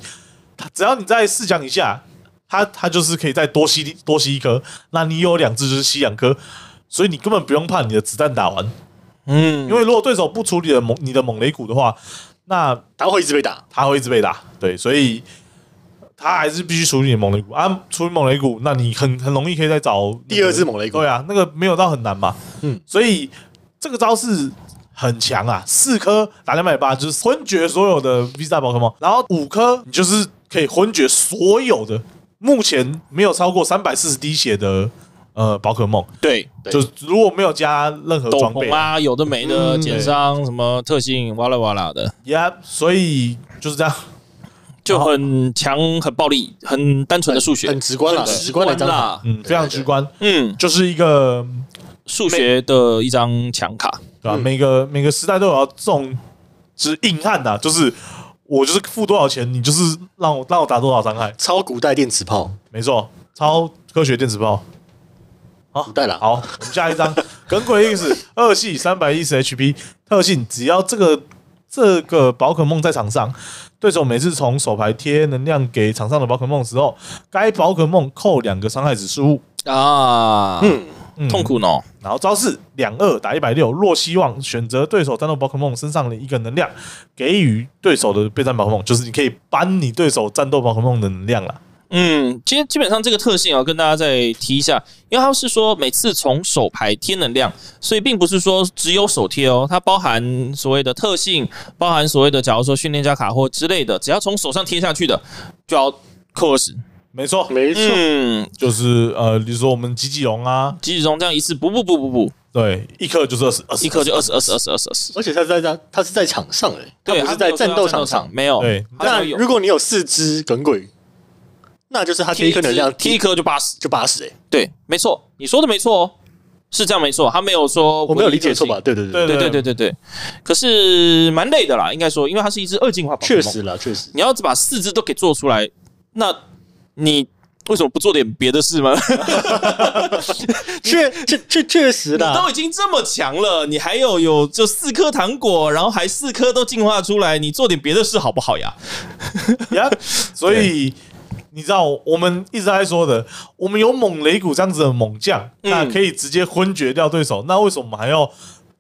Speaker 2: 它只要你在四强以下，它它就是可以再多吸多吸一颗，那你有两只就是吸两颗。所以你根本不用怕你的子弹打完，
Speaker 1: 嗯，
Speaker 2: 因为如果对手不处理了猛你的猛雷鼓的话，那
Speaker 3: 打会一直被打，
Speaker 2: 他会一直被打，对，所以他还是必须处理猛雷股啊，处理猛雷股，那你很很容易可以再找、
Speaker 3: 第二只猛雷股
Speaker 2: 对啊，那个没有到很难嘛，
Speaker 3: 嗯
Speaker 2: 嗯，所以这个招式很强啊，四颗打两百八就是昏厥所有的 Visa 宝可梦，然后五颗你就是可以昏厥所有的目前没有超过三百四十滴血的呃宝可梦，
Speaker 1: 对，
Speaker 3: 对
Speaker 2: 就是如果没有加任何
Speaker 1: 斗
Speaker 2: 装备
Speaker 1: 篷啊，有的没的，
Speaker 2: 嗯
Speaker 1: 减伤什么特性，哇啦哇啦的，
Speaker 2: ，Yeah，所以就是这样。
Speaker 1: 就很强、很暴力、很单纯的数学，
Speaker 3: 很直观啦，
Speaker 1: 很
Speaker 3: 直观的一张卡，
Speaker 1: 啦。
Speaker 2: 嗯，非常直观，
Speaker 1: 嗯，
Speaker 2: 就是一个嗯
Speaker 1: 数学的一张强卡，
Speaker 2: 对吧、
Speaker 3: 嗯
Speaker 2: 每个每个时代都有这种就是硬汉呐、就是我就是付多少钱，你就是让我让我打多少伤害，
Speaker 3: 超古代电磁炮，
Speaker 2: 没错，超科学电磁炮。
Speaker 3: 古代啦，
Speaker 2: 好，我们下一张耿鬼 X 二系三百一十 HP 特性，只要这个这个宝可梦在场上，对手每次从手牌贴能量给场上的宝可梦的时候，该宝可梦扣两个伤害指数。
Speaker 1: 啊，嗯，
Speaker 2: 嗯
Speaker 1: 痛苦呢，
Speaker 2: 然后招式两二打一百六，若希望选择对手战斗宝可梦身上的一个能量，给予对手的备战宝可梦，就是你可以搬你对手战斗宝可梦的能量啦。
Speaker 1: 嗯，其实基本上这个特性啊，跟大家再提一下，因为它是说每次从手牌贴能量，所以并不是说只有手贴哦，它包含所谓的特性，包含所谓的假如说训练家卡或之类的，只要从手上贴下去的就要扣二十。
Speaker 2: 没错，
Speaker 3: 没错，
Speaker 1: 嗯，
Speaker 2: 就是呃，比如说我们吉吉龙啊，
Speaker 1: 即使从这样一次不不不不不，
Speaker 2: 对，一克就是二十，二十
Speaker 1: 一颗就二 十二十二十二十二十，
Speaker 3: 而且它是在它它是在场上哎，它
Speaker 1: 对，
Speaker 3: 不是
Speaker 1: 它没
Speaker 3: 在
Speaker 1: 有说
Speaker 3: 战
Speaker 1: 要
Speaker 3: 斗
Speaker 1: 斗
Speaker 3: 场上，
Speaker 1: 没有，
Speaker 2: 对
Speaker 1: 它
Speaker 3: 那
Speaker 1: 就有
Speaker 3: 如果你有四只耿鬼，那就是它贴一颗能量
Speaker 1: 贴一颗就八十，
Speaker 3: 就八十哎，
Speaker 1: 对，没错，你说的没错哦，是这样没错，他没有说
Speaker 3: 我没有理解
Speaker 1: 唯一特
Speaker 3: 错
Speaker 1: 性
Speaker 3: 吧？对对
Speaker 2: 对
Speaker 3: 对，
Speaker 1: 对对对对对，可是蛮累的啦，应该说，因为它是一只二进化宝可
Speaker 3: 确
Speaker 1: 梦，
Speaker 3: 实啦，确实，
Speaker 1: 你要把四只都给做出来，那你为什么不做点别的事吗？
Speaker 3: 确确确确实
Speaker 1: 你
Speaker 3: 啦
Speaker 1: 都，已经这么强了，你还有有就四颗糖果，然后还四颗都进化出来，你做点别的事好不好呀？
Speaker 2: 呀，所以你知道我们一直在说的，我们有猛雷谷这样子的猛将，
Speaker 1: 嗯
Speaker 2: 那可以直接昏厥掉对手，那为什么还要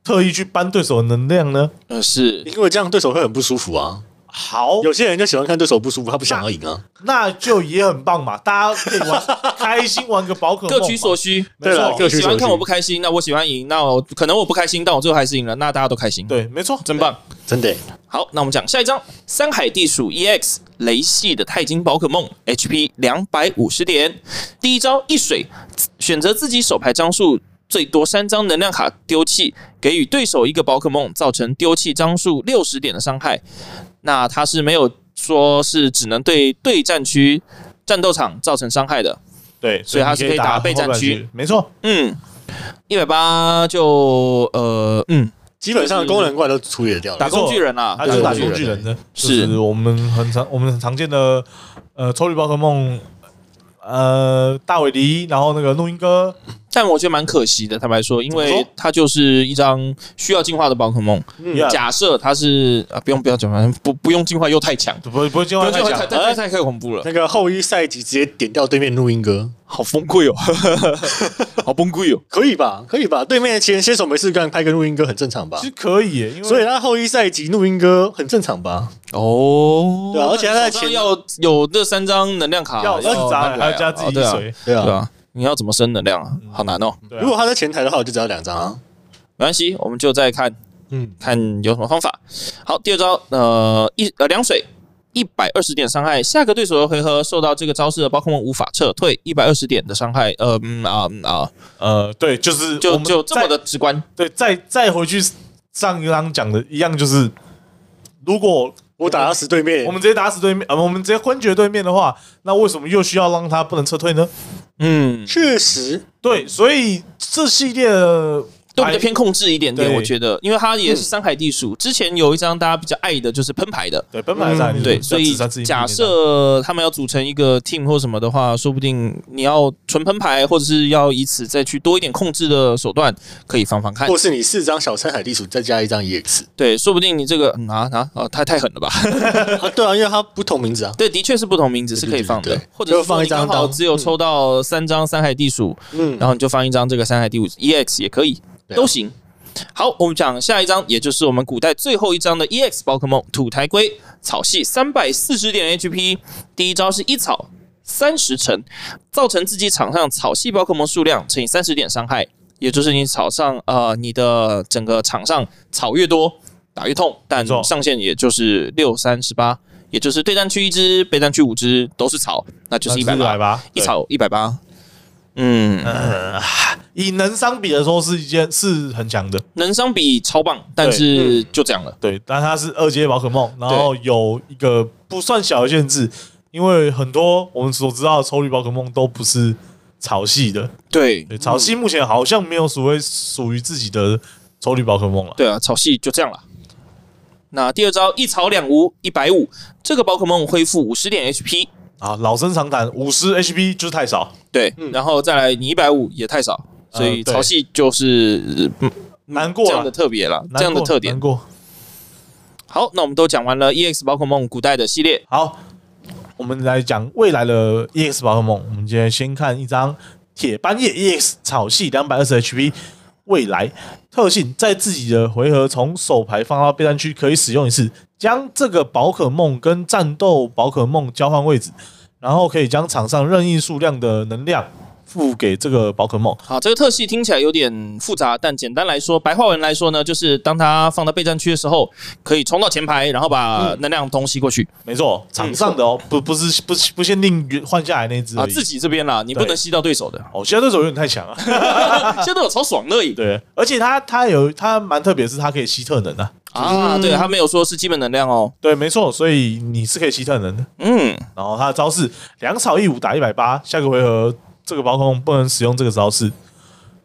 Speaker 2: 特意去搬对手的能量呢？
Speaker 1: 呃，是
Speaker 3: 因为这样对手会很不舒服啊。
Speaker 2: 好，
Speaker 3: 有些人就喜欢看对手不舒服，他不想要赢啊。
Speaker 2: 那就也很棒嘛，大家可以玩开心玩个宝可梦嘛，
Speaker 1: 各取所需。
Speaker 2: 没
Speaker 3: 对啦
Speaker 2: 错，
Speaker 3: 各取
Speaker 1: 哦喜欢
Speaker 3: 所
Speaker 1: 看
Speaker 3: 需
Speaker 1: 我不开心，那我喜欢赢，那我可能我不开心，但我最后还是赢了，那大家都开心，，
Speaker 2: 对，没错，
Speaker 1: 真棒。
Speaker 3: 真的欸，
Speaker 1: 好，那我们讲下一张，山海地鼠 EX 雷系的钛金宝可梦，HP 两百五十点。第一招一水，选择自己手牌张数最多三张能量卡丢弃，给予对手一个宝可梦，造成丢弃张数六十点的伤害。那它是没有说是只能对对战区、战斗场造成伤害的。
Speaker 2: 对，
Speaker 1: 所以它是
Speaker 2: 你
Speaker 1: 可以打备战
Speaker 2: 后半
Speaker 1: 区
Speaker 2: 区，没错，
Speaker 1: 嗯，一百八就呃嗯，
Speaker 3: 基本上功能怪都处理得掉
Speaker 1: 打
Speaker 3: 了。
Speaker 1: 工具人啦，
Speaker 2: 它就是打
Speaker 3: 工具
Speaker 2: 工
Speaker 3: 人
Speaker 2: 具人的，就是是我们很常我们很常见的呃抽离宝可梦。呃，大尾狸，然后那个录音哥，
Speaker 1: 但我觉得蛮可惜的，坦白说，因
Speaker 2: 怎么
Speaker 1: 为
Speaker 2: 说
Speaker 1: 它就是一张需要进化的宝可梦。
Speaker 2: Yeah
Speaker 1: 假设它是啊，不用不要讲，反正不不用进化又太强，
Speaker 2: 不不会进
Speaker 1: 不
Speaker 2: 化
Speaker 1: 用
Speaker 2: 太
Speaker 1: 进化
Speaker 2: 强
Speaker 1: 太，太太太恐怖了，
Speaker 3: 那个后一赛季直接点掉对面录音哥，
Speaker 1: 好崩溃哦， 好崩溃哦。
Speaker 3: 可以吧？可以吧？对面的前先手没事干，拍个录音哥很正常吧
Speaker 2: 其？实可以耶，因为
Speaker 3: 所以他后一赛季录音哥很正常吧？
Speaker 1: 哦，
Speaker 3: 对啊而且它在
Speaker 1: 手
Speaker 3: 前
Speaker 1: 上要有这三张能量卡，要
Speaker 2: 要二十张，
Speaker 1: 拿过
Speaker 2: 还
Speaker 1: 来
Speaker 2: 要加自己一
Speaker 1: 啊
Speaker 2: 水，
Speaker 1: 对
Speaker 3: 对
Speaker 1: 啊，
Speaker 3: 啊
Speaker 1: 对。啊，你要怎么升能量啊？好难哦。
Speaker 2: 对啊
Speaker 3: 如果他在前台的话，我就只要两张啊。
Speaker 1: 没关系，我们就再看
Speaker 3: 嗯，
Speaker 1: 看有什么方法。好，第二招，呃，一呃凉水。一百二十点伤害，下个对手的回合受到这个招式的宝可梦无法撤退一百二十点的伤害，呃嗯啊嗯啊，
Speaker 2: 呃，对，就是我
Speaker 1: 就
Speaker 2: 们
Speaker 1: 就这
Speaker 2: 再
Speaker 1: 么的直观，
Speaker 2: 对，再再回去上一章讲的一样，就是如果
Speaker 3: 我打死对面
Speaker 2: 我，们直接打死对面，呃，我们直接昏厥对面的话，那为什么又需要让他不能撤退呢？
Speaker 1: 嗯，
Speaker 3: 确实
Speaker 2: 对，所以这系列的
Speaker 1: 都比较偏控制一点点，
Speaker 2: 对嗯
Speaker 1: 我觉得，因为它也是山海地鼠，之前有一张大家比较爱的就是喷牌的，
Speaker 2: 对本来在
Speaker 3: 嗯
Speaker 1: 对，所以假设他们要组成一个 team 或什么的话，说不定你要纯喷牌，或者是要以此再去多一点控制的手段，可以防防看
Speaker 3: 或。是你四张小山海地鼠再加一张 EX
Speaker 1: 对，说不定你这个嗯啊啊啊，太太狠了吧？
Speaker 3: 啊，对啊，因为它不同名字啊。
Speaker 1: 对，的确是不同名字是可以放
Speaker 3: 对
Speaker 1: 的
Speaker 3: 对对，
Speaker 1: 或者是
Speaker 3: 就放
Speaker 1: 说
Speaker 3: 一
Speaker 1: 你
Speaker 3: 张
Speaker 1: 刚好
Speaker 3: 当
Speaker 1: 只有抽到三张山海地鼠，
Speaker 3: 嗯
Speaker 1: 然后你就放一张这个山海地鼠 EX，E 也可以，
Speaker 3: 对啊
Speaker 1: 都行。好，我们讲下一张，也就是我们古代最后一张的 EX 宝可梦土台龟草系三百四十点 HP，第一招是一草三十乘，造成自己场上草系宝可梦数量乘以三十点伤害，也就是你场上呃你的整个场上草越多打越痛，但
Speaker 2: 错
Speaker 1: 上限也就是六三十八，也就是对战区一只，备战区五只都是草，那就是一百八，
Speaker 2: 吧，呃
Speaker 1: 一草一百八，嗯。
Speaker 2: 以能伤比来说是一件是很强的，
Speaker 1: 能伤比超棒，但
Speaker 2: 对
Speaker 1: 是就这样了。
Speaker 2: 对，但它是二阶宝可梦，然后有一个不算小的限制，因为很多我们所知道的抽绿宝可梦都不是草系的，
Speaker 1: 对
Speaker 2: 对，草系目前好像没有所谓属于自己的抽绿宝可梦了，
Speaker 1: 对啊，草系就这样了。那第二招一草两无一百五，这个宝可梦恢复五十点 HP，
Speaker 2: 啊，老生常谈，五十 HP 就是太少，
Speaker 1: 对，然后再来你一百五也太少，所以
Speaker 2: 呃嗯对
Speaker 1: 潮系就是、嗯、
Speaker 2: 难过
Speaker 1: 这样的
Speaker 2: 了，
Speaker 1: 特别啦，
Speaker 2: 难
Speaker 1: 这样的
Speaker 2: 过
Speaker 1: 特点
Speaker 2: 难。过。
Speaker 1: 好，那我们都讲完了 EX 宝可梦古代的系列，
Speaker 2: 好，我们来讲未来的 EX 宝可梦。我们今天先看一张铁斑叶 EX 草系两百二十 HP。未来特性在自己的回合从手牌放到备战区可以使用一次，将这个宝可梦跟战斗宝可梦交换位置，然后可以将场上任意数量的能量付给这个宝可梦。
Speaker 1: 好，这个特系听起来有点复杂，但简单来说，白话文来说呢，就是当它放到备战区的时候，可以冲到前排，然后把
Speaker 2: 嗯
Speaker 1: 能量东吸过去、
Speaker 2: 没错，场上的哦，不不是不不限定原换下来那只
Speaker 1: 啊，
Speaker 2: 而已
Speaker 1: 自。己这边啦，你不
Speaker 2: 对
Speaker 1: 能吸到对 手的。
Speaker 2: 哦，现在对手有点太强了。
Speaker 1: 现在都有超爽乐椅
Speaker 2: 对，而且它它有它蛮特别，是它可以吸特能的、
Speaker 1: 啊，
Speaker 2: 嗯
Speaker 1: 对他没有说是基本能量哦。
Speaker 2: 对，没错，所以你是可以吸特能的。
Speaker 1: 嗯，
Speaker 2: 然后它的招式两草一舞打一百八，下个回合这个宝可梦不能使用这个招式。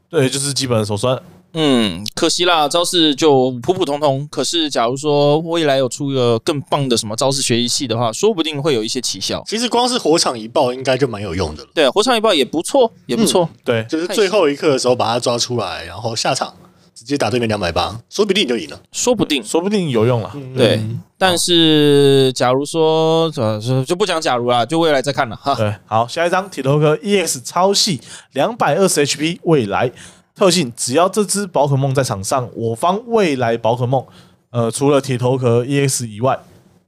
Speaker 2: 对，就是基本的手酸。
Speaker 1: 嗯，可惜啦，招式就普普通通。可是，假如说未来有出一个更棒的什么招式学习系的话，说不定会有一些奇效。
Speaker 3: 其实光是火场一爆应该就蛮有用的了，
Speaker 1: 对，火场一爆也不错，也不错。
Speaker 2: 对，
Speaker 3: 就是最后一刻的时候把它抓出来，然后下场直接打对面两百八，说不定你就赢了。
Speaker 1: 说不定。
Speaker 2: 说不定有用了。啊
Speaker 1: 对，但是假如说，呃，就就不讲假如啦，就未来再看了哈。
Speaker 2: 对，啊好，下一张铁头哥 EX 超系两百二十 HP 未来特性，只要这只宝可梦在场上，我方未来宝可梦，呃，除了铁头壳 EX 以外，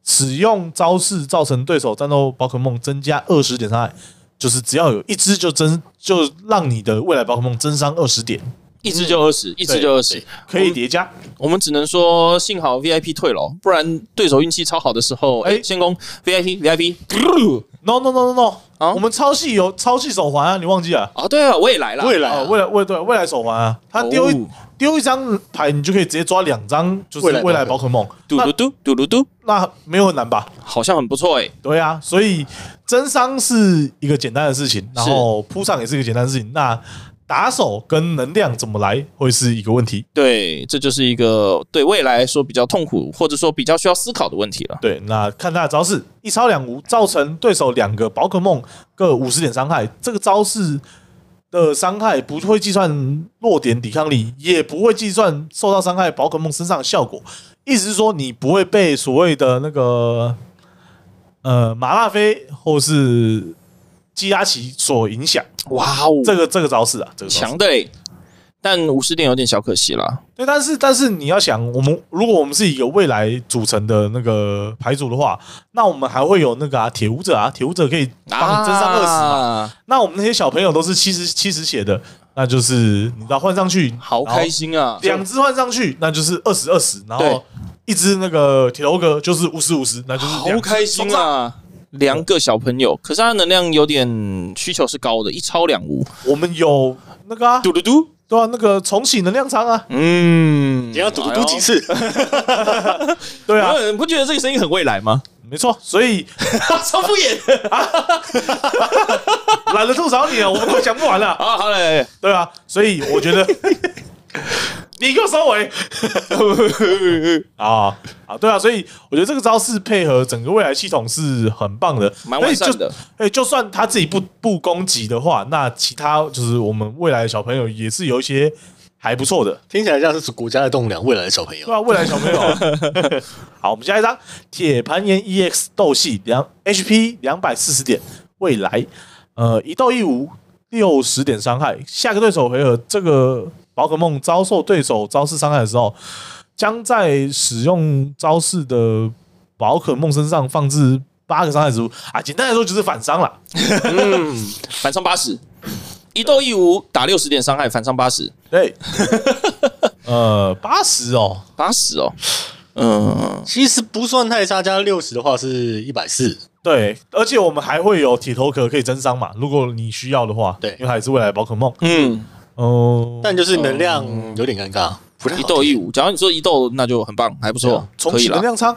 Speaker 2: 使用招式造成对手战斗宝可梦增加二十点伤害，就是只要有一只就增，就让你的未来宝可梦增伤二十点，
Speaker 1: 一只就二十，一只就二十。
Speaker 2: 可以叠加。
Speaker 1: 我们只能说，幸好 VIP 退了，不然对手运气超好的时候，哎，
Speaker 2: 哎
Speaker 1: 先攻 VIP VIP。
Speaker 2: No no no no no，、
Speaker 1: 啊
Speaker 2: 我们超系有超系手环啊，你忘记了？
Speaker 1: 啊，对啊，我也来了。
Speaker 3: 未来、
Speaker 2: 哦，
Speaker 3: 啊
Speaker 2: 未来未对未来手环啊，他丢一
Speaker 1: 哦
Speaker 2: 丢一张牌，你就可以直接抓两张，就是
Speaker 3: 未来宝可
Speaker 2: 未来宝可梦。
Speaker 1: 嘟嘟嘟嘟嘟嘟，
Speaker 2: 那那没有很难吧？
Speaker 1: 好像很不错哎、
Speaker 2: 对啊，所以增伤是一个简单的事情，然后铺上也是一个简单的事情。那打手跟能量怎么来，会是一个问题。
Speaker 1: 对，这就是一个对未来来说比较痛苦，或者说比较需要思考的问题了。
Speaker 2: 对，那看他的招式，一超两无，造成对手两个宝可梦各五十点伤害。这个招式的伤害不会计算弱点抵抗力，也不会计算受到伤害宝可梦身上的效果。意思是说，你不会被所谓的那个呃麻辣飞或是基拉奇所影响。
Speaker 1: 哇哦，
Speaker 2: 这个这个招式啊，这个招式
Speaker 1: 强的嘞！但五十点有点小可惜啦。
Speaker 2: 对，但是但是你要想，我们如果我们是一个未来组成的那个牌组的话，那我们还会有那个啊铁舞者啊，铁舞者可以帮你增上二十嘛。
Speaker 1: 啊，
Speaker 2: 那我们那些小朋友都是七十七十血的，那就是你知道换上去
Speaker 1: 好开，心啊！
Speaker 2: 然后两只换上去那就是二十二十，然
Speaker 1: 对
Speaker 2: 后一只那个铁头哥就是五十五十，那就是两
Speaker 1: 好
Speaker 2: 只
Speaker 1: 开心
Speaker 2: 冲上！
Speaker 1: 啊！两个小朋友，可是他能量有点需求是高的，一超两无，
Speaker 2: 我们有那个啊，
Speaker 1: 嘟嘟嘟，
Speaker 2: 对啊，那个重启能量仓啊，
Speaker 1: 嗯，
Speaker 3: 你要赌赌几次？
Speaker 2: 对
Speaker 1: 哎
Speaker 2: 啊
Speaker 1: 呦？，你不觉得这个声音很未来吗？
Speaker 2: 没错，所以
Speaker 1: 超敷衍
Speaker 2: 懒得吐槽你了，我们都讲不完了。
Speaker 1: 啊！好嘞，
Speaker 2: 对啊，所以我觉得你给我收尾啊啊！对啊，所以我觉得这个招式配合整个未来系统是很棒的，
Speaker 1: 蛮完善的
Speaker 2: 哎。就哎就算他自己不不攻击的话，那其他就是我们未来的小朋友也是有一些还不错的，
Speaker 3: 听起来像是国家的栋梁，未来的小朋友
Speaker 2: 对。啊，未来小朋友啊。好，我们下一张铁盘岩 EX 斗系两 HP 两百四十点，未来呃一斗一无六十点伤害，下个对手回合这个宝可梦遭受对手招式伤害的时候，将在使用招式的宝可梦身上放置八个伤害值物啊。简单来说就是反伤啦。
Speaker 1: 反伤八十，一斗一无打六十点伤害，反伤八十，
Speaker 2: 对，呃，八十哦，
Speaker 1: 八十哦，嗯，
Speaker 3: 其实不算太差，加六十的话是一百四。
Speaker 2: 对，而且我们还会有铁头壳可以增伤嘛，如果你需要的话，
Speaker 3: 对
Speaker 2: 因为还是未来的宝可梦，
Speaker 1: 嗯，
Speaker 2: 哦、
Speaker 3: 但就是能量有点尴尬，不太好
Speaker 1: 一斗一无。假如你说一斗，那就很棒，还不错，
Speaker 2: 啊重
Speaker 1: 可以
Speaker 2: 启能
Speaker 1: 了。
Speaker 2: 量仓，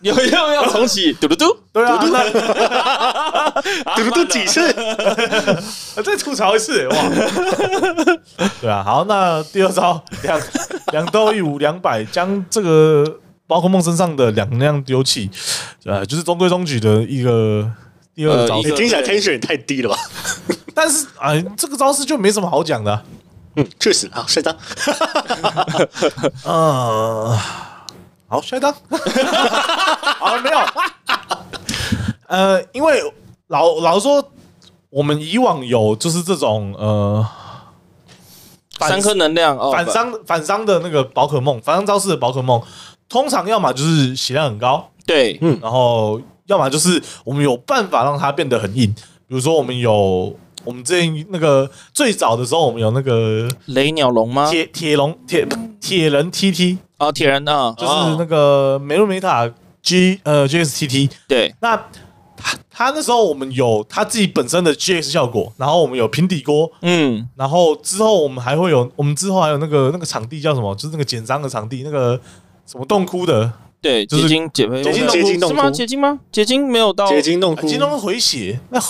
Speaker 1: 有有有，重启，嘟嘟嘟，
Speaker 2: 对啊，那
Speaker 3: 嘟嘟嘟几次？
Speaker 2: 再吐槽一次，哇，对啊，好，那第二招 两两兜一五两百，将这个宝可梦身上的两能量丢弃，呃，就是中规中矩的一个第二个
Speaker 1: 呃
Speaker 2: 招
Speaker 1: 一
Speaker 2: 式，
Speaker 1: 个
Speaker 3: 你听起来天选也太低了吧？
Speaker 2: 但是啊、这个招式就没什么好讲的啊、
Speaker 3: 嗯，确实好，下一张。
Speaker 2: 嗯，好，下 一张。好，没有。呃，因为老老实说，我们以往有就是这种呃反
Speaker 1: 三颗能量哦，
Speaker 2: 反伤反伤的那个宝可梦，反伤招式的宝可梦，通常要么就是血量很高，
Speaker 1: 对，
Speaker 2: 然后要么就是我们有办法让它变得很硬，比如说我们有。我们之前那个最早的时候，我们有那个
Speaker 1: 雷鸟龙吗？
Speaker 2: 铁铁龙铁铁人 TT，
Speaker 1: 啊，铁人啊，
Speaker 2: 就是那个梅露梅塔 G 呃 GSTT，
Speaker 1: 对，
Speaker 2: 那他他那时候我们有他自己本身的 GX 效果，然后我们有平底锅，
Speaker 1: 嗯，
Speaker 2: 然后之后我们还会有我们之后还有那个那个场地叫什么？就是那个减伤的场地，那个什么洞窟的
Speaker 1: 对，
Speaker 2: 就是
Speaker 1: 结晶姐妹，
Speaker 2: 结晶
Speaker 3: 结晶
Speaker 1: 是吗？
Speaker 3: 洞窟
Speaker 1: 结晶吗？结晶没有到
Speaker 3: 结晶弄
Speaker 2: 啊
Speaker 3: 哭，
Speaker 2: 金龙回血，那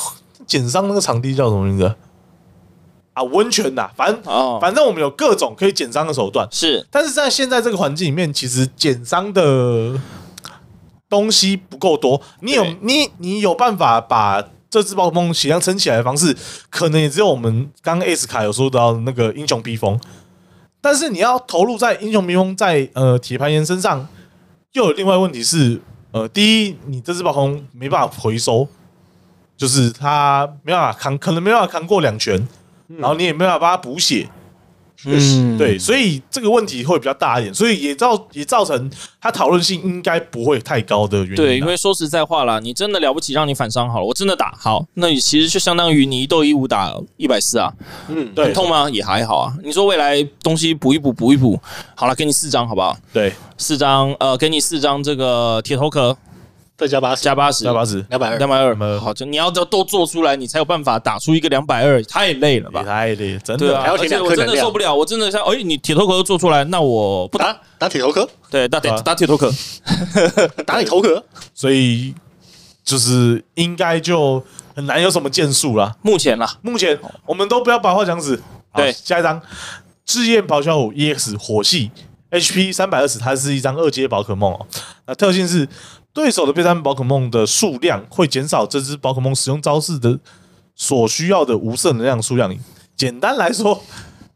Speaker 2: 减伤那个场地叫什么名字？啊，温泉呐、反正、
Speaker 1: 哦
Speaker 2: 反正我们有各种可以减伤的手段，
Speaker 1: 是
Speaker 2: 但是在现在这个环境里面，其实减伤的东西不够多。你有
Speaker 1: 对
Speaker 2: 你你有办法把这只暴风血量撑起来的方式，可能也只有我们刚刚 S 卡有说到的那个英雄披风。但是你要投入在英雄披风在呃铁盘岩身上，又有另外问题是，呃，第一，你这只暴风没办法回收，就是它没办法扛，可能没办法扛过两拳，然后你也没办法帮它补血。
Speaker 1: 嗯，
Speaker 2: 对，所以这个问题会比较大一点，所以也造也造成它讨论性应该不会太高的原因啊。
Speaker 1: 对，因为说实在话啦，你真的了不起，让你反伤好了，我真的打好，那你其实就相当于你一斗一五打一百四啊，
Speaker 3: 嗯，
Speaker 2: 对
Speaker 1: 很痛吗？也还好啊。你说未来东西补一补，补一补，好了，给你四张好不好？
Speaker 2: 对
Speaker 1: 四张，呃，给你四张这个铁头壳
Speaker 3: 再加八十，
Speaker 1: 加八十，
Speaker 2: 加八十
Speaker 3: 两百二
Speaker 1: 两。百
Speaker 2: 220
Speaker 1: 二，好，就你要都都做出来，你才有办法打出一个两百二，太累了
Speaker 2: 也
Speaker 1: 吧？
Speaker 2: 太累，真
Speaker 1: 对
Speaker 2: 的
Speaker 1: 啊，
Speaker 3: 还要
Speaker 1: 而
Speaker 3: 填
Speaker 1: 且
Speaker 3: 两
Speaker 1: 我
Speaker 3: 颗
Speaker 1: 真的
Speaker 3: 能量
Speaker 1: 受不了，我真的像，哎，你铁头壳都做出来，那我不打，
Speaker 3: 打打铁头壳，
Speaker 1: 对，打铁
Speaker 2: 对啊
Speaker 1: 打铁头壳，
Speaker 3: 打你头壳，
Speaker 2: 所以就是应该就很难有什么建树啦。
Speaker 1: 目前啦，
Speaker 2: 目前我们都不要把话讲死。好
Speaker 1: 对
Speaker 2: 下一张，志愿咆哮虎 EX 火系 HP 三百二十，它是一张二阶宝可梦哦。那特性是对手的备战宝可梦的数量会减少这只宝可梦使用招式的所需要的无色能量数量。简单来说。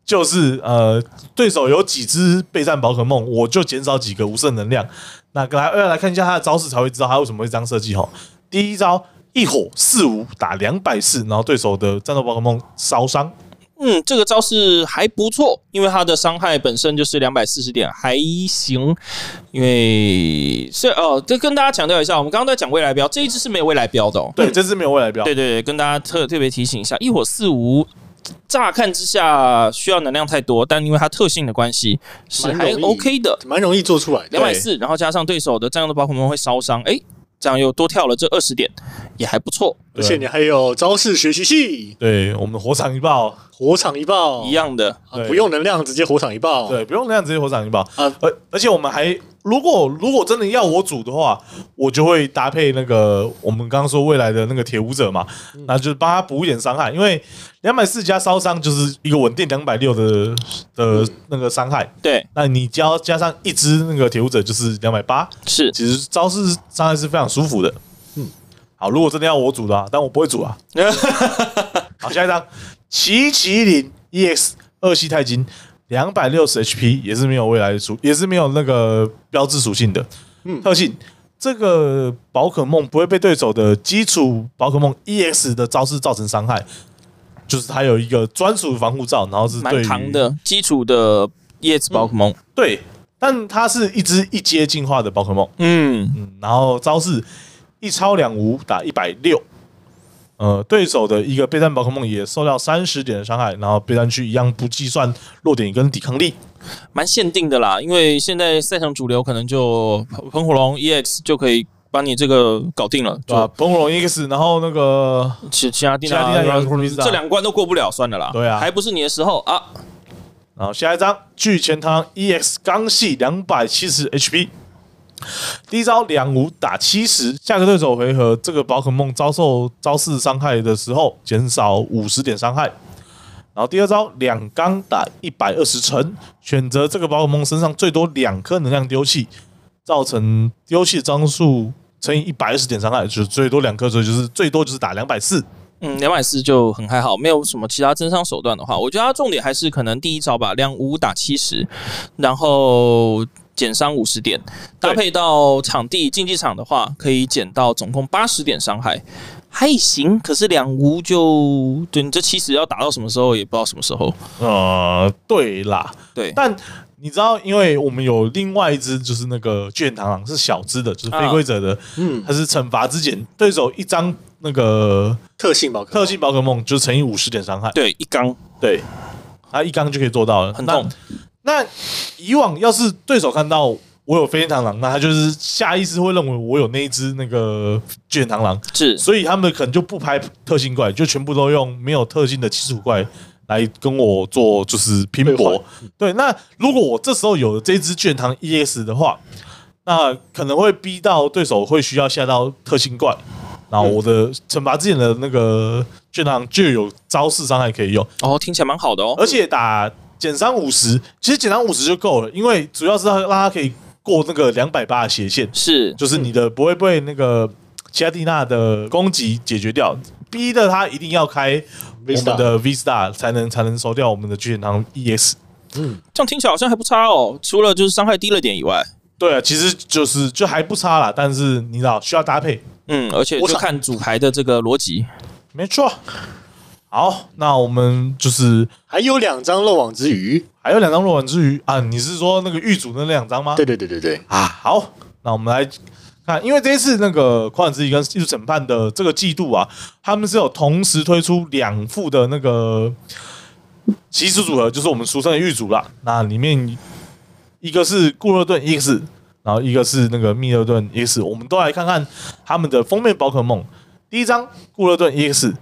Speaker 2: 就是呃，对手有几只备战宝可梦，我就减少几个无色能量。那跟来要来看一下他的招式，才会知道他为什么会这样设计哈。第一招一火四五打两百四，然后对手的战斗宝可梦烧伤。
Speaker 1: 嗯，这个招式还不错，因为它的伤害本身就是两百四十点，还行。因为是哦，这跟大家强调一下，我们刚刚在讲未来标，这一只是没有未来标的哦。
Speaker 2: 对，这只没有未来标。
Speaker 1: 对对对，跟大家特特别提醒一下，一火四无，乍看之下需要能量太多，但因为它特性的关系是
Speaker 3: 蛮
Speaker 1: 还
Speaker 3: 容易
Speaker 1: OK 的，
Speaker 3: 蛮容易做出来的
Speaker 1: 两。百四，然后加上对手的这样的宝可梦会烧伤，哎，这样又多跳了这二十点，也还不错，
Speaker 3: 而且你还有招式学习系，
Speaker 2: 对，我们的火场一爆，
Speaker 3: 火场一爆，
Speaker 1: 一样的。
Speaker 3: 啊
Speaker 2: 对
Speaker 3: 不用能量直接火场一爆。
Speaker 2: 对，不用那样直接火场一爆。
Speaker 3: 啊
Speaker 2: 而而且我们还，如果如果真的要我组的话，我就会搭配那个我们刚刚说未来的那个铁舞者嘛，那就是帮他补一点伤害，因为两百四加烧伤就是一个稳定两百六的的那个伤害。
Speaker 1: 对，
Speaker 2: 那你加加上一只那个铁舞者就是两百八，
Speaker 1: 是
Speaker 2: 其实招式伤害是非常舒服的。嗯，好，如果真的要我组的、啊，但我不会组 啊。好，下一张，奇麒麟 EX 二系钛金，两百六十 HP，也是没有未来属，也是没有那个标志属性的。嗯，特性，这个 E 宝可梦不会被对手的基础宝可梦 EX 的招式造成伤害。就是它有一个专属防护罩，然后是对
Speaker 1: 蛮
Speaker 2: 于嗯
Speaker 1: 扛的基础的叶子宝可梦。
Speaker 2: 对，但它是一只一阶进化的宝可梦，
Speaker 1: 嗯，
Speaker 2: 嗯，然后招式一超两无打一百六，呃，对手的一个备战宝可梦也受到三十点的伤害，然后备战区一样不计算弱点跟抵抗力。
Speaker 1: 蛮限定的啦，因为现在赛场主流可能就喷火龙 EX 就可以把你这个搞定了，
Speaker 2: 对吧？
Speaker 1: 就
Speaker 2: 崩龙 X，然后那个
Speaker 1: 其其他地
Speaker 2: 其他地方也
Speaker 1: 方
Speaker 2: 是
Speaker 1: 这两关都过不了，算了啦。
Speaker 2: 对啊
Speaker 1: 还不是你的时候啊。
Speaker 2: 然后下一张巨前汤 EX 刚系两百七十 HP，第一招两无打七十，下个对手回合这个宝可梦遭受招式伤害的时候减少五十点伤害。然后第二招两刚打一百二十层，选择这个宝可梦身上最多两颗能量丢弃，造成丢弃的张数乘以一百二十点伤害，就是最多两颗，所以就是最多就是打两百四。
Speaker 1: 嗯，两百四就很还好，没有什么其他增伤手段的话，我觉得它重点还是可能第一招吧，量五打七十，然后减伤五十点，搭配到场地竞技场的话，可以减到总共八十点伤害，还行。可是两无就对你这七十要打到什么时候也不知道什么时候。
Speaker 2: 呃，对啦，
Speaker 1: 对，
Speaker 2: 但你知道，因为我们有另外一只，就是那个卷螳螂是小只的，就是非规则的，
Speaker 3: 嗯
Speaker 2: 它是惩罚之检，对手一张那个
Speaker 3: 特性宝可梦
Speaker 2: 特性宝可梦就乘以五十点伤害，
Speaker 1: 对一刚
Speaker 2: 对，它一刚就可以做到了，
Speaker 1: 很痛
Speaker 2: 那。那以往要是对手看到我有飞天螳螂，那他就是下意识会认为我有那一只那个卷螳螂，
Speaker 1: 是
Speaker 2: 所以他们可能就不拍特性怪，就全部都用没有特性的基础怪来跟我做就是拼
Speaker 3: 对
Speaker 2: 搏。对，那如果我这时候有了这只卷堂 ES E 的话，那可能会逼到对手会需要下到特性怪，然后我的惩罚之前的那个卷堂就有招式伤害可以用，
Speaker 1: 哦，听起来蛮好的哦。
Speaker 2: 而且打减伤五十，其实减伤五十就够了，因为主要是让他可以过那个两百八的斜线。
Speaker 1: 是
Speaker 2: 就是你的不会被那个其他蒂娜的攻击解决掉，逼的他一定要开我们
Speaker 3: Vista
Speaker 2: 的 V Star 才能才能收掉我们的巨人 E 堂 EX。
Speaker 1: 这样听起来好像还不差哦，除了就是伤害低了点以外，
Speaker 2: 对啊，其实就是就还不差啦，但是你知道需要搭配，
Speaker 1: 嗯，而且
Speaker 3: 我
Speaker 1: 就
Speaker 3: 想
Speaker 1: 看主牌的这个逻辑。
Speaker 2: 没错。好，那我们就是
Speaker 3: 还有两张漏网之鱼。
Speaker 2: 还有两张弱丸之鱼啊，你是说那个狱主那两张吗？
Speaker 3: 对对对对对，
Speaker 2: 啊，好，那我们来看，因为这一次那个《旷野之息》跟《艺术审判》的这个季度啊，他们是有同时推出两副的那个习俗组合，就是我们俗称的狱卒啦。那里面一个是固勒顿 X，然后一个是那个密勒顿 X，我们都来看看他们的封面宝可梦。第一张固勒顿 EX。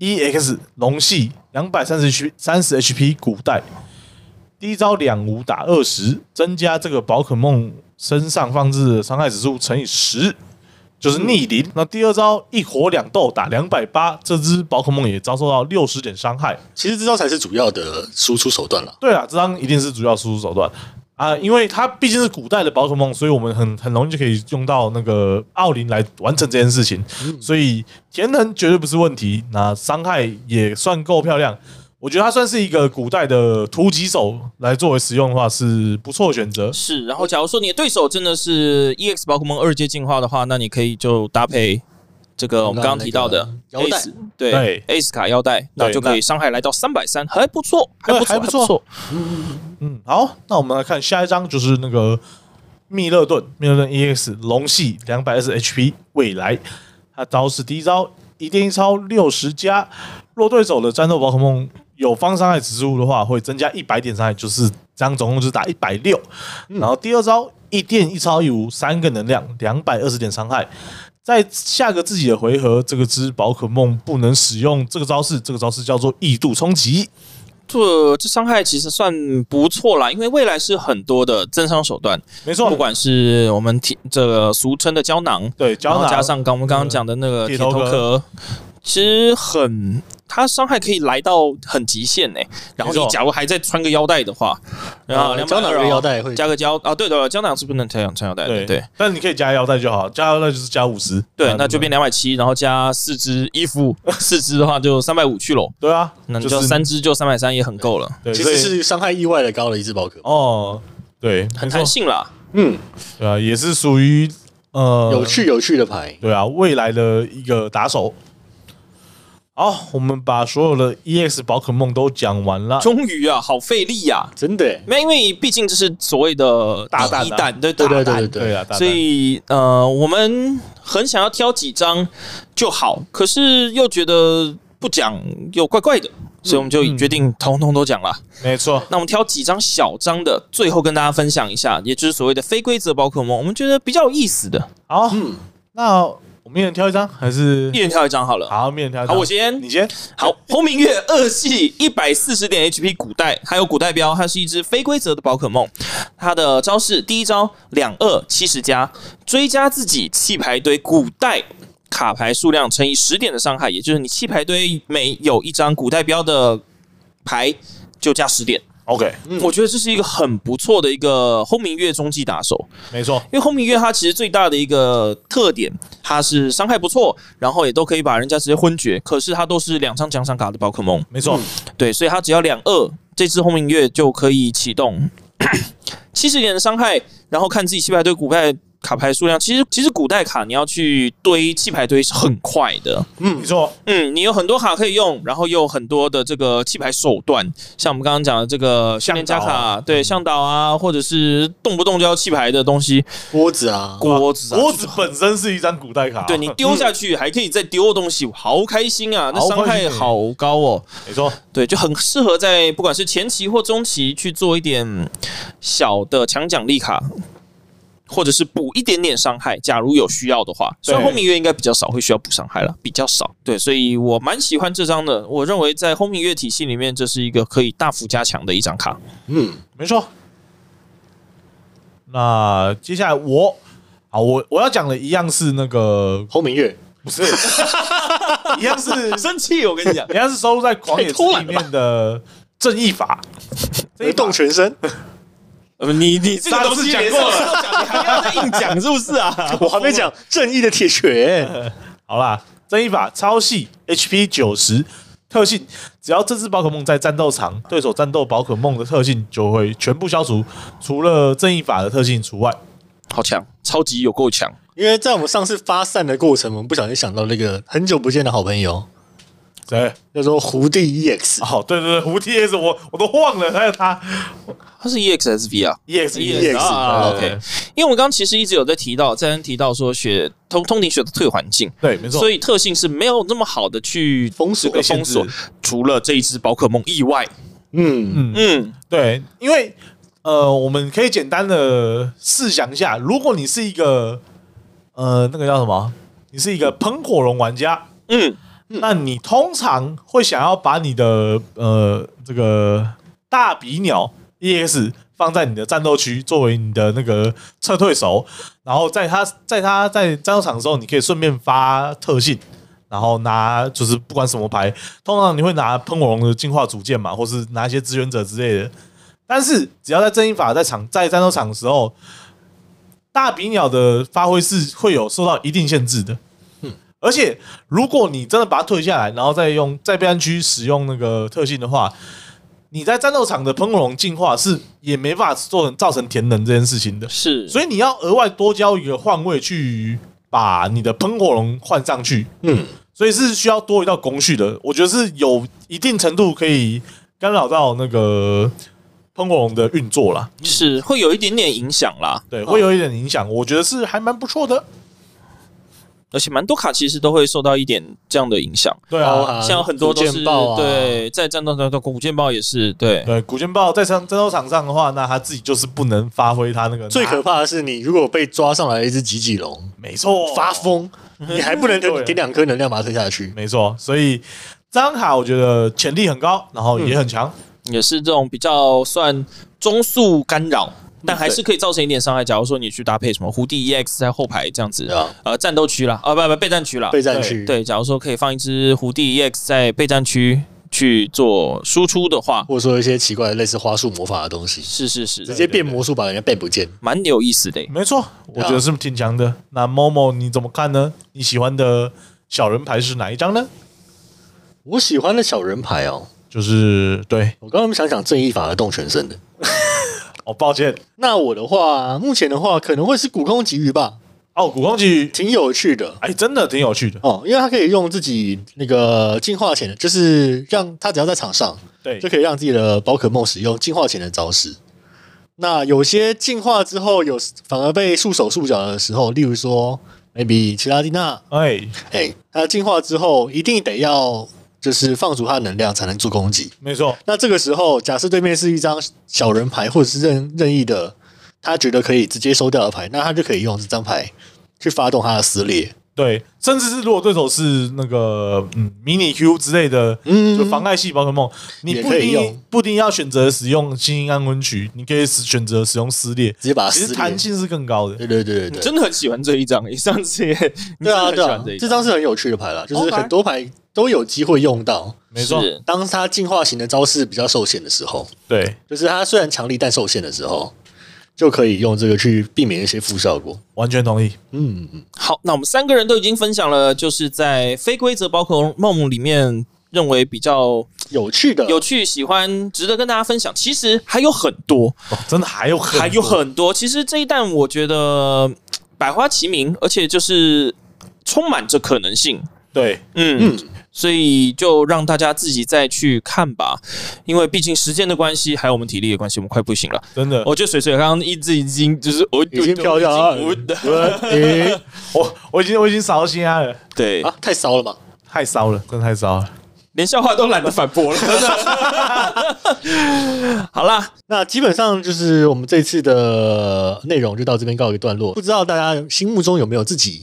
Speaker 2: EX 龙系两百三十 HP 三十 HP 古代，第一招两无打二十，增加这个宝可梦身上放置的伤害指数乘以十，就是逆鳞。那第二招一火两斗打两百八，这只宝可梦也遭受到六十点伤害。
Speaker 3: 其实这招才是主要的输出手段了。
Speaker 2: 对啊啦，这张一定是主要输出手段啊、因为它毕竟是古代的宝可梦，所以我们很很容易就可以用到那个奥林来完成这件事情，所以填能绝对不是问题。那伤害也算够漂亮，我觉得它算是一个古代的突击手来作为使用的话是不错的选择。
Speaker 1: 是，然后假如说你的对手真的是 EX 宝可梦二阶进化的话，那你可以就搭配这个我们刚刚提到的
Speaker 3: 那个腰带
Speaker 1: Ace，对
Speaker 2: 对
Speaker 1: Ace 卡腰带，那就可以伤害来到三百三，还不错，还不
Speaker 2: 对
Speaker 1: 错，
Speaker 2: 还不错嗯，好，那我们来看下一张，就是那个密勒顿，密勒顿 EX 龙系两百二十 HP，未来它招式第一招一定超六十加，若对手的战斗宝可梦有方伤害指数的话，会增加一百点伤害，就是这样总共就是打一百六。
Speaker 1: 嗯
Speaker 2: 然后第二招一电一超一无三个能量，两百二十点伤害。在下个自己的回合，这个只宝可梦不能使用这个招式，这个招式叫做异度冲击。
Speaker 1: 这这伤害其实算不错啦，因为未来是很多的增伤手段，
Speaker 2: 没错，
Speaker 1: 不管是我们提这个俗称的胶囊，
Speaker 2: 对
Speaker 1: 然
Speaker 2: 胶
Speaker 1: 后
Speaker 2: 囊
Speaker 1: 加上刚我们刚刚讲的那个
Speaker 2: 铁
Speaker 1: 铁头
Speaker 2: 头
Speaker 1: 壳，其实很它伤害可以来到很极限诶、然后
Speaker 2: 没
Speaker 1: 你
Speaker 2: 错
Speaker 1: 假如还再穿个腰带的话，然后
Speaker 3: 呃
Speaker 1: 两
Speaker 3: 胶囊跟腰带会
Speaker 1: 加个胶啊，对的，胶囊是不能穿腰穿腰带的，
Speaker 2: 对
Speaker 1: 对，
Speaker 2: 但你可以加腰带就好，加腰带就是加五十，
Speaker 1: 对，那就变两百七，然后加四只衣服，四只的话就三百五去喽，
Speaker 2: 对啊，
Speaker 1: 那你
Speaker 2: 就
Speaker 1: 就是三只就三百三也很够了，
Speaker 2: 对，
Speaker 3: 其
Speaker 2: 所以
Speaker 3: 实是伤害意外的高了一只宝可梦，
Speaker 2: 哦，对，
Speaker 1: 很
Speaker 2: 没错
Speaker 1: 弹性啦。
Speaker 3: 嗯，
Speaker 2: 对啊，也是属于呃
Speaker 3: 有趣有趣的牌。
Speaker 2: 对啊，未来的一个打手。好，我们把所有的 EX 宝可梦都讲完了。
Speaker 1: 终于啊，好费力呀、啊！
Speaker 3: 真的耶，
Speaker 1: 那因为毕竟这是所谓的
Speaker 2: 大蛋啊
Speaker 1: 第一蛋，对
Speaker 3: 对对
Speaker 1: 大蛋
Speaker 3: 对
Speaker 2: 对啊，大
Speaker 1: 所
Speaker 2: 蛋
Speaker 1: 以呃，我们很想要挑几张就好，可是又觉得不讲又怪怪的，所以我们就决定统统都讲了。
Speaker 2: 没错，
Speaker 1: 嗯那我们挑几张小张的，最后跟大家分享一下，也就是所谓的非规则宝可梦，我们觉得比较有意思的，
Speaker 2: 好，
Speaker 3: 嗯，
Speaker 2: 那我们一人挑一张，还是
Speaker 1: 一人挑一张好了。
Speaker 2: 好，一人挑一张。
Speaker 1: 好我先
Speaker 2: 你先。
Speaker 1: 好，轰鸣月二系一百四十点 HP 古代，还有古代标，它是一只非规则的宝可梦。它的招式第一招两二七十加，追加自己弃牌堆古代卡牌数量乘以十点的伤害，也就是你弃牌堆每有一张古代标的牌就加十点。
Speaker 2: OK，
Speaker 1: 我觉得这是一个很不错的一个轰鸣月中继打手。
Speaker 2: 没错，
Speaker 1: 因为轰鸣月它其实最大的一个特点，它是伤害不错，然后也都可以把人家直接昏厥。可是它都是两张奖赏卡的宝可梦，
Speaker 2: 没错，
Speaker 1: 对，所以它只要两二，这只轰鸣月就可以启动 七十点的伤害，然后看自己弃牌堆古代卡牌数量。其实其实古代卡你要去堆弃牌堆是很快的，
Speaker 2: 没错，
Speaker 1: 嗯，你有很多卡可以用，然后又有很多的这个弃牌手段，像我们刚刚讲的这个训练加
Speaker 2: 向导
Speaker 1: 卡，
Speaker 2: 啊
Speaker 1: 对，向导啊，或者是动不动就要弃牌的东西，
Speaker 3: 锅子啊，
Speaker 1: 锅子、啊，
Speaker 2: 锅子本身是一张古代卡，
Speaker 1: 对你丢下去还可以再丢东西，好开心啊！那伤害好高哦，
Speaker 2: 没错，
Speaker 1: 对，就很适合在不管是前期或中期去做一点小的强奖励卡，或者是补一点点伤害，假如有需要的话。虽然
Speaker 2: 对
Speaker 1: 轰鸣月应该比较少会需要补伤害了，比较少。对，所以我蛮喜欢这张的。我认为在轰鸣月体系里面，这是一个可以大幅加强的一张卡。
Speaker 3: 嗯，
Speaker 2: 没错。那接下来我啊，我我要讲的一样是那 个
Speaker 3: 轰鸣乐，
Speaker 2: 不是，一样是
Speaker 1: 生气，我跟你讲，
Speaker 2: 一样是收录在《狂野之
Speaker 3: 太偷
Speaker 2: 里
Speaker 3: 懒了吧
Speaker 2: 面的正义法，
Speaker 3: 雷动全身，
Speaker 1: 呃你你这个东西
Speaker 2: 上
Speaker 1: 连
Speaker 2: 次讲过了
Speaker 1: 上次都讲，你还要再硬讲是不是啊？
Speaker 3: 我还没讲正义的铁拳，
Speaker 2: 好啦，正义法超系 HP 九十特性，只要这只宝可梦在战斗场，对手战斗宝可梦的特性就会全部消除，除了正义法的特性除外。
Speaker 1: 好强，超级有够强。
Speaker 3: 因为在我们上次发散的过程，我们不小心想到那个很久不见的好朋友，
Speaker 2: 对，
Speaker 3: 叫做胡 E 地 EX，
Speaker 2: 哦，对对对，无 T S 我我都忘了，还有他
Speaker 1: 它是 EXSV 啊，
Speaker 2: EX
Speaker 3: EX
Speaker 1: 啊
Speaker 2: 对
Speaker 1: ，OK。因为我们刚刚其实一直有在提到，在提到说血通通灵血的退环境，
Speaker 2: 对，没错
Speaker 1: 所，以特性是没有那么好的去
Speaker 3: 封锁
Speaker 1: 这个封锁
Speaker 2: 被限，
Speaker 1: 除了这一只宝可梦意外，
Speaker 3: 嗯，
Speaker 2: 嗯，
Speaker 1: 嗯，
Speaker 2: 对，因为呃，我们可以简单的试想一下，如果你是一个呃那个叫什么，你是一个喷火龙玩家，
Speaker 1: 嗯，
Speaker 2: 那你通常会想要把你的呃这个大鼻鸟 EX 放在你的战斗区作为你的那个撤退手，然后在它在它在战斗场的时候，你可以顺便发特性。然后拿就是不管什么牌，通常你会拿喷火龙的进化组件嘛，或是拿一些支援者之类的。但是只要在正义法在场在战斗场的时候，大鼻鸟的发挥是会有受到一定限制的。而且，如果你真的把它退下来，然后再用在备战区使用那个特性的话，你在战斗场的喷火龙进化是也没办法做成造成填能这件事情的，
Speaker 1: 是，
Speaker 2: 所以你要额外多交一个换位去把你的喷火龙换上去，
Speaker 3: 嗯，
Speaker 2: 所以是需要多一道工序的。我觉得是有一定程度可以干扰到那个喷火龙的运作啦，
Speaker 1: 以是会有一点点影响啦，
Speaker 2: 对，会有一点影响。我觉得是还蛮不错的，
Speaker 1: 而且蛮多卡其实都会受到一点这样的影响，
Speaker 2: 对
Speaker 3: 包
Speaker 2: 啊。
Speaker 3: 含
Speaker 1: 像很多都
Speaker 3: 古
Speaker 1: 是
Speaker 3: 剑豹啊
Speaker 1: 对在战斗当中，古剑豹也是对，
Speaker 2: 对，古剑豹在战战斗场上的话，那他自己就是不能发挥他那个
Speaker 3: 最
Speaker 2: 拿
Speaker 3: 可怕的是你如果被抓上来一只吉吉龙，
Speaker 2: 没错，
Speaker 3: 发疯，你还不能
Speaker 2: 对
Speaker 3: 给两颗能量把它推下去，
Speaker 2: 没错。所以这张卡我觉得潜力很高，然后也很强，
Speaker 1: 也是这种比较算中速干扰，
Speaker 3: 嗯
Speaker 1: 但还是可以造成一点伤害。假如说你去搭配什么胡地 EX 在后排这样子
Speaker 3: 对啊，
Speaker 1: 呃，战斗区啦，啊不不备战区啦，
Speaker 3: 备战区，
Speaker 1: 对，假如说可以放一只胡地 EX 在备战区去做输出的话，
Speaker 3: 或者说一些奇怪的类似花束魔法的东西，
Speaker 1: 是是
Speaker 3: 直
Speaker 1: 是，
Speaker 3: 接变魔术把人家变不见。
Speaker 1: 蛮有意思的。
Speaker 2: 没错，我觉得是挺强的。那 Momo 你怎么看呢？你喜欢的小人牌是哪一张呢？
Speaker 3: 我喜欢的小人牌哦，
Speaker 2: 就是对，
Speaker 3: 我刚刚想讲正义法的动全身的。
Speaker 2: 哦，抱歉
Speaker 3: 那我的话，目前的话可能会是古空鲫鱼吧，
Speaker 2: 哦，古空局，
Speaker 3: 挺有趣的。
Speaker 2: 哎，真的挺有趣的。
Speaker 3: 哦，因为他可以用自己那个进化前的，就是让他只要在场上，
Speaker 2: 对
Speaker 3: 就，可以让自己的宝可梦使用进化前的招式。那有些进化之后有反而被束手束脚的时候，例如说 maybe 奇拉蒂娜，
Speaker 2: 哎，
Speaker 3: 哎，它进化之后一定得要就是放逐它的能量才能做攻击。
Speaker 2: 没错，
Speaker 3: 那这个时候，假设对面是一张小人牌或者是任任意的，他觉得可以直接收掉的牌，那他就可以用这张牌去发动他的撕裂。
Speaker 2: 对，甚至是如果对手是那个嗯迷你 Q 之类的，
Speaker 3: 嗯
Speaker 2: 就妨碍系宝可梦，你
Speaker 3: 也
Speaker 2: 不一
Speaker 3: 可以
Speaker 2: 定
Speaker 3: 用
Speaker 2: 不一定要选择使用新英安魂曲，你可以使选择使用撕裂，
Speaker 3: 直接把它
Speaker 2: 其
Speaker 3: 撕
Speaker 2: 实
Speaker 3: 裂
Speaker 2: 弹性是更高的。
Speaker 3: 对对对对
Speaker 1: 你
Speaker 3: 对，
Speaker 1: 真的很喜欢这一张，你上次 也，你
Speaker 3: 对
Speaker 1: 真的
Speaker 3: 啊
Speaker 1: 很
Speaker 3: 对
Speaker 1: 喜欢
Speaker 3: 啊
Speaker 1: 这一，
Speaker 3: 这
Speaker 1: 张，
Speaker 3: 张是很有趣的牌啦，就是
Speaker 1: OK
Speaker 3: 很多牌都有机会用到。
Speaker 2: 没错，
Speaker 1: 是
Speaker 3: 当他进化型的招式比较受限的时候，
Speaker 2: 对，
Speaker 3: 就是他虽然强力但受限的时候，就可以用这个去避免一些副效果。
Speaker 2: 完全同意。
Speaker 3: 嗯，嗯嗯
Speaker 1: 好，那我们三个人都已经分享了，就是在非规则宝可梦里面认为比较
Speaker 3: 有趣的，
Speaker 1: 有趣、喜欢、值得跟大家分享。其实还有很多，
Speaker 2: 哦真的还有很
Speaker 1: 还有
Speaker 2: 多
Speaker 1: 很多。其实这一弹我觉得百花齐鸣，而且就是充满着可能性。
Speaker 2: 对，
Speaker 1: 嗯，所以就让大家自己再去看吧，因为毕竟时间的关系，还有我们体力的关系，我们快不行了。
Speaker 2: 真的，
Speaker 1: 我觉得水水刚刚一直已经就是我
Speaker 3: 已经飘掉啊了
Speaker 1: 我
Speaker 3: 诶、
Speaker 2: 我我已经我已经烧心啊了，
Speaker 1: 对，
Speaker 3: 啊，太骚了吧？
Speaker 2: 太烧了，真的太烧了。
Speaker 1: 连笑话都懒得反驳了。真的好啦，
Speaker 3: 那基本上就是我们这次的内容就到这边告一段落。不知道大家心目中有没有自己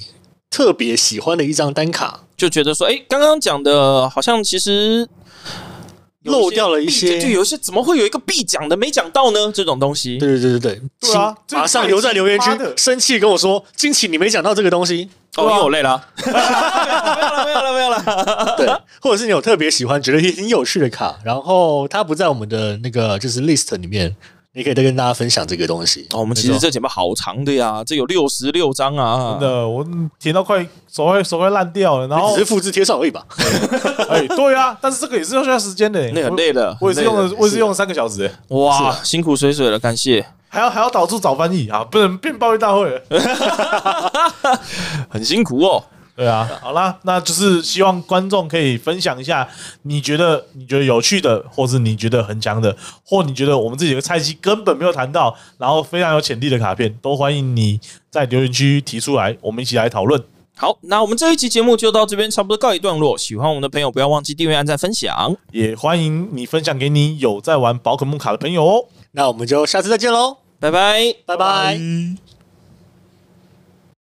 Speaker 3: 特别喜欢的一张单卡？
Speaker 1: 就觉得说，哎、刚刚讲的好像其实有一些
Speaker 3: 漏掉了一些
Speaker 1: 必就有一些怎么会有一个必讲的没讲到呢？这种东西，
Speaker 3: 对对对对对，
Speaker 2: 对啊
Speaker 3: 请马上留在留言区
Speaker 2: 这个太奇葩，的
Speaker 3: 生气跟我说，惊奇你没讲到这个东西，
Speaker 1: 哦，因为我累了啊，没有了，没有了，没有了。
Speaker 3: 对，或者是你有特别喜欢、觉得也挺有趣的卡，然后它不在我们的那个就是 list 里面，你可以再跟大家分享这个东西。
Speaker 1: 哦，我们其实这节目好长的呀，这有六十六章啊
Speaker 2: 真，的，我甜到快手快手快烂掉了，然后
Speaker 3: 只是复制贴上而已吧。
Speaker 2: 哎，对啊，但是这个也是要需要时间的，
Speaker 1: 那很累的，
Speaker 2: 我。我也是用
Speaker 1: 很
Speaker 2: 了
Speaker 1: 累，
Speaker 2: 我也是用了三个小时，哎
Speaker 1: 的哇，辛苦水水了，感谢，
Speaker 2: 还要还要导出找翻译啊，不能变暴力大会了。
Speaker 1: 很辛苦哦。
Speaker 2: 对啊，好啦，那就是希望观众可以分享一下，你觉得你觉得有趣的，或是你觉得很强的，或你觉得我们自己的菜系根本没有谈到，然后非常有潜力的卡片，都欢迎你在留言区提出来，我们一起来讨论。
Speaker 1: 好，那我们这一期节目就到这边，差不多告一段落。喜欢我们的朋友，不要忘记订阅、按赞、分享。
Speaker 2: 也欢迎你分享给你有在玩宝可梦卡的朋友哦。
Speaker 3: 那我们就下次再见喽，
Speaker 1: 拜拜。
Speaker 3: 拜拜。
Speaker 2: 拜